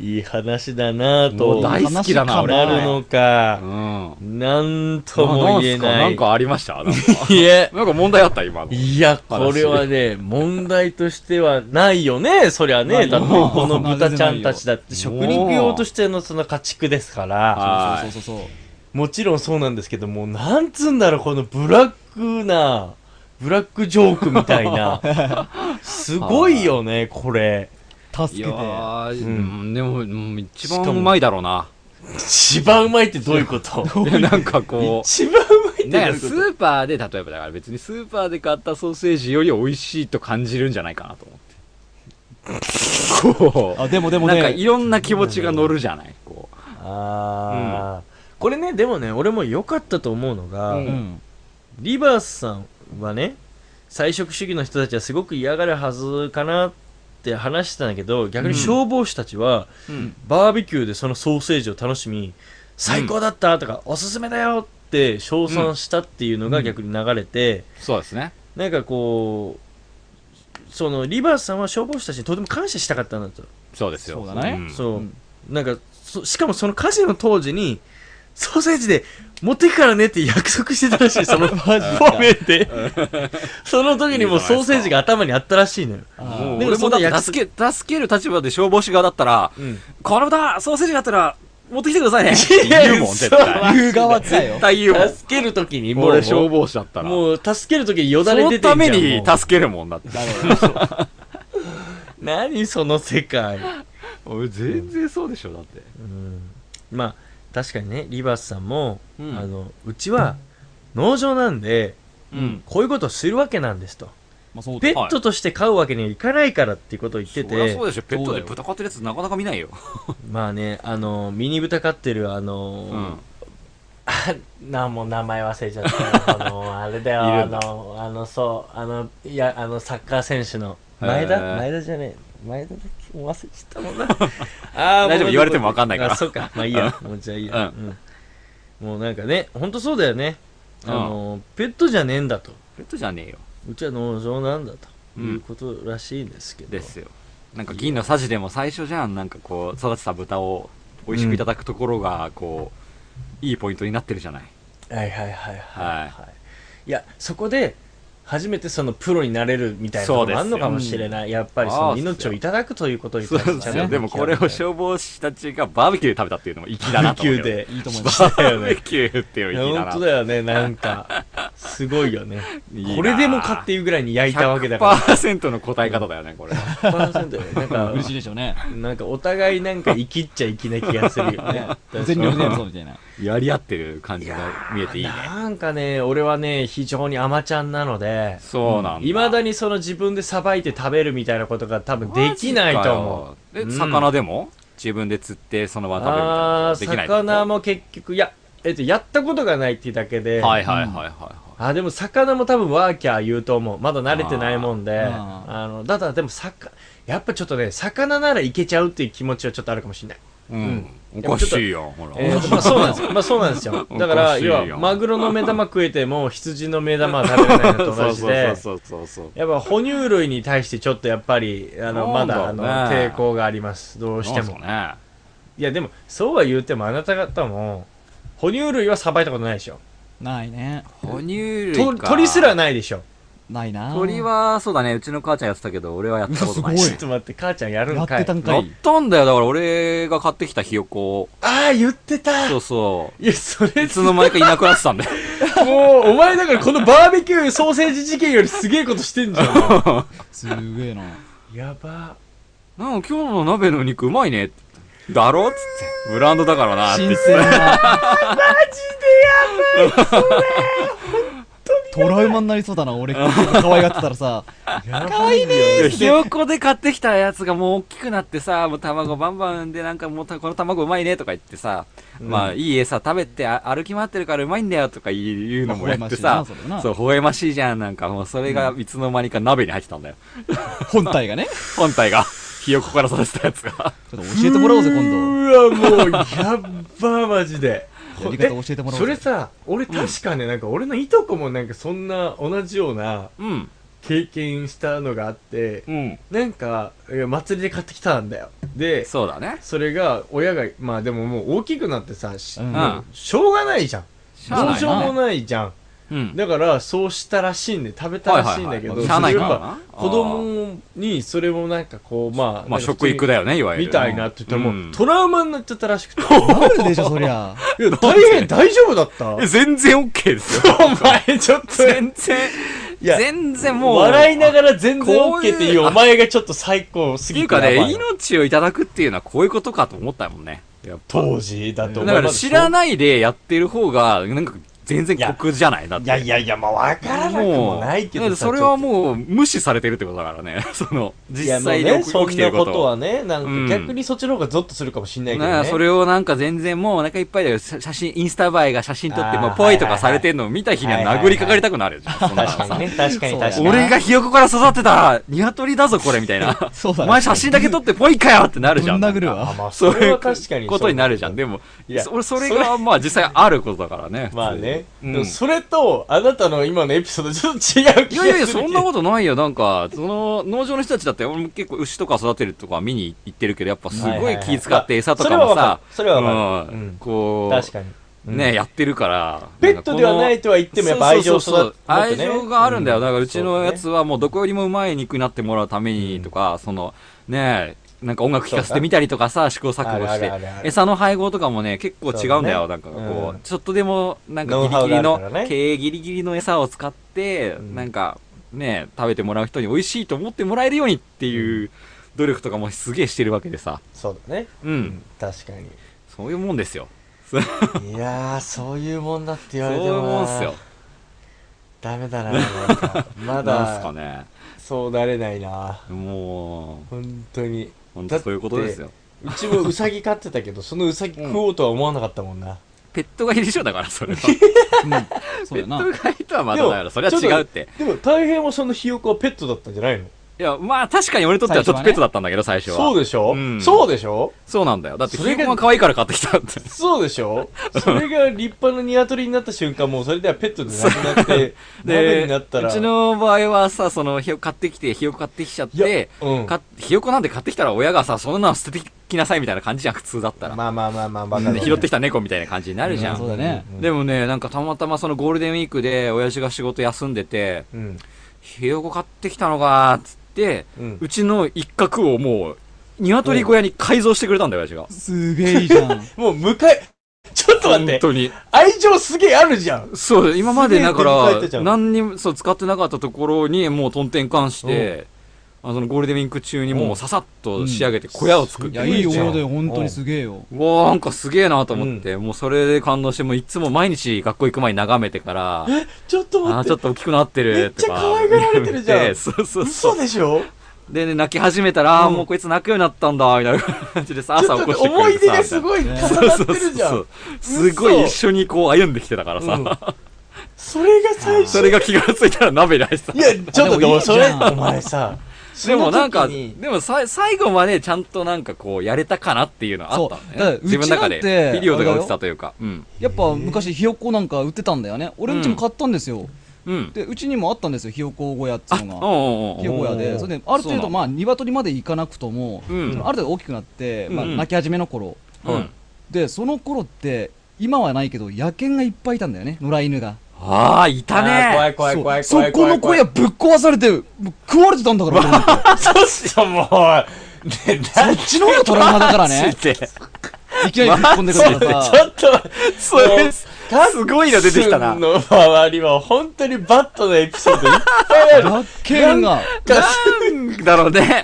いい話だなぁ
もう
と
大好きだな、
話か
俺。
なるのか
う、ん。
なんとも言
な
えなん
すかなん
い
かありましたなんか。
いえ
なんか問題あった今の。
いやこれはね問題としてはないよねそりゃ
<laughs>
ねだって
まあ
この豚ちゃんたちだって
そん
食
な全然ないよ
肉用としてのその家畜ですから
は
そう
い
そうそうそう。
もちろんそうなんですけどもうなんつうんだろうこのブラックなブラックジョークみたい
<laughs>
なすごいよねこれ
助
い
け
や
て。
ー、
うん
うんでも、うん一番
しかも
うまいだろうな。
一番うまいって <laughs> どういうこと
いやなんかこ
<laughs> 一番う
<laughs>
まいっ
う、
て
だ
ど
から
うい
ス
うこと
ーパーで、例えばだから別にスーパーで買ったソーセージより美味しいと感じるんじゃないかなと思って。こ
あ、でもで
う、
も
なんか
ね、
いろんな気持ちが乗るじゃないこう。
あー、これねでもね俺も良かったと思うのが、
うん
うん。
リバースさんはね菜食主義の人たちはすごく嫌がるはずかなって話してたんだけど逆に消防士たちは、
うん
バーベキューでそのソーセージを楽しみ最高だったとか、おすすめだよって称賛したっていうのが逆に流れて、
そうですね。
なんかこうそのリバースさんは消防士たちにとても感謝したかったんだと、
そうですよ。
そうだね
ん
そう、
うん
なんかそしかもその火事の当時にソーセージで持ってくからねって約束してたらしい、そ
<laughs>
の場面で。その時にもうソーセージが頭にあったらしいのよ。
もう
でも
俺も
そんな
だって
約束
助け、助ける立場で消防士側だったら、
うん
この豚、ソーセージがあったら、持ってきてくださいねって言うもん、絶対。
言う側だよ
絶。対言うもん。
助ける時にもう、
俺消防士だったら。
もう助ける時によだ
そ
れ
の
出てんじゃ
た
ん。
め
も
に
う
助けるもんだって。
何その世界。
俺全然そうでしょ、だって。
うんまあ確かにねリバースさんも、
うん
あのうちは農場なんで
うん。
こういうことをするわけなんですと
まあそうだ
ペ
よ
ットとして飼うわけにはいかないからっていうことを言って
そりゃ
て
そうでしょ、ペットで
そうだよ
豚飼ってるやつなかなか見ないよ。
まあねあのミニ豚飼ってるあの、
うん。
なもう名前忘れちゃった
<laughs>
あのあれだよ
いる
あ
んだ
のあのそうあのいやあのサッカー選手の
前田
へー
前田じゃねえ前田だっけもう忘れちゃったも
<laughs>
んなあー
大丈夫
う
言われてもわかんないから
あそうかまあいいやもうじゃあいいや、うんもうなんかねほんとそうだよねあの、ペットじゃねえんだと
ペットじゃねえよ。
うちは農場なんだと
うん
いうことらしいんですけど、
ですよ。なんか銀のさじでも最初じゃん、なんかこう、育てた豚を美味しくいただくところが、こう、いいポイントになってるじゃない。
はいはいはいはいはい、、
はい
やそこで初めてそのプロになれるみたいな
そ
の
うで
も
す
あ
よ
んのかもしれないやっぱりそ
あ
の
ー
命をいただくということに
そ
対
う
し
で
て
す
ね
よ。でもこれを消防士たちがバーベキューで食べたっていうのも粋だなと思うよ。
<laughs> でいいと思いま
バ
したよ
ーベ
ね
キューっていう
い
の
や
も粋だな。
本当だよねなんかすごいよね
いいな
これでもかっていうぐらいに焼いたわけだから
100%の答え方だよね、これ。
100%よなんか
嬉しいでしょうね。
<laughs> なんかお互いなんか生きっちゃいきな気がす
<laughs>
るよね
全力でやるぞみたいな。
やり合ってる感じが見えていいね。
なんかね俺はね非常に甘ちゃんなので
そうなんだ。
いまだにその自分でさばいて食べるみたいなことが多分できないと思う。
う。え、
ん
魚でも自分で釣ってその場食べるみたいな
あ
の
あ
できないっ
ー、
てこと
魚も結局、いや、えっと、やったことがないっていうだけで、
はいはいはいはいは
あーでも魚も多分ワーキャー言うと思う。まだ慣れてないもんで、
あ
あの、ただでも魚、やっぱちょっとね、魚ならいけちゃうっていう気持ちはちょっとあるかもしれない。
い。うん。おかしいよ、ほら。
えーまあそうなんですよ。 <laughs> まあそうなんですよ。だか
お
ら、
かしい
要
よ
は、マグロの目玉食えても、羊の目玉は食べれないのと
そ
同
う
じ
そ
で
う、そうそうそう。
やっぱ哺乳類に対してちょっとやっぱり、あ
な
の、ま
んだろ
だ、
う
あの、
ね
抵抗があります。どうして
なん
も
す。かね。
いやでもそうは言うてもあなた方も哺乳類はさばいたことないでしょ
ないね。
哺乳類
と
か。
鳥すらないでしょ
ないな。
鳥は、そうだね、うちの母ちゃんやってたけど、俺はやったことない。
うわ
ちょっと待って母ちゃんやる
や
ん
っ
かい
てたんか
やっ
い。
たんだよ、だから俺が買ってきたひよこを。
ああ言ってた
そうそ
いやそれ
う。いつの間にかいなくなってたんだよ。
もうお前だからこのバーベキューソーセージ事件よりすげえことしてんじゃん
<laughs> すげえな。
やば
なんか今日の鍋の肉うまいねって言った。だろっつって。ブランドだからなって
新鮮な。トラウマになりそうだな、俺。可愛がってたらさ。可愛いね
いやひよこで買ってきたやつがもう大きくなってさ、もう卵バンバン産んで、なんかもうたこの卵うまいねとか言ってさ、まあいい餌食べてあ歩き回ってるからうまいんだよとか言うのもやって
まあ微笑ましいな
さ
それな、
そう、微笑ましいじゃん、なんかもうそれがいつの間にか鍋に入ってたんだよ。
本体がね。
本体が、ひよこから育てたやつが。
ちょっと教えてもらおうぜ、今
うわもうやっばマジで
<laughs> 度。やり方教えてもらお
そうれ
ぜ。
さ俺確かね、なんか俺のいとこもなんかそんな同じような
うん。
経験したのがあって
うん。
なんかいや祭りで買ってきたんだよで
そうだね。
それが親がまあでももう大きくなってさし,、
うん
うん
しょうがないじゃん
しゃあ
どう
な
し
い
よう
な。
もないじゃん
うん。
だからそうしたらしいんで食べたらしいんだけど、
はいはいはいまあ
それ
しゃあないか
やっぱ子供にそれもなんかこうまあ
まあ食育
だ
だよね、いわゆる。
みたいなって言ったらもう、
ん
トラウマになっちゃったら
<laughs>
しくて
あるでしょ、そりゃ。
いや大変大丈夫だった
<laughs> え全然 OK ですよ。
お前ちょっと
全然、
いや
全然もう。
笑いながら全然
こ
OK っ
ういう
ていうお前がちょっと最高
っ
す
てい
ぎ
うか
てやば
ね、
い
命をいただくっていうのはこういうことかと思ったもんね。やっぱ
当時だ
だ
と思
か
い
ら
ま
知ら
い
ないでやってる方が、なんか全然酷じゃないだって。
やいやいやまあ分からなくもないけ
だっ
ど
て
さ
それはもう無視されてるってことだからね。 <laughs> その、
いや
実
もう
際に
ね、
起き
そ
起き
ん
て
な
る
こ
こととは。
はね、なん
うん
か逆にそっちの方がゾッとするかもしんないけど
なあ
ね。
それをなんか全然もうお腹いっぱいで写写真、インスタ映えが写真撮って、
あー
もうポイとかされてんのを見た日には殴りかかりたくなるじゃん。そんなの
<laughs> 確
さ
かにね、
<laughs>
確かに確かに。
俺がひよこから育てた鶏だぞこれみたい
<laughs>
な。
そうだ
お
ね
前写真だけ撮ってポイかよってなるじゃん。
ぶん殴る
あ、
わ。
まあ、
そ
そう
い
れ
う
は確かに。
ことになるじゃん。でも、
いや
そ俺それが、まあ実際あることだからね。
まあ
う
ね。でも
ん。
それと、あなたの今のエピソードちょっと違う
い
気が
やい
する
やいや、そんな
と。
ことないよ。なんか、その、農場の人たちだって、俺も結構牛とか育てるとか見に行ってるけど、やっぱす
はい
ご
はい
い
はい
気使って餌とかもさ、
それはわかるそれはわか
う
るうんん。
こう、
確かに。
ね、やってるから。
ペットではないとは言ってもやっぱ愛情を育
そうそうそう
持って
愛
ね
情があるんだよ。だからうち
そう
の
だ
や
ね
つはもうどこよりもうまい肉になってもらうためにとか、その、ねえ、なんか音楽聴かせてみたりとかさ、試行錯誤
あ
し
る
て
あるあるあ。る
餌の配合とかもね、結構違うんだよ。
そ
なん
うだね
かこ
うん
う、ちょっとでも、なんか
ノウ
ギリ
ハ
ギ
ウが
リ
ある
の
からね、
経営ギリギリの餌を使って、
ん
なんか、ねえ、食べてもらう人に美味しいと思ってもらえるようにっていう努力とかもすげえしてるわけでさ。
そうだね
うん。
確かに
そういうもんですよ。
いやーそういうもんだって言
そ
わ
う
れて
いう
も
もん
な
っすよ。
ダ
<laughs>
メだななんかま
なんすか
だ
ね。
そうなれないな
もう、
本当に
本当そういうことですよ。
うち
<laughs>
もウサギ飼ってたけどそのウサギ食おうとは思わなかったもんな、
ペットがいるでしょだからそれは。
<laughs>
うん、そう
ペ
や
ット
な。
がいるとはま
で
だ
も
だからそれは違うって。
でも大変はそのひよこはペットだったんじゃないの
いや、まあ確かに俺にとってはちょっとペットだったんだけど最初は。
そうでしょ、
うん
そうでしょ
そうなんだよ。だって
そ
ヒ
れ
ヨ
が
コが可愛いから買ってきたって。
そうでしょそれが立派なニワトリになった瞬間もうそれではペットでなくなって <laughs> 鍋
<laughs> で、
になったら
うちの場合はさ、その、ひよ買ってきて、ひよこ買ってきちゃっ
いや
て、
うん
かひよこなんて買ってきたら親がさ、そんなの捨ててきなさいみたいな感じじゃん、普通だったら。
まあまあまあまあバカ
で
だ
拾ってきた猫みたいな感じになるじゃん。
そうだね。
でもね、なんかたまたまそのゴールデンウィークで親父が仕事休んでて、
うん
ひよこ買ってきたのかーっつって、
う
うんちの一角をもう、鶏小屋に改造してくれたんだよ、親父が。
すげえ <laughs> いいじゃん。
もう迎えちょっと待
本
って
当に。
愛情すげえあるじゃん
そう、今までだか
すげえ手に変えてちゃ
ら、
う
何にも、そう、使ってなかったところに、もう、トンテンカンして、あの、そのゴールデンウィーク中にもう、ささっと仕上げて小屋を作っ
い
て。
や、いい
じゃん
女だよ、本当にすげえよ。
うわーなんかすげえなと思って、もうそれで感動して、もういつも毎日学校行く前に眺めてから、
ちょっと
あーち
待
ょ
っ
ってと大きくなってるとか。
めっちゃ可愛がられてるじゃん
見て <laughs> そうそうそう
嘘。でしょ
で、ね、泣き始めたら、あーもうこいつ泣くようになったんだ、みたいな <laughs> 感じでさ、
ち
朝
ょっ
起こし
と
てく
思
れ
い
て
出
さ。
がすごい重
みた
なっ
いな
てるじゃ
そ
ん
うそうそうすごい
嘘
一緒にこう歩んできてたからさ、
それが最
<laughs>
初
それが気がついたら鍋に入ってた
い。やちょっとで
でもい
も
いじ
そ
ゃん
れお前さ
でもなんか、
その時に
でもさ最後までちゃんとなんかこうやれたかなっていうのはあ
そ
った
うだから
ね。自分の中
うちなん
で
て
ビデオとか打ってたというか。うん。
やっぱ昔、ひよっこなんか売ってたんだよね。俺んちも買ったんですよ。
うん。
で、うちにもあったんですよ、ひよこ小屋っていうのが。
おうおうおう
ひよこ屋
おー
で、それで、ある
そ
程
う
度、
なの
まあ、鶏まで行かなくとも、
うん
ある程度大きくなって、まあ、
うんうん
泣き始めの頃。
うん。
で、その頃って、今はないけど、野犬がいっぱいいたんだよね、野良犬が。
ああ、いた
怖
ね。
い怖い怖い
そ
怖
う
い
そこ
怖
の
い怖
小
い
屋ぶっ壊されて、もう食われてたんだから、俺なんて
どうしようもうね
そっちの方がトラウマだからね。
ついて。
いきなりぶっ込んでくるから
ちょ
さ。
っと
それ、すごいの出てきたな
スン。の周りは本当にバッドなエピソードいっぱいある
野犬が、
なんだろうね。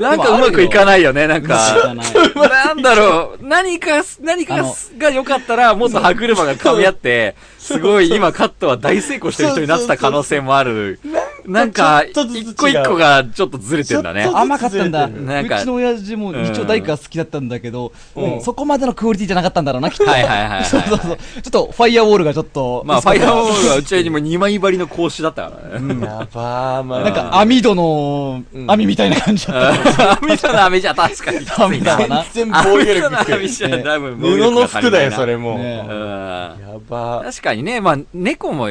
なんかうまくいかないよね、なんか。なんだろう。何かす、何
あ
か
の
すが良かったら、もっと歯車が噛み合って、すごい今カットは大成功してる人になってた可能性もある。なんか、
ちょっとずつ違う
一個一個がちょっとずれてんだね
ちょ。と
甘かったんだ。
ず
れてるなんか
うちの親父も一応大工が好きだったんだけど、
うん
そこまでのクオリティじゃなかったんだろうな、きっと。
はいはいはいはい
そうそうそう。ちょっとファイヤーウォールがちょっと、
まあ、ファイアーボールはうちにも2枚張りの格子だったからね。
やばーまあ
なんか網戸の
ん
網みたいな感じだっ
網戸の網じゃ確かにきつ
たん
い
だ
な。
ろうな。
全然防御
網戸
力
の網
低い
じゃ多分防御
布
力
の
が足り
服
な
だ
い
よ
な
それもう
ね
うん。
やばー
確かにね、まあ、猫も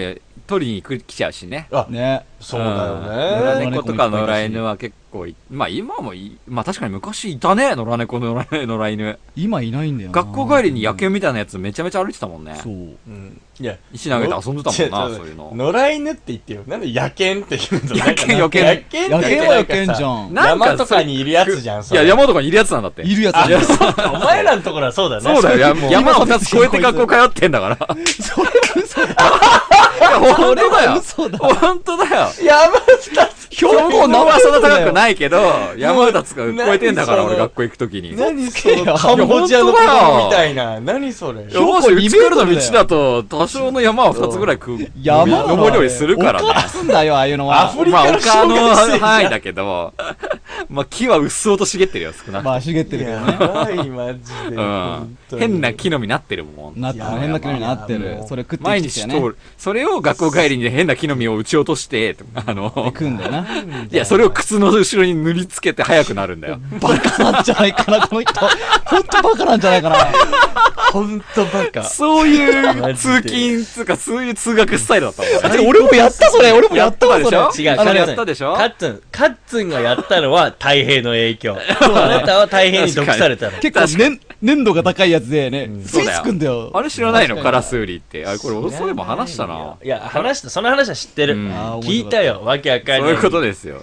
取りに来ちゃうしね。
あ
ね。
そう
野
だよ
良
ね
猫とか野良犬は結構い、まあ今もい、まあ確かに昔いたね、野良猫、野良野良犬。
今いないんだよな。
学校帰りに野犬みたいなやつめちゃめちゃ歩いてたもんね。
そう。
うんいや
石投げて遊んでた
違う
もんな、
<laughs> 違う
そういうの。
野良犬って言ってよなんで野犬って言うんだ
野犬
な
野
んか犬
野犬は野犬
なんか
じゃ
さ
ん。
なんか
山とかにいるやつじゃん
い
そ
や、
れ
山とかにいるやつなんだって。
いるやつ
あ
いるやつ
そうかお前らのところはそうだね
そうだよ、
も
や
う
山を2つ越えて学校通ってんだから。
それ嘘だ。
いや、ほんとだよ。
嘘だ。
ほんとだよ。
山二つ
標高のはそんな高く
い。
ないけど、山2つか越えてんだから、
何その
俺学校行くときに。
何そのカンボジアの子供みたいな何それ
標高
標高
うちからの
2メートルだよ
道だと、多少の山は2つぐらいく、
山だな
登り降りするからね。
犯すんだよ、ああいうのは。
アフリカ
まあ、
の
丘
小
の
学生じ
範
ゃ
囲
ん
だけど、 <laughs> まあ、木はうっそうと茂ってるよ、少なく
まあ、茂ってるけどね。
やばいマジで
とも
本
う
当
ん。
に
変な木の実なってるもん。
なってる、変な気になってる。それ食って
毎
きて
日
きて
通
ね。
る。それを学校帰りに変な木の実を撃ち落として、あの、
食うんだよな。
いや、それを靴の後ろに塗りつけて速くなるんだよ。
バカなんじゃないかな、この人。ほんとバカなんじゃないかな。
ほんとバカ
そうい
マ
う
ジで
通勤、つうか、そういう通学スタイルだった
<laughs>
もんね。
俺もやった、それ。俺もやったわ、それ。
やったでしょ
違う、
あの
カッツン
やったでしょ
カッツン、カッツンがやったのは
は太平の影響。あなたは太平に毒されたの。
結構、ね、粘度が高いやつでね、吸いつくんだよ。
あれ知らないの
確
カ
かに
ラスウリって。あ、これ、そうでも話したな。
いや、話した、その話は知ってる。
うん
あー面白か
聞い
った
たよ、わけわかん
そう
な
い
い。
うことですよ。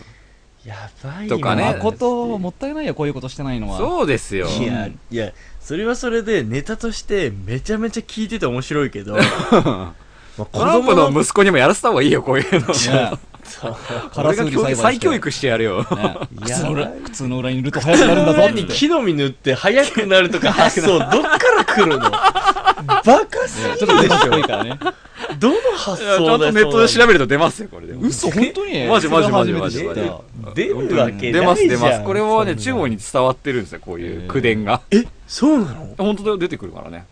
やばい
とかね
わ
誠、もったいないよ、こういうことしてないのは。
そうですよ。
いや、いや、それはそれでネタとしてめちゃめちゃ聞いてて面白い
<laughs>
けど、まあ子
トランプ
供の
の息子にもやらせた方がいいよ、こういうの。
ね
<laughs>
カラ
俺
ス
が
ウリ栽培して
再教育してやるよ。
ね靴の裏靴の裏にいると早くなるんだぞ
に
って。
木の実塗って早くなるとか
<laughs>
発想どっから来るのバカす
ちょっと出しいからね。
ぎどの発
いやちゃ
想
んと
だ
ネットで調
べ
べると出ますよ、これでも。
嘘、本当に
マジマジマジマ
そ
ジ
れは
マ
初め
ジ
て知った。
出るわけないじゃん
出ます出ます。これはね、中国に伝わってるんですよ、こうい
へ
う
ー
口伝が。
えそうなの
本当だよ、出てくるからね。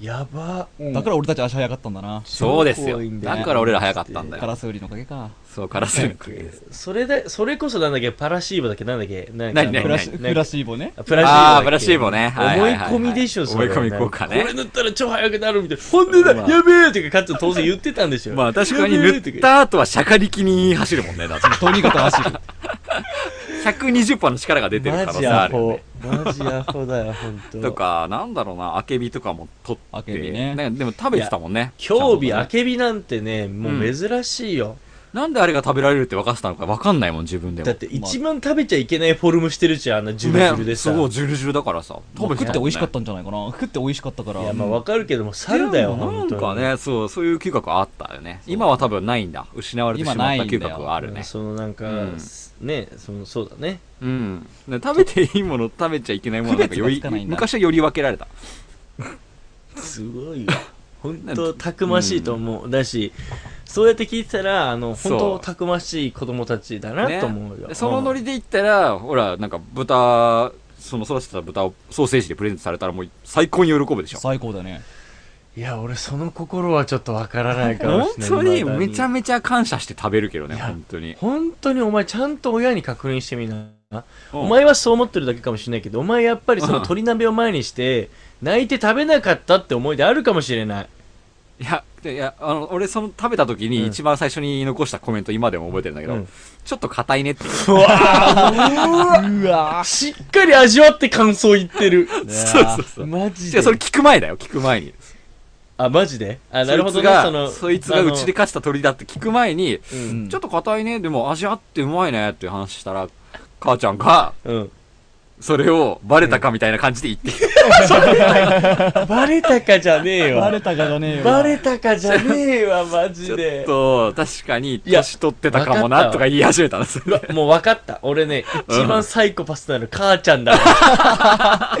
やば
だから俺たち足早かったんだな。
そうですよ
中国はいい。んだよ
だから俺ら早かったんだ
カ
よ。
ラスウリのおかげか。
そう、カラスウリのおかげです。
それでそれこそなんだっけパラシーボだっけなんだっけなんか
何何
クラシ
な
クラシーボね。
あプラシーボだっけ
あープラシーボねはい
思
はいいはいはい
込みでしょそれは
思い込み効果ね
これ塗ったら超早くなるみたいな本音だやべえとかかつ当然言ってたんでしょ
まあ確かに
やべえ
塗
とか言
ってた後はシャカリキに走るもんね、だって。
とにかく走る。
120%の力が出てる可
マ
能
ジ
性あ
ア
るよね
ホ。マジアホだよ、本当。
とか、なんだろうな、アケビとかも取って。
アケビね
なんかでも食べてたもんね。
興味、
ちゃん
あ
とね
けびなんてね、もう珍しいよ。
なんであれが食べられるって分かってたのか分かんないもん、自分でも。
だって一番食べちゃいけないフォルムしてるじゃん、あのジュルジュルで
ね
さ。
そう、ジュルジュルだからさ。
食って美味しかったたんじゃないかな。食って美味しかったから。
いや、まあわかるけども、猿だ
も
よ、
ん
本
ね。
当
なん
に。
かね、そう、そういう嗅覚あったよね。今は多分ないんだ。失われてしまった
今ないんだ
嗅
よ
覚はあるね。
そのなんか、
うん
ね、その、そうだね。
うん。ね食べていいもの、食べちゃいけないものなんかよ
区別が
り
つかない、んだ
昔はより分けられた。
すごいよ。 <laughs> 本当たくましいと思う。だし、そうやって聞いてたら、あの、
そう
本当たくましい子供たちだなと思うよ。
ねそのノ
う
リ
ん
で言ったら、ほら、なんか豚、その育てた豚をソーセージでプレゼントされたらもう最高に喜ぶでしょ。
最高だね。
いや、俺その心はちょっとわからないかも
本
しれない。
当に
未だ
めちゃめちゃ感謝して食べるけどね、
いや
本当に。
本当にお前ちゃんと親に確認してみな。
うん
お前はそう思ってるだけかもしれないけど、お前やっぱりその鳥鍋を前にして、泣いて食べなかったって思い出あるかもしれない。
いや、でいや、あの、俺その食べた時
うん
に一番最初に残したコメント今でも覚えてるんだけど、
うん
ちょっと硬いねって言
<laughs>
う。
うわ
しっかり味わって感想言って <laughs> る。
そうそうそう。
マジ
いや、それ聞く前だよ、聞く前に。
あ、マジであ、なるほど
そいつ
ね、
が
その。
そいつがうちで
あ
勝した鳥だって聞く前に、
の。うん。
ん
ちょっと硬いね、でも味あってうまいねっていう話したら、母ちゃんが、
うん。
それをバレたかみたいな感じで言ってきて、
バレたかじゃねえよ。
バレたかじゃねえよ。
バレたかじゃねえわ、マジで。
ちょっと、確かに、年取ってたかも
いや
な、とか言い始めたんですよ。
もう分かった。俺ね、一番サイコパスなの母ちゃ
<laughs>
んだわ。母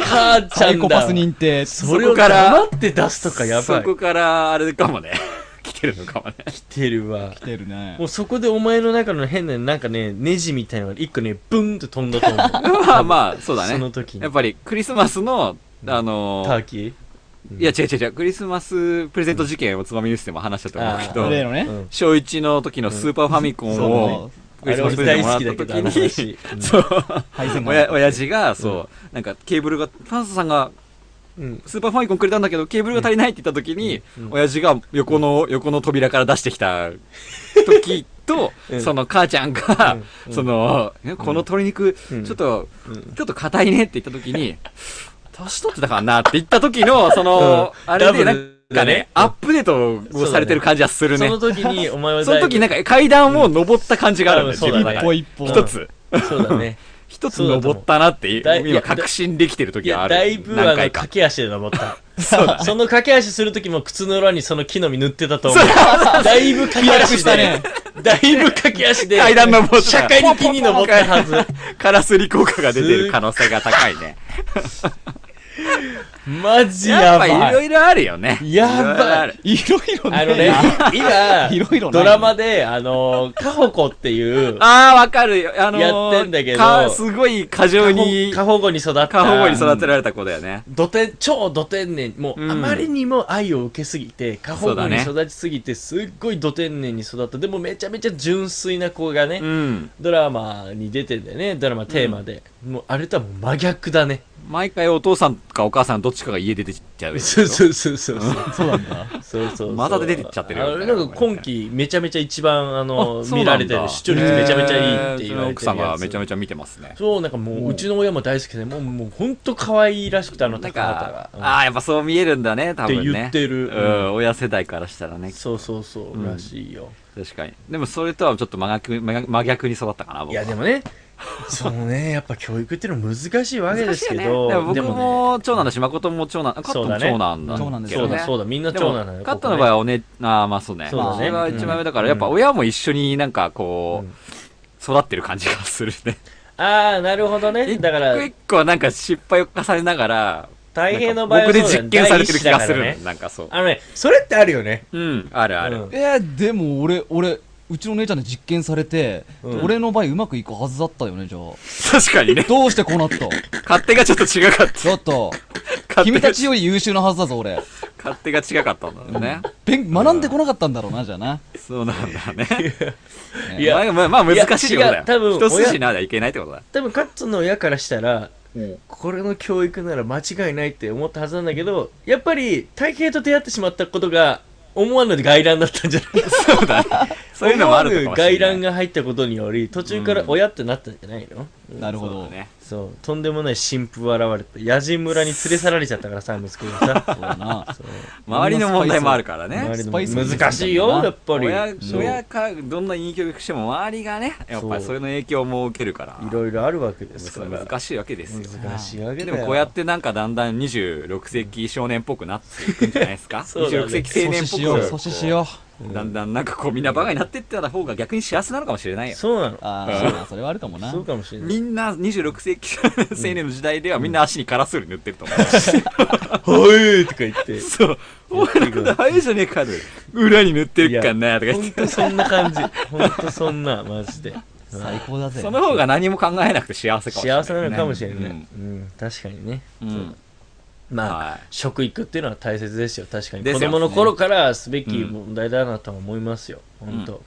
ちゃ
サイ
ん
コ
だ
パ
わ
ス。認定。
それを黙って出すとかやば
そ
い。
こから、あれかもね。 <laughs> 来てるのかもね。
<laughs> 来てるわ。
来てるね
も。うそこでお前の中の変な、なんかね、ネジみたいなのが一個ね、ブンと飛んだと思う。
まあま <laughs> あ、そうだ
その
ね。
時に。
やっぱり、クリスマスの、あ
タ
のー
ーキー
いや違う違う違う、クリスマスプレゼント事件をつまみニュースでも話したと思うけ
あー
例
ど、
の
う
ね。
ん。
小一の時のスーパーファミコン
そ
を
う、
ク
あ
リス
れ
マス
俺
プレゼン
大
ト
好
も
き
ら
だ
っ
け
た時
ど、あの
に、
話。
<laughs> そう、
配線が
親親父が、そう、なんかケーブルが、パンサさんが
うん。
スーパーファミコンくれたんだけど、ケーブルが足りないって言った時に、
うんうん
親父が横の、横の扉から出してきた時と、
<laughs> うん
その母ちゃんが、
うん
その、えこの鶏肉、
うん
ちょっと、
うん
ちょっと硬いねって言った時に、年取ってたからなって言った時の、その、
うん
あれで
ダ
な
ブ
んか
ルだね
ね、アップデートをされてる感じはする
そ
ね。
の時に、お前は
その時なん
か、
か階段を登った感じがあるんだよ、
うんそう
自分
だね
の
一歩一
中で。
歩。
一つ、
そうだね。
一つ登ったなってい
そうだと思
う、
う
今確信できてる
い
時は
や、
ある。
だいぶあの、
何回か
駆。け足で登った。そうその駆け足する時も靴の裏にその木の実塗ってたと思う。だいぶ駆け足
した
で
ね、
だいぶ駆け足で、
階段登った
社会的に登ったはず。
<laughs> カラスリ効果が出てる可能性が高いね。
マジ
や
<laughs> や
っぱ
ば
いろ
い。
いろあるよね。
やばい
ろろある
いろいろね。
あのね、
<laughs> いろいろ
今、
ない
ドラマで、あの、カホコっていう、
ああ、わかるよ。あのー、
やってんだけど
かすごい過剰に、
過保護に育った。
過保護に育てられた子だよね。
どて超ど天然もう、
うん
あまりにも愛を受けすぎて過保護に
そう
育ちすぎて、すっごいど天然に育ったでもめちゃめちゃ純粋な子がね、
うん。
ドラマに出てんだよねドラマテーマで、もうあれとはもう真逆だね
毎回お父さんかお母さんどっちかが家出てきちゃうやつ
<laughs> そ
で
う
しょ
そうそうそうそう。そうなんだ。そうそうそう。
また出てっちゃってるよ
あれなんか今季めちゃめちゃ一番あの
あそう
見
な
ら
んだ
れてる視聴率めちゃめちゃいいって言
えー
われ
奥
てるやつ。
様はめちゃめちゃ見てますね
そうなんかもううちの親も大好きでもうもう本当可愛いらしくてあの
なん
高畑
か
が、うん
ああやっぱそう見えるんだね多分ね
って言ってる
う
うんん
親世代からしたらね
そうそうそう、
ん
らしいよ
確かにでもそれとはちょっと真逆真逆真逆に育ったかな僕
いやでもねそのねやっぱ教育っていうのは難しいわけですけど、
難しいよねで
で
も僕
もね
も長男だし誠も長男カット
そう
も
だね
長
長
男な
男
ん
で
け
す
ど
よ
そう
ね
だそうだみんな
で
長
も
男なのよ
カットの場合
は
はおねああまあそうね
そうだね
まあれは一番上だから、
うん
やっぱ親も一緒になんかこう、
うん
育ってる感じがするね
ああ、なるほどね。だか
一個
ら
一、個はなんか失敗を重ねながら
大変
な
の
ん
場合
か
は
僕で
そうだよ
実験されてる気がするの、
第一子だからね
なんかそう
あのね、
それってあるよね
うんあるある、
うん
えー、でも俺俺うちの姉ちゃんで実験されて、俺の場合うまくいくはずだったよねじゃあ
確かにね
どうしてこうなった
勝手がちょっと違かっ
ちょっと
た
<laughs> 君たちより優秀なはずだぞ俺
勝手が違かったんだろうね、
勉学んでこなかったんだろうなじゃあな、
そうなんだね
い
まあまあ、まあ難しいってことだよ
いや違う多分
一筋縄ではいけないってことだ
多分カットの親からしたら、これの教育なら間違いないって思ったはずなんだけどやっぱり体型と出会ってしまったことが思わぬ外乱だったんじゃないか
そうだね <laughs> そういうのもあるのかもしれない
外乱が入ったことにより途中から親ってなったんじゃないの、
なるほ
そう
ど
だね
そうとんでもない新婦が現れて野人村に連れ去られちゃったからさ息子がさ
そうだ <laughs> な
そう
周りの問題もあるからね
周りの
スパイスも
難しいよやっぱり
親
そう
親かどんな影響しても周りがねやっぱりそれの影響も受けるから
いろいろあるわけですから
難しいわけですよ
難しいわけ
で
だよ
もこうやってなんかだんだん26世紀少年っぽくなっていくんじゃないですか
<laughs> そうだね
26世紀
阻
青年
止
っぽ
し
く
よう
こ
阻止しよう
うだんだんなんかこうみんなバカになっていった方が逆に幸せなのかもしれないよ
そうなの
あーそうだなそれはあるかもな
そうかもしれない
みんな26世紀青年の時代ではみんな足にカラスウリ塗ってると思う
おいとか言って
そう。お前らこと早いじゃねえかで。裏に塗ってるかんなとか
ほ
言っ
ん
て。
とそんな感じほんとそんなマジで
最高だぜ
その方が何も考えなくて幸せかもしれない、
幸せなのかもしれない、
うん
うん確かにね
うん。
まあ、
はい
食育っていうのは大切ですよ確かに
ですよ
子供の頃からすべき問題だなとは思いますよ、
ん
本当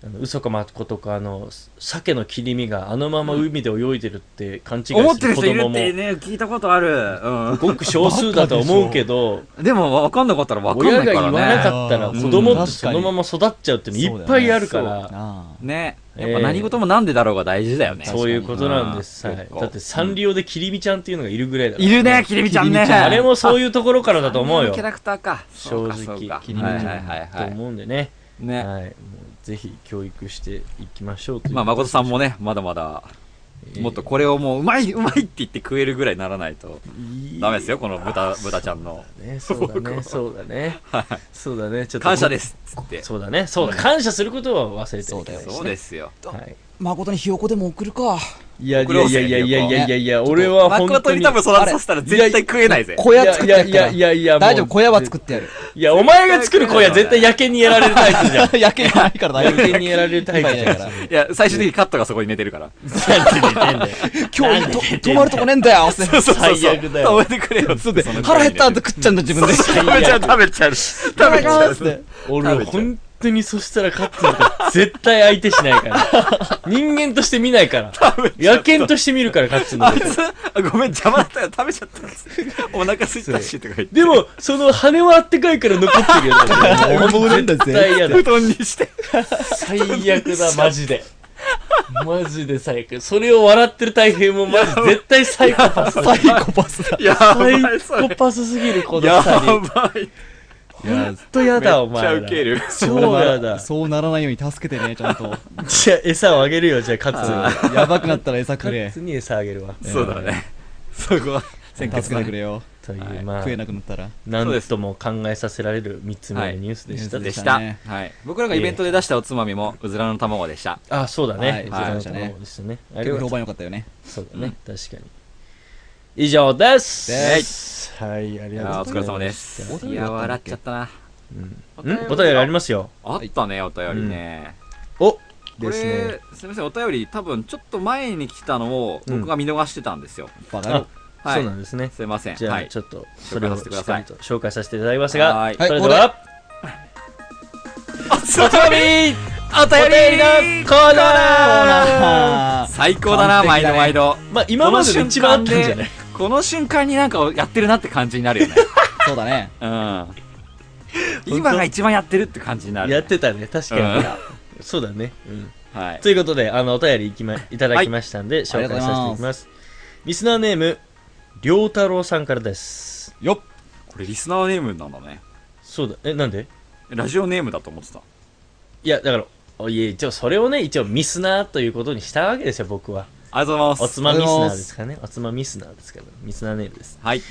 あの嘘かまことかあの鮭の切り身があのまま海で泳いでるって勘違いす
思って
る
る
子
人いる
供
っ
も
てね、聞いたことある。う
ごく少数だとは思う
<laughs>
けど
ん。でも、わかんなかったらわかんない
親
か
が言わな
らね。
かったら
うん
子供っ
うん
てそのまま育っちゃうっていうのいっぱいあるか
そうだよねな
ら
あ
ね。
え
や
ー
っぱ何事もなんでだろうが大事だよね。
そ
そういうことなんです、
うん
はい
結構
だってサンリオで切り身ちゃんっていうのがいるぐらいだから
いるね、きりみちゃんね。
あれもそういうところからだと思う
あの
よ
キャラクターか。
正直
そうか
き
そ
り
う
み
か
ちゃ
は
ん
いはいはい
と
はい。
思うんでね
ね。
はい、もうぜひ教育していきましょうという
まあ、誠さんもね、まだまだ、
えー
もっとこれをもう、うまい、うまいって言って食えるぐらいにならないと、ダメですよ、この豚、豚ちゃんの。
ねそう
<laughs>
だねそうだねそうだねちょっと
感謝ですっつって。
そうだねそうだ感謝することは忘れてない
そうですよ。
はい
誠にひよこでも送るか
いやい
これ
や
を
いやいやいやいやいやいや俺は本
誠
当
に
に
多分そらさせたら絶対食えないぜ。
小屋作ってやる
い
から
やいやいやいやもう
大丈夫小屋は作ってやる
いやお前が作る声は絶対やけにやられるタイプじゃん
<laughs> やけないから大
や
丈
けにやられるタイプだから
いや、最終的にカットがそこに寝てるから。
夫今日と泊まるとこねえんだ <laughs> よつって
そうそうそう。
最悪だよ
止めてくれよ。そうで、
腹減ったって
食
食っちゃうんだ自分で
べちゃう、食べちゃう。食べちゃう。
俺は本当にそしたらカットが絶対相手しないから
<laughs>
人間として見ないから野犬として見るからカットの
あ
こ
い
と
つあごめん、邪魔だったから食べちゃったんです。お腹空いたし、とか言って。
でも、その羽はあってかいから残ってるよ。
重くなんだ
絶対嫌だ
布。団にして。
最悪だ、マジで。マジで最悪。それを笑ってる大平もマジ絶対サイコパス。
サイコパスだ
やば
サ
い、
イ
そ
コ
れ。
パスすぎる、この
や
二人。ほん
ばい。
とやだ、お
めっちゃ
前
ウケ
ら。
る。
そうやだ。
そうならないように助けてねちゃんと <laughs>
じゃあ、餌をあげるよ、じゃあ、カツに。
やばくなったら餌く
カ
れ
ツに餌あげるわ。
そうだね。そこは、先
助けてくれよ
とい、
はいう
まあ
食え、なくなったら
なんとも考えさせられる3つ目のニュースでした。
はい
で
で
し
したたね。
はい。僕らがイベントで出したおつまみも、うずらの卵でした。
あ、そうだ
は
ね。
い
そうだね
そうだね
そうですね。あり
結
が
構評
とう
判良かったよね
そうだね、確かに。以上です。
です
はい、あり
いや
が
ー
と
お
うご
疲
ざ
れ
います。
様です。
お
いやー、笑っちゃったな。
んお便りありますよ。
あったね、お便りね。
お
これ、すみません、お便り多分ちょっと前に来たのを
うん
僕が見逃してたんですよ。
バカ野郎
はい
そうなんですね。
すいません。
じゃ
は
あ、
い
ち。ょっと、それをしっかりと紹介させていただきます
は
が
い、
それで
は
は、
お便りお
お便りのコーナー
最高だな、
完
毎
璧だ
度
ね
毎度。
まあ、今までで一番あったんじゃない
ここの瞬間になんかやってるなって感じになるよね。
そうだね。
うん。今が一番やってるって感じになる、ね。
<laughs> やってたね、確かに。 <laughs> そうだね。うん。
はい。
ということで、あの、お便りいきま、いただきましたんで、
あり
紹
がと
介
うご
さ
ざい
せ
ます
ていきます。リスナーネーム、りょうたろうさんからです。
よっこれリスナーネームなんだね。
そうだ、え、なんで
ラジオネームだと思ってた。
いや、だから、おいえ、一応それをね、一応ミスナーということにしたわけですよ、僕は。
ありがとうござい
お
ま
つ
す。
まミスナーですかね。おつまミスナーですから、ミスナーネームです。
はい。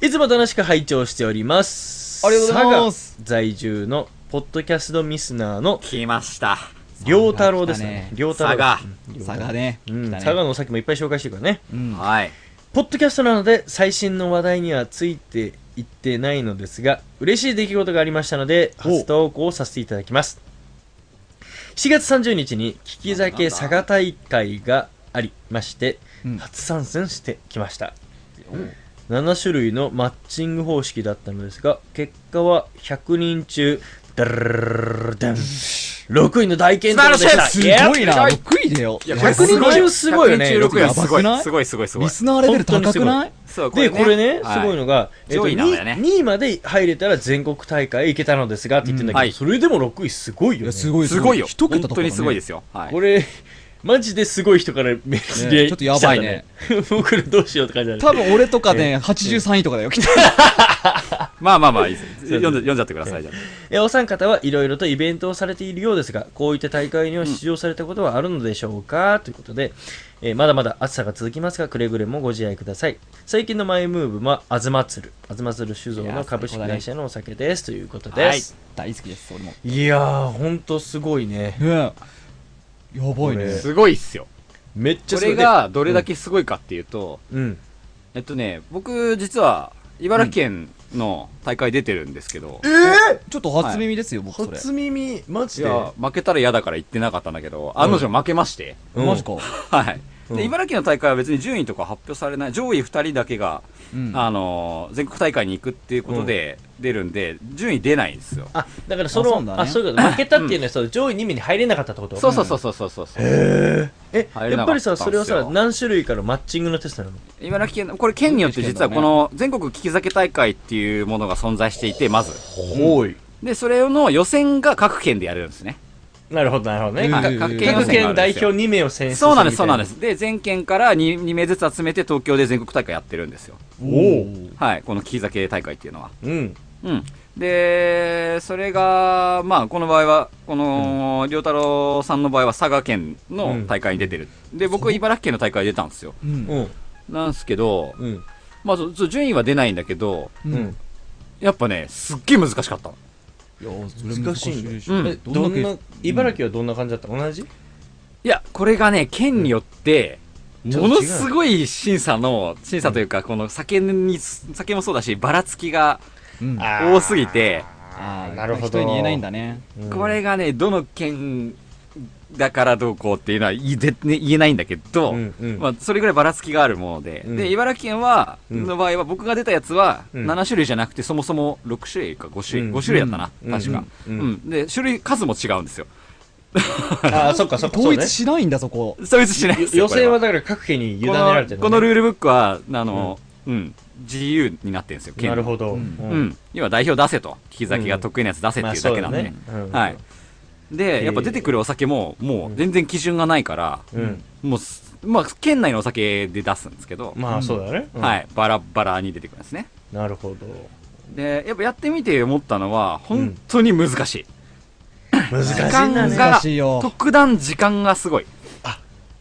いつも楽しく拝聴しております。
ありがとうございます
佐賀在住のポッドキャストミスナーの
来ました。
良太郎ですね。良太郎。
佐賀
うん
佐賀。ね。
うん、
来たね
佐賀のお酒もいっぱい紹介してるからね。
うん。
はい。
ポッドキャストなので最新の話題にはついていってないのですが、嬉しい出来事がありましたので、初投稿をさせていただきます。7月30日に、聞き酒佐賀大会がありまして、
うん
初参戦してきました。7種類のマッチング方式だったのですが、結果は100人中、ダルルルルルルン6位の大健闘でした。
す
イエ
ご
ーイ
いな。6位だよ。
やこれすごい100人中すごいよね
100人中6位は
やば
すご
くない
い。すごい、すごい、すごい
リ。スナーレベル高くない
そう
で、これね、
は
すごいのが、えっと
上位なんだよね
2, 位まで入れたら全国大会行けたのですがって言ってん
う
だけど、
んはい
それでも6位すごい
い
よね。
や、すごい
すごいよ。
一桁
本
とか。
当にすごいですすよ。はい。
これ、マジですごい人からメール
ね
で、
ちょっとやばいね
来
<laughs>
ちゃったね。僕らどうしようって感じだね。
多分俺とかね、83位とかだよ。きっと
まあまあまあいいです。読んじゃ読んじゃってください。じゃあ
えお三方はいろいろとイベントをされているようですが、こういった大会には出場されたことはあるのでしょうか、ということで、えーまだまだ暑さが続きますが、くれぐれもご自愛ください。最近のマイムーブは、あずまつる。あずまつる酒造
いや
の
ー
株式会社のお酒です。ということです。
はい
大好きです、俺も。
いやー、ほんとすごいね。
ねやばいね。
すごいっすよ。
めっちゃ
こ
すごい。
れ
で
がどれだけすごいかっていうと、
うん。
えっとね、僕実は茨城県の大会出てるんですけど、
ちょっと初耳ですよ、僕それ。
初耳マジ
い
で
や、負けたら嫌だから行ってなかったんだけど、案の定負けまして、
うん
マジか。
はい。で、茨城の大会は別に順位とか発表されない、上位2人だけが、
うん。
あのー全国大会に行くっていうことで出るんで、順位出ないんですよ。
あ、だからその、
あ
あそ,、
そううだね
いうこと、負けたっていうのは、その上位2名に入れなかったってこと
そうそうそうそうそうそう。
え、
入れ
や
なかっ
っぱ
たん
り
すよ
さ、それはさ、何種類かのマッチングのテストなの
茨城県の、これ県によって実はこの全国利き酒大会っていうものが存在していて、まず。
多い。
で、それの予選が各県でやるんですね。
なるほど、なるほどね。
うん
か
各県
各県代表
に
2名を選出
そうなんです、そうなんですす。で、全県から 2, 2名ずつ集めて東京で全国大会やってるんですよ。
みたいな。
はい、この利き酒大会っていうのは。
おお。うん。
うん。で、それが、まあ、この場合は、この、良太郎さんの場合は佐賀県の大会に出てる。で、僕、茨城県の大会に出たんですよ。
うん
うん。
なんですけど、
うん。
まあ、そうそう順位は出ないんだけど、
うん。
やっぱね、すっげえ難しかったの。
いや、それ難しいね。
うん
え、
ど
ど
んだ
ん
け
な、茨城はどんな感じだった同じ
いや、これがね、県によって、
ちょっと違う
ものすごい審査の、審査というか、この酒に、酒もそうだし、ばらつきが
うんあ
多すぎて、
あー、
なるほど
人に言えないんだね。
これがね、どの県だからどうこうっていうのは言いでね言えないんだけど、
うんうん
まあ、それぐらいばらつきがあるもので、
うん
で、茨城県は、
うん
の場合は僕が出たやつは、
うん
7種類じゃなくて、そもそも6種類か5種類、
うん
5種類だったな、
うん
確か、
う
うんんで、種類、数も違うんですよ。
ああ、そっかそっか。
統
そう
一
ね
しないんだ、そこ。
そいつしないですよ。
予選は
こ
だから各県に委ね
れは
られてる
この。このルールブックは、あの、うん、自由になってるんですよ、県の
なるほど。
うん
う。ん、要は代表出せと、利き酒が得意なやつ出せって
まあ
いうだ
そう
けなんで、
ね。うん
はい。、で、やっぱ出てくるお酒も、もう全然基準がないから、
うん。
もうす、まあ、県内のお酒で出すんですけど、
まあ、そうだね。うん
はい、バラバラに出てくるんですね。
なるほど。
で、やっぱやってみて思ったのは、本当に難しい。
難しい
時間
な。
が
難しい、よ
特段時間がすごい。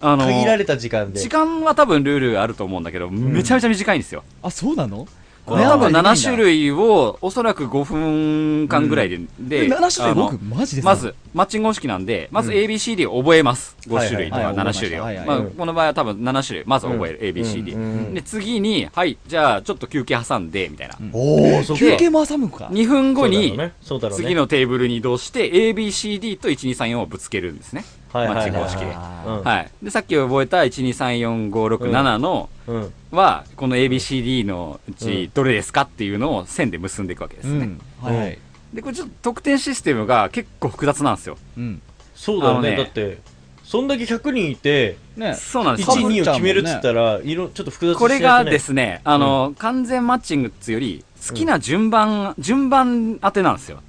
あの、
限られた時間で。
時間は多分ルールあると思うんだけど、めちゃめちゃ短いんですよ。
あ、そうなの
これ多分7種。
悩んだりでき
類を、おそらく5分間ぐらいで、
ない
で
んだえ7種
あ
類
の
僕、マジです
まず、マッチング方式なんで、まず ABCD を覚えます。
はい
5種類と
はいは
か
い
7種類を。
はいはい
まあ
うん、
この場合は多分7種類、まず覚える、
うんうん
ABCD。で、次に、はい、じゃあちょっと休憩挟んで、みたいな。
おお、そっか
で
休憩も挟むか。
2分後に、
そうだろうね、そうだろうね
次、のテーブルに移動して、ABCD と1234をぶつけるんですね。
はいはいはい
マッチング方式で。
うん
はい。で、さっき覚えた12345677の、
うん、
は、この ABCD のうちどれですかっていうのを線で結んでいくわけです
う
ね。
ん。はい。
で、これちょっと得点システムが結構複雑なんですよ。
うん。
そうだよ
あ
ね
のね
だってそんだけ100人いて、
ね
そうなんです
一
1、
よ。
2を決めるっつったら、いろ、ちょっと複雑。
これがですすね、あの、完全マッチングっつうより、好きな順番、順番当てなんですよ。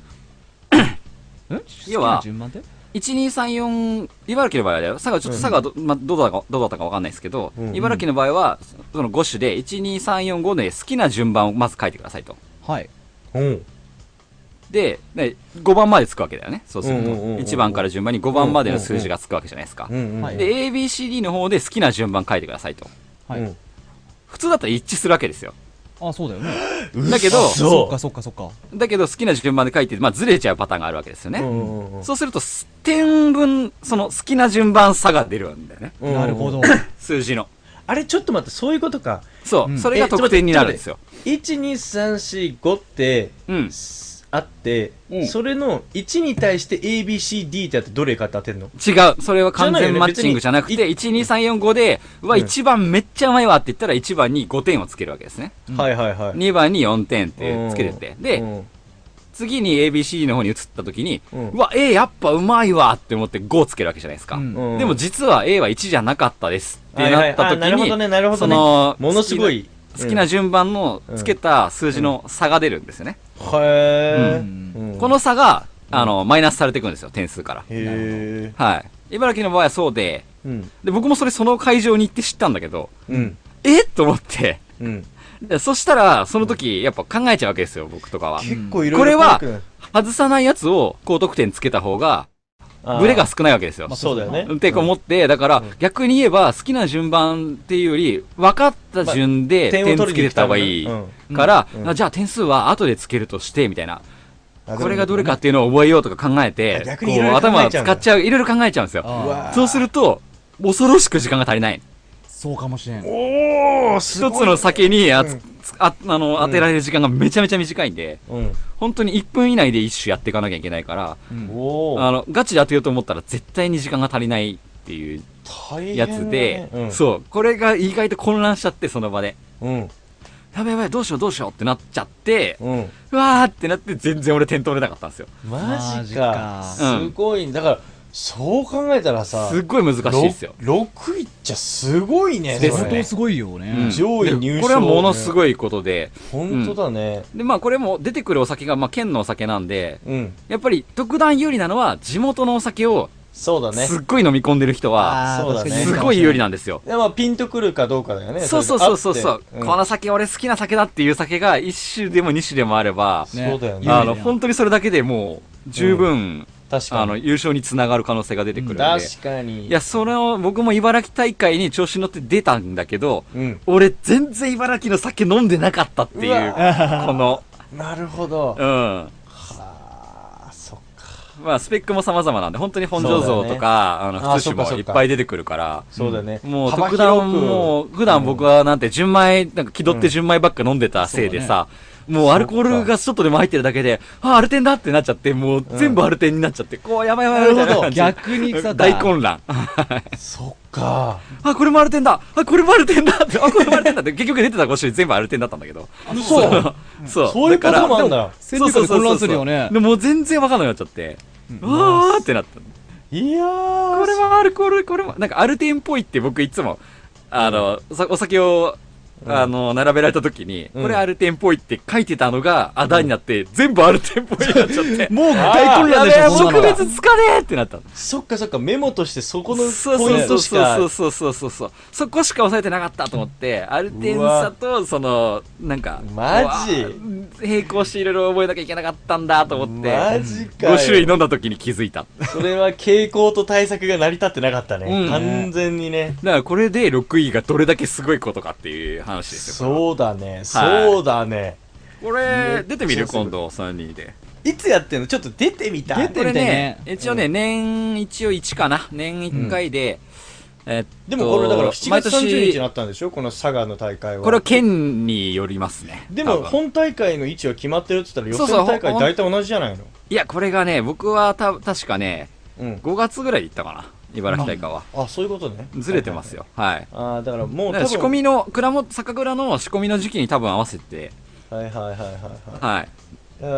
ん
要
好き
は
な順番で
1234茨城の場合はだよ佐賀ちょっと佐賀はど,、まあ、どうだかどうだったかわかんないですけど、
うん
茨城の場合はその5種で12345で好きな順番をまず書いてくださいと
はい
うん。
でで5番までつくわけだよねそうすると
うんうんうんうん
1番から順番に5番までの数字がつくわけじゃないですか、
うん、うん。
はい
で ABCD の方で好きな順番書いてくださいと
はい、
うん
普通だったら一致するわけですよ
あそうだよね
だけど
そっ
そ
かそっかそっか
だけど好きな順番で書いて、まあ、ずれちゃうパターンがあるわけですよね、
う。うんうんうん
そうすると点分その好きな順番差が出るんだよね
うん。
なるほど
数字の
あれ、ちょっと待って、そういうことか。
そう、
うん
それが
えちょっと
得点になるんですよ
12345って、
うん
すあって、
うん
それの1に対して ABCD ってあってどれか当てんの
違う。それは完全マッチングじゃなく
じゃ
て、12345で、うわ、
うん
1番めっちゃうまいわって言ったら、1番に5点をつけるわけですね。
うん
はいはいはい。
2番に4点ってつけてて。
う
で、
ん
次に ABC の方に移った時に、
うん
うわ、A やっぱうまいわって思って5をつけるわけじゃないですか。
うん
うん
でも実は A は1じゃなかったですってなった時に、
はいはいあなるほどねなるほどね
その、
ものすごい。
好きな。好きな順番のつけた数字の差が出るんですよね。
うんへ
うん
ー。うん
この差が、あの、マイナスされていくんですよ、点数から。
へ
はい。茨城の場合はそうで、
ー。うん。
で、僕もそれその会場に行って知ったんだけど、
うん。
えっと思って。
うん。
でそしたら、その時、やっぱ考えちゃうわけですよ、僕とかは。
結構いろいろ。
これは、外さないやつを高得点つけた方が、ブレが。少ないわけですよ。
あそうだよね。
ってこう思って、だから、逆に言えば、好きな順番っていうより、分かった順で
点
点
を
つ
取り
け
に
て
来
た方
た方
が
が
い
い
い
い。
から、
うん
あじゃあ点数は後でつけるとして、みたいな。
あ
これがどれかっ。ていうのを覚えようとか考えて
あ、逆
こ
に色
う
々考えちゃう
頭
んだ
使っちゃう、いろいろ考えちゃうんですよ。
でもう
あ
わー
そうすると、恐ろしく時間が足りない。
そうかもしれん
おー、すご
一
い
つの。酒にあつ、
うん
つああの
うん
当てられる時間がめちゃめちゃ短いんで、
うん。
本当に1分以内で1種やっていかなきゃいけないから、
うん
お
あ
ー。
のガチで当てようと思ったら絶対に時間が足りないっていう
大変だ
や
ね
つで、
うん
そう、これが意外と混乱しちゃって、その場で。
うん。
やべやべ、どうしようどうしようってなっちゃって、
うん。
うわーってなって全然俺点取れなかったんですよ。
マ
マ
ジ
ジ
か
か。
うん
すごい。だから、そう考えたらさ、
すっごい難しいですよ。
6位っちゃすごいね。
です
相
そ
ね
れ
当すごいよね、
うん
上位入賞
でこれはものすごいことで、
本当だね。
で、まあこれも出てくるお酒が、まあ県のお酒なんで、
うん。
やっぱり特段有利なのは地元のお酒を
そうだね。
すっごい飲み込んでる人
あ
は、
ー
そうだね
確かに
すごい有利なんですよ。
でもピンとくるかどうかだよね。
そうそうそうそうそう、
れが
こ
あって
の酒俺好きな酒だっていう酒が1種でも2種でもあれば、
ねそうだよね
あの
有利だよ
本当にそれだけでもう十分、
確か
あ
に
の優勝につながる可能性が出てくるんで、
確かに
いやそれを僕も茨城大会に調子に乗って出たんだけど
うん
俺全然茨城の酒飲んでなかったっていう
うわ <laughs>
この
なるほど
うん
あそっか
まあスペックも様々なんで本当に本醸造とか、
ね
あの普通
あそっか
酒
そっ
も
か
いっぱい出てくるから
そうだね
もう
幅
特
広
段
く
もう普段僕はなんて純米なんか気取って純米ばっか飲んでたせいでさ、もうアルコールがちょっとでも入ってるだけで、あ、アルテンだってなっちゃって、もう全部アルテンになっちゃって、こう、やばいやばいやばいみたいな感じで
逆にさ
大混乱。
そっか
あ、これもアルテンだあ、これもアルテンだって、あ、これもアルテンだって、結局出てた5種類全部アルテンだったんだけど。
そう
そう。
そういうこともあん
だから
だ
戦力で混乱するよね
でもう全然わかんなくなっちゃって、うわーってなった。
いやー
これはアルコール、これも、なんかアルテンっぽいって僕いつも、あの、さお酒を、あの、並べられた時に、
うん
これアルテンっぽいって書いてたのが、あだになって、全部アルテンっぽいになっちゃって。
もう
大
大混
混乱
乱
で
で
し
し
ょ
ょそんな
特
の
別つかねえってなった。
そっかそっかメモとしてそこの
そう
ポイントしか
そうそうそうそうそうそう。そこしか押さえてなかったと思って、アルテンさと、その、なんか、
マジ
うわ並行していろいろ覚えなきゃいけなかったんだと思って、
マジかよ
5種類飲んだ時に気づいた。
それは傾向と対策が成り立ってなかった
う
ね
ん
完全にね
だからこれで6位がどれだけすごいことかっていう話ですよ。
そうだねそうだね
これ、出てみ
め
る
っちゃすごい
今度、3人で。
いつやってんのちょっと出てみた
出
い
て
これ
みたいね
ね、一応ね、年、一応1かな。年1回で、えっと
でもこれだから7
毎
月30日に
年
なったんでしょこの佐賀の大会は
これは県によりますね。
で
多
も
分
本大会の位置は決まってるって言ったら予
そうそう
選大会大体同じじゃないの
いや、これがね、僕はた、確かね、
うん
5月ぐらいで行ったかな。茨城大会は。
あそういうことね
ずれてますよ。はい。
ああだからも
だか
う多
ら
分
仕込みの、蔵元、酒蔵の仕込みの時期に多分合わせて、
はいはいはいはいはい
はい。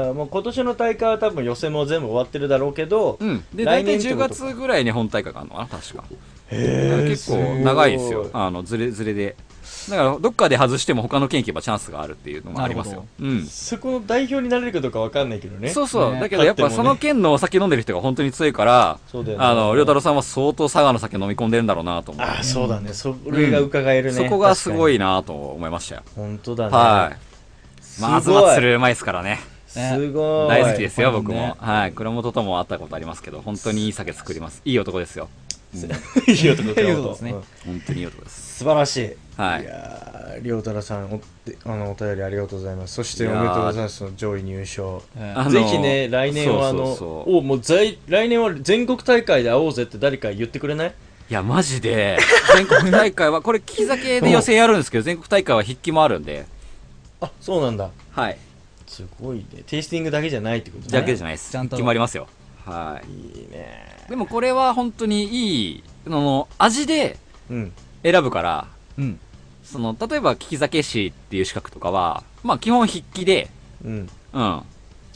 うんもう今年の大会は多分予選も全部終わってるだろうけど、
うん、で
来
大体
年って
10
ことか
月ぐらいに本大会があるのかな確かだから結構長いですよ
すご
あのずれずれでだからどっかで外しても他の県行けばチャンスがあるっていうのがありますよ、うん、
そこの代表になれるかどうかわかんないけどね
そうそう、
ね
だけどやっぱ
勝って
そ
もね
の県のお酒飲んでる人が本当に強いから、
そうだよね
あの、良太郎さんは相当佐賀の酒飲み込んでるんだろうなと思う。
ああそうだねそれが伺えるね、
そこがすご
い
いなと思いましたよ。
本当だね、
はい。まあ、
すごい
東鶴うまいですからね。
すごい
大好きですよ、
はい
僕も。はい。倉本とも会ったことありますけど、本当にいい酒作ります。いい男ですよ。
いい男だ
いい
よ
男ですね
うん
本当にいい男です。
素晴らしい
はいい。
やー亮太郎さんおってあのお便りありがとうございますそして
い
お
やー
めでとうございますその上位入賞
あの
ぜひね来年はあ
そう
の
そうそう
おもう在来年は全国大会で会おうぜって誰か言ってくれない
いや、マジで、全国大会は、これ、木酒で予選やるんですけど、全国大会は筆記もあるんで、
あそうなんだ
はい。
すごいねテイスティングだけじゃないってことね
だけじゃないです。
ちゃんと
筆記もありますよ。はい。
いいね
でもこれは本当にいい、あの、味で
うん
選ぶから、
うん。
その、例えば、利き酒師っていう資格とかは、まあ基本筆記で、
うん
うん。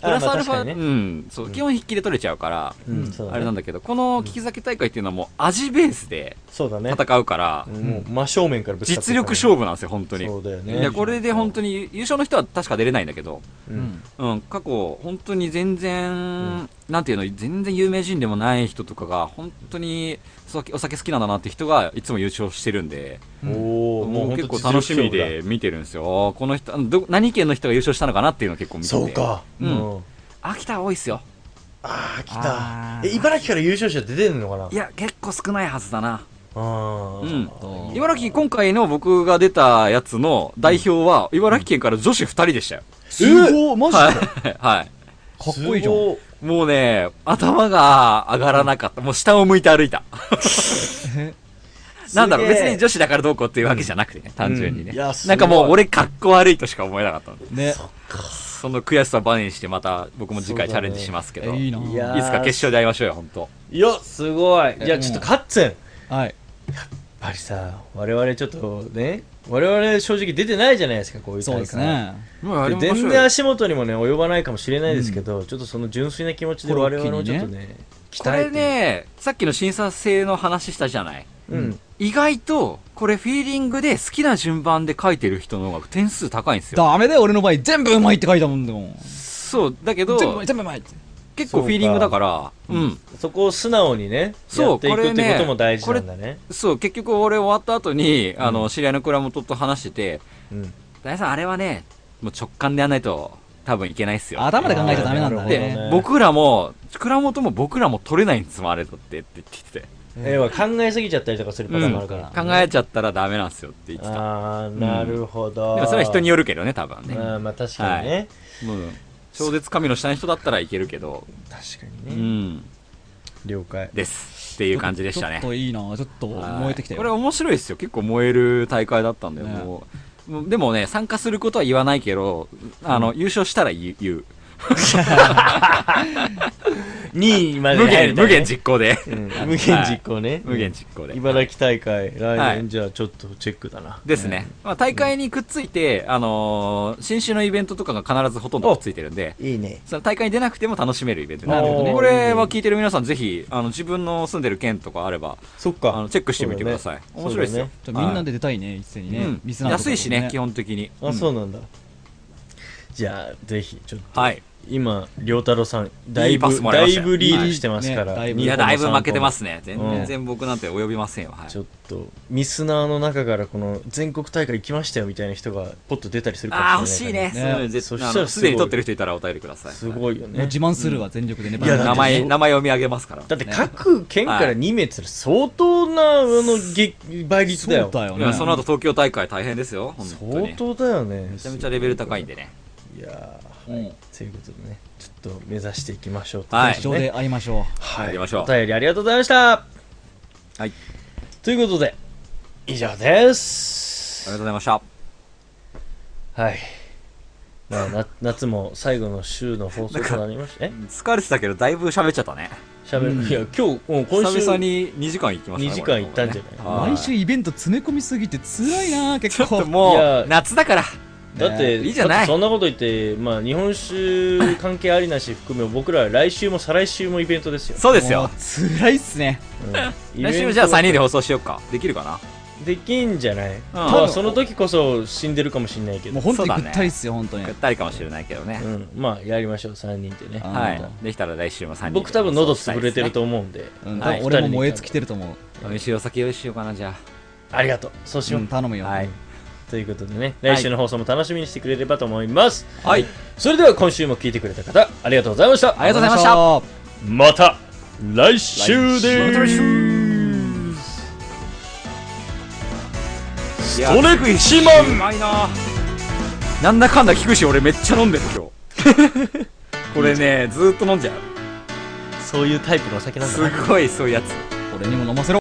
プ
あ
ラス
まあ
アルフ
確か
ァ、
にね
うん、そう、基本筆記で取れちゃうから、
うんそうだ
あれなん
ね
だけど、この利き酒大会っていうのはもう味ベースで
そうだね
戦うから、
もう真正面からぶつかって
実
るから
力勝負なんですよ、本当に。
そうだよね
いや、これで本当に優勝の人は確か出れないんだけど、
う
うんん。
うん、過去、本当に全然、
ん
なんていうの、全然有名人でもない人とかが、本当にお酒お酒好きなんだなって人がいつも優勝してるんで、
おお
もう結構楽しみで見てるんですよ。あーこの人、あのど何県の人が優勝したのかなっていうのを結構見てて。
そう。か
う
うんん
秋田多いっすよ。
ああ来
あ
た
ー
え茨城から優勝者出てるのかない
や、結構少ないはずだな。
あ
うん
ー
茨城、今回の僕が出たやつの代表は、茨城県から女子2人でしたよ。
すごいマジで
はい。は
か
い。
っこいいじゃん。
すご
もうね、頭が上がらなかった。もう下を向いて歩い
<laughs>
た。なんだろう、
す
別
げえ
に女子だからどうこうっていうわけじゃなくてね、単純にね
うんいや。すご
ないんかもう俺、格好悪いとしか思えなかったので
ね。
その悔しさをバネにして、また僕も次回チ
そう
ャ
だね
レンジしますけど。
えいいな。
いやー
いつか決勝で会いましょうよ、本当。
いやすごいいやちょっとカッツンやっ
はい。
ぱりさ我々ちょっとね我々正直出てないじゃないですかこういう大会
そうですね。
で全然足元にもね及ばないかもしれないですけど、ちょっとその純粋な気持ちで
こ
我
れを
々
機にね
もちょっとね期
こ
待
れね、さっきの審査制の話したじゃない。
うん
意外と、これフィーリングで好きな順番で書いてる人の方が点数高いんですよ。
ダメだよ、俺の場合。全部うまいって書いたもんでも。
そう、だけど、
全部うまい、全部うまいって。
結構フィーリングだから、うん。
そこを素直にね
そう
やってい
こ
く
れ
っ
ね
てことも大事なんだね
そう、結局俺終わった後に、あの、知り合いの倉本と話してて、
うん
大さんあれはね、もう直感でやらないと多分いけないっすよ。
頭で考えちゃダメなんだ
あーなるほど
ね。
ね
僕らも、倉本も僕らも取れないんですもん、あれだってって言ってて。
えは考えすぎちゃったりとかするパターンもあるから、
考えちゃったらダメなんですよって言ってた。
ああなるほど、
でもそれは人によるけどね、多分ね。
あーまあ確かにね、
もう超絶神の下の人だったらいけるけど、
確か
う
にね、
ん、
了解
ですっていう感じでしたね
ちょっ。といいな。ちょっと燃えてきた
はいこれ
よ。
面白いですよ。結構燃える大会だったんだよ。
ね
もうもうでもね、参加することは言わないけど、あの、優勝したら言う言う。
2位まで
無
入
限、
れた
無
ね
限実行で。
うん無限実行ね、
無限実行で。
茨城大会来
はい
年じゃあちょっとチェックだな、
ですね。まあ、大会にくっついて、あのー新種のイベントとかが必ずほとんどくっついてるんで、
いいね
その大会に出なくても楽しめるイベントに
なるほどね
これは聞いてる皆さん、ぜひ、あの、自分の住んでる県とかあれば、
そっか
あのチェックしてみてください。
そうだね
面白いですよ。
ちょっとみんなで出たいね、一斉に
う
ね
ん。
リスナーのとこ
安
ろ
いしね、基本的に。
あ、そう
う
なんだ。じゃあ、ぜひ、ちょっと、
んはい。
今、良太郎さん、だい
いいパス
ぶ、
もらいま
だ
した
い
よ
ぶリードしてますから、
はい
いや、だいぶ負けてま。すね。
ん
全然僕なんて及びませんよ。はい
ちょっと、ミスナーの中から、この、全国大会行きましたよみたいな人が、ポッと出たりするかも
ああ、欲
し
しいね。
れないか
そういうの絶
そした
あ
ら
のすでに
すごい
取ってる人いたらお便りくださ
ら
い。
ね。すごいよ
もう
ね。
自慢するわ、全力でね。
いやだって
名前、名前読み上げますから。
だって、各県から2名っつったら相当な、あの、げ倍率だ
そ
よ
う。だよ
い
ね。
や、その後東京大会大変ですよ。本当に。
相当だよね。め
めちゃめちゃレベル高いんでね。
いやー、
うん
ということでね、ちょっと目指していきましょう。
はい
決勝で会いましょう。
はい、
やりましょう
お便りありがとうございました。
はい。
ということで、以上で
ありがとう
す。
ございました。
はい。まあ、な夏も最後の週の放送となりましたね。
疲れてたけど、だいぶ喋っちゃったね。
しゃべる。いや、今日、もう今
久
週、
々に2時間行きましたね。
2時
これ
間行ったんじゃない
はい
毎週イベント詰め込みすぎて辛いな結
ちょっと
構
も
いや
う、夏だから。
だって
いいじゃない
だってそんなこと言って、まあ、日本酒関係ありなし含め僕ら来週も再来週もイベントですよ、
そうですよ。
辛いっすね
う
<laughs>
ん
来週も
イベント
じゃあ3人で放送しようか。できるかな
できんじゃない、
多
まあ、
分
その時こそ死んでるかもしれないけ
もう
ど、
本当に
そうだ
ぐ
ね
ったりっすよ本当に
くったりかもしれないけどね
う。ん、まあやりましょう3人でね
あ
は
本
い。できたら来週も3人で
僕多分喉潰れてると
思
思うんで、
うん多
はい
分俺も燃え尽きてると思う
う。美味しいお酒用意しようかな、じゃ
ありがとうそうしよ
う
う、
ん頼む
あ。
よ
はい。
ということでね
はい
来週の放送も楽しみにしてくれればと思います、
はい。
それでは今週も聞いてくれた方ありがとうございました
ありがとうございました。
また来週で
来
す
週
ストレッチマン
うまいななんだかんだ聞くし俺めっちゃ飲んでる今日 <laughs> これ <laughs> ねずーっと飲んじゃう
そういうタイプのお酒なんだ
すごいそういうやつ
俺にも飲ませろ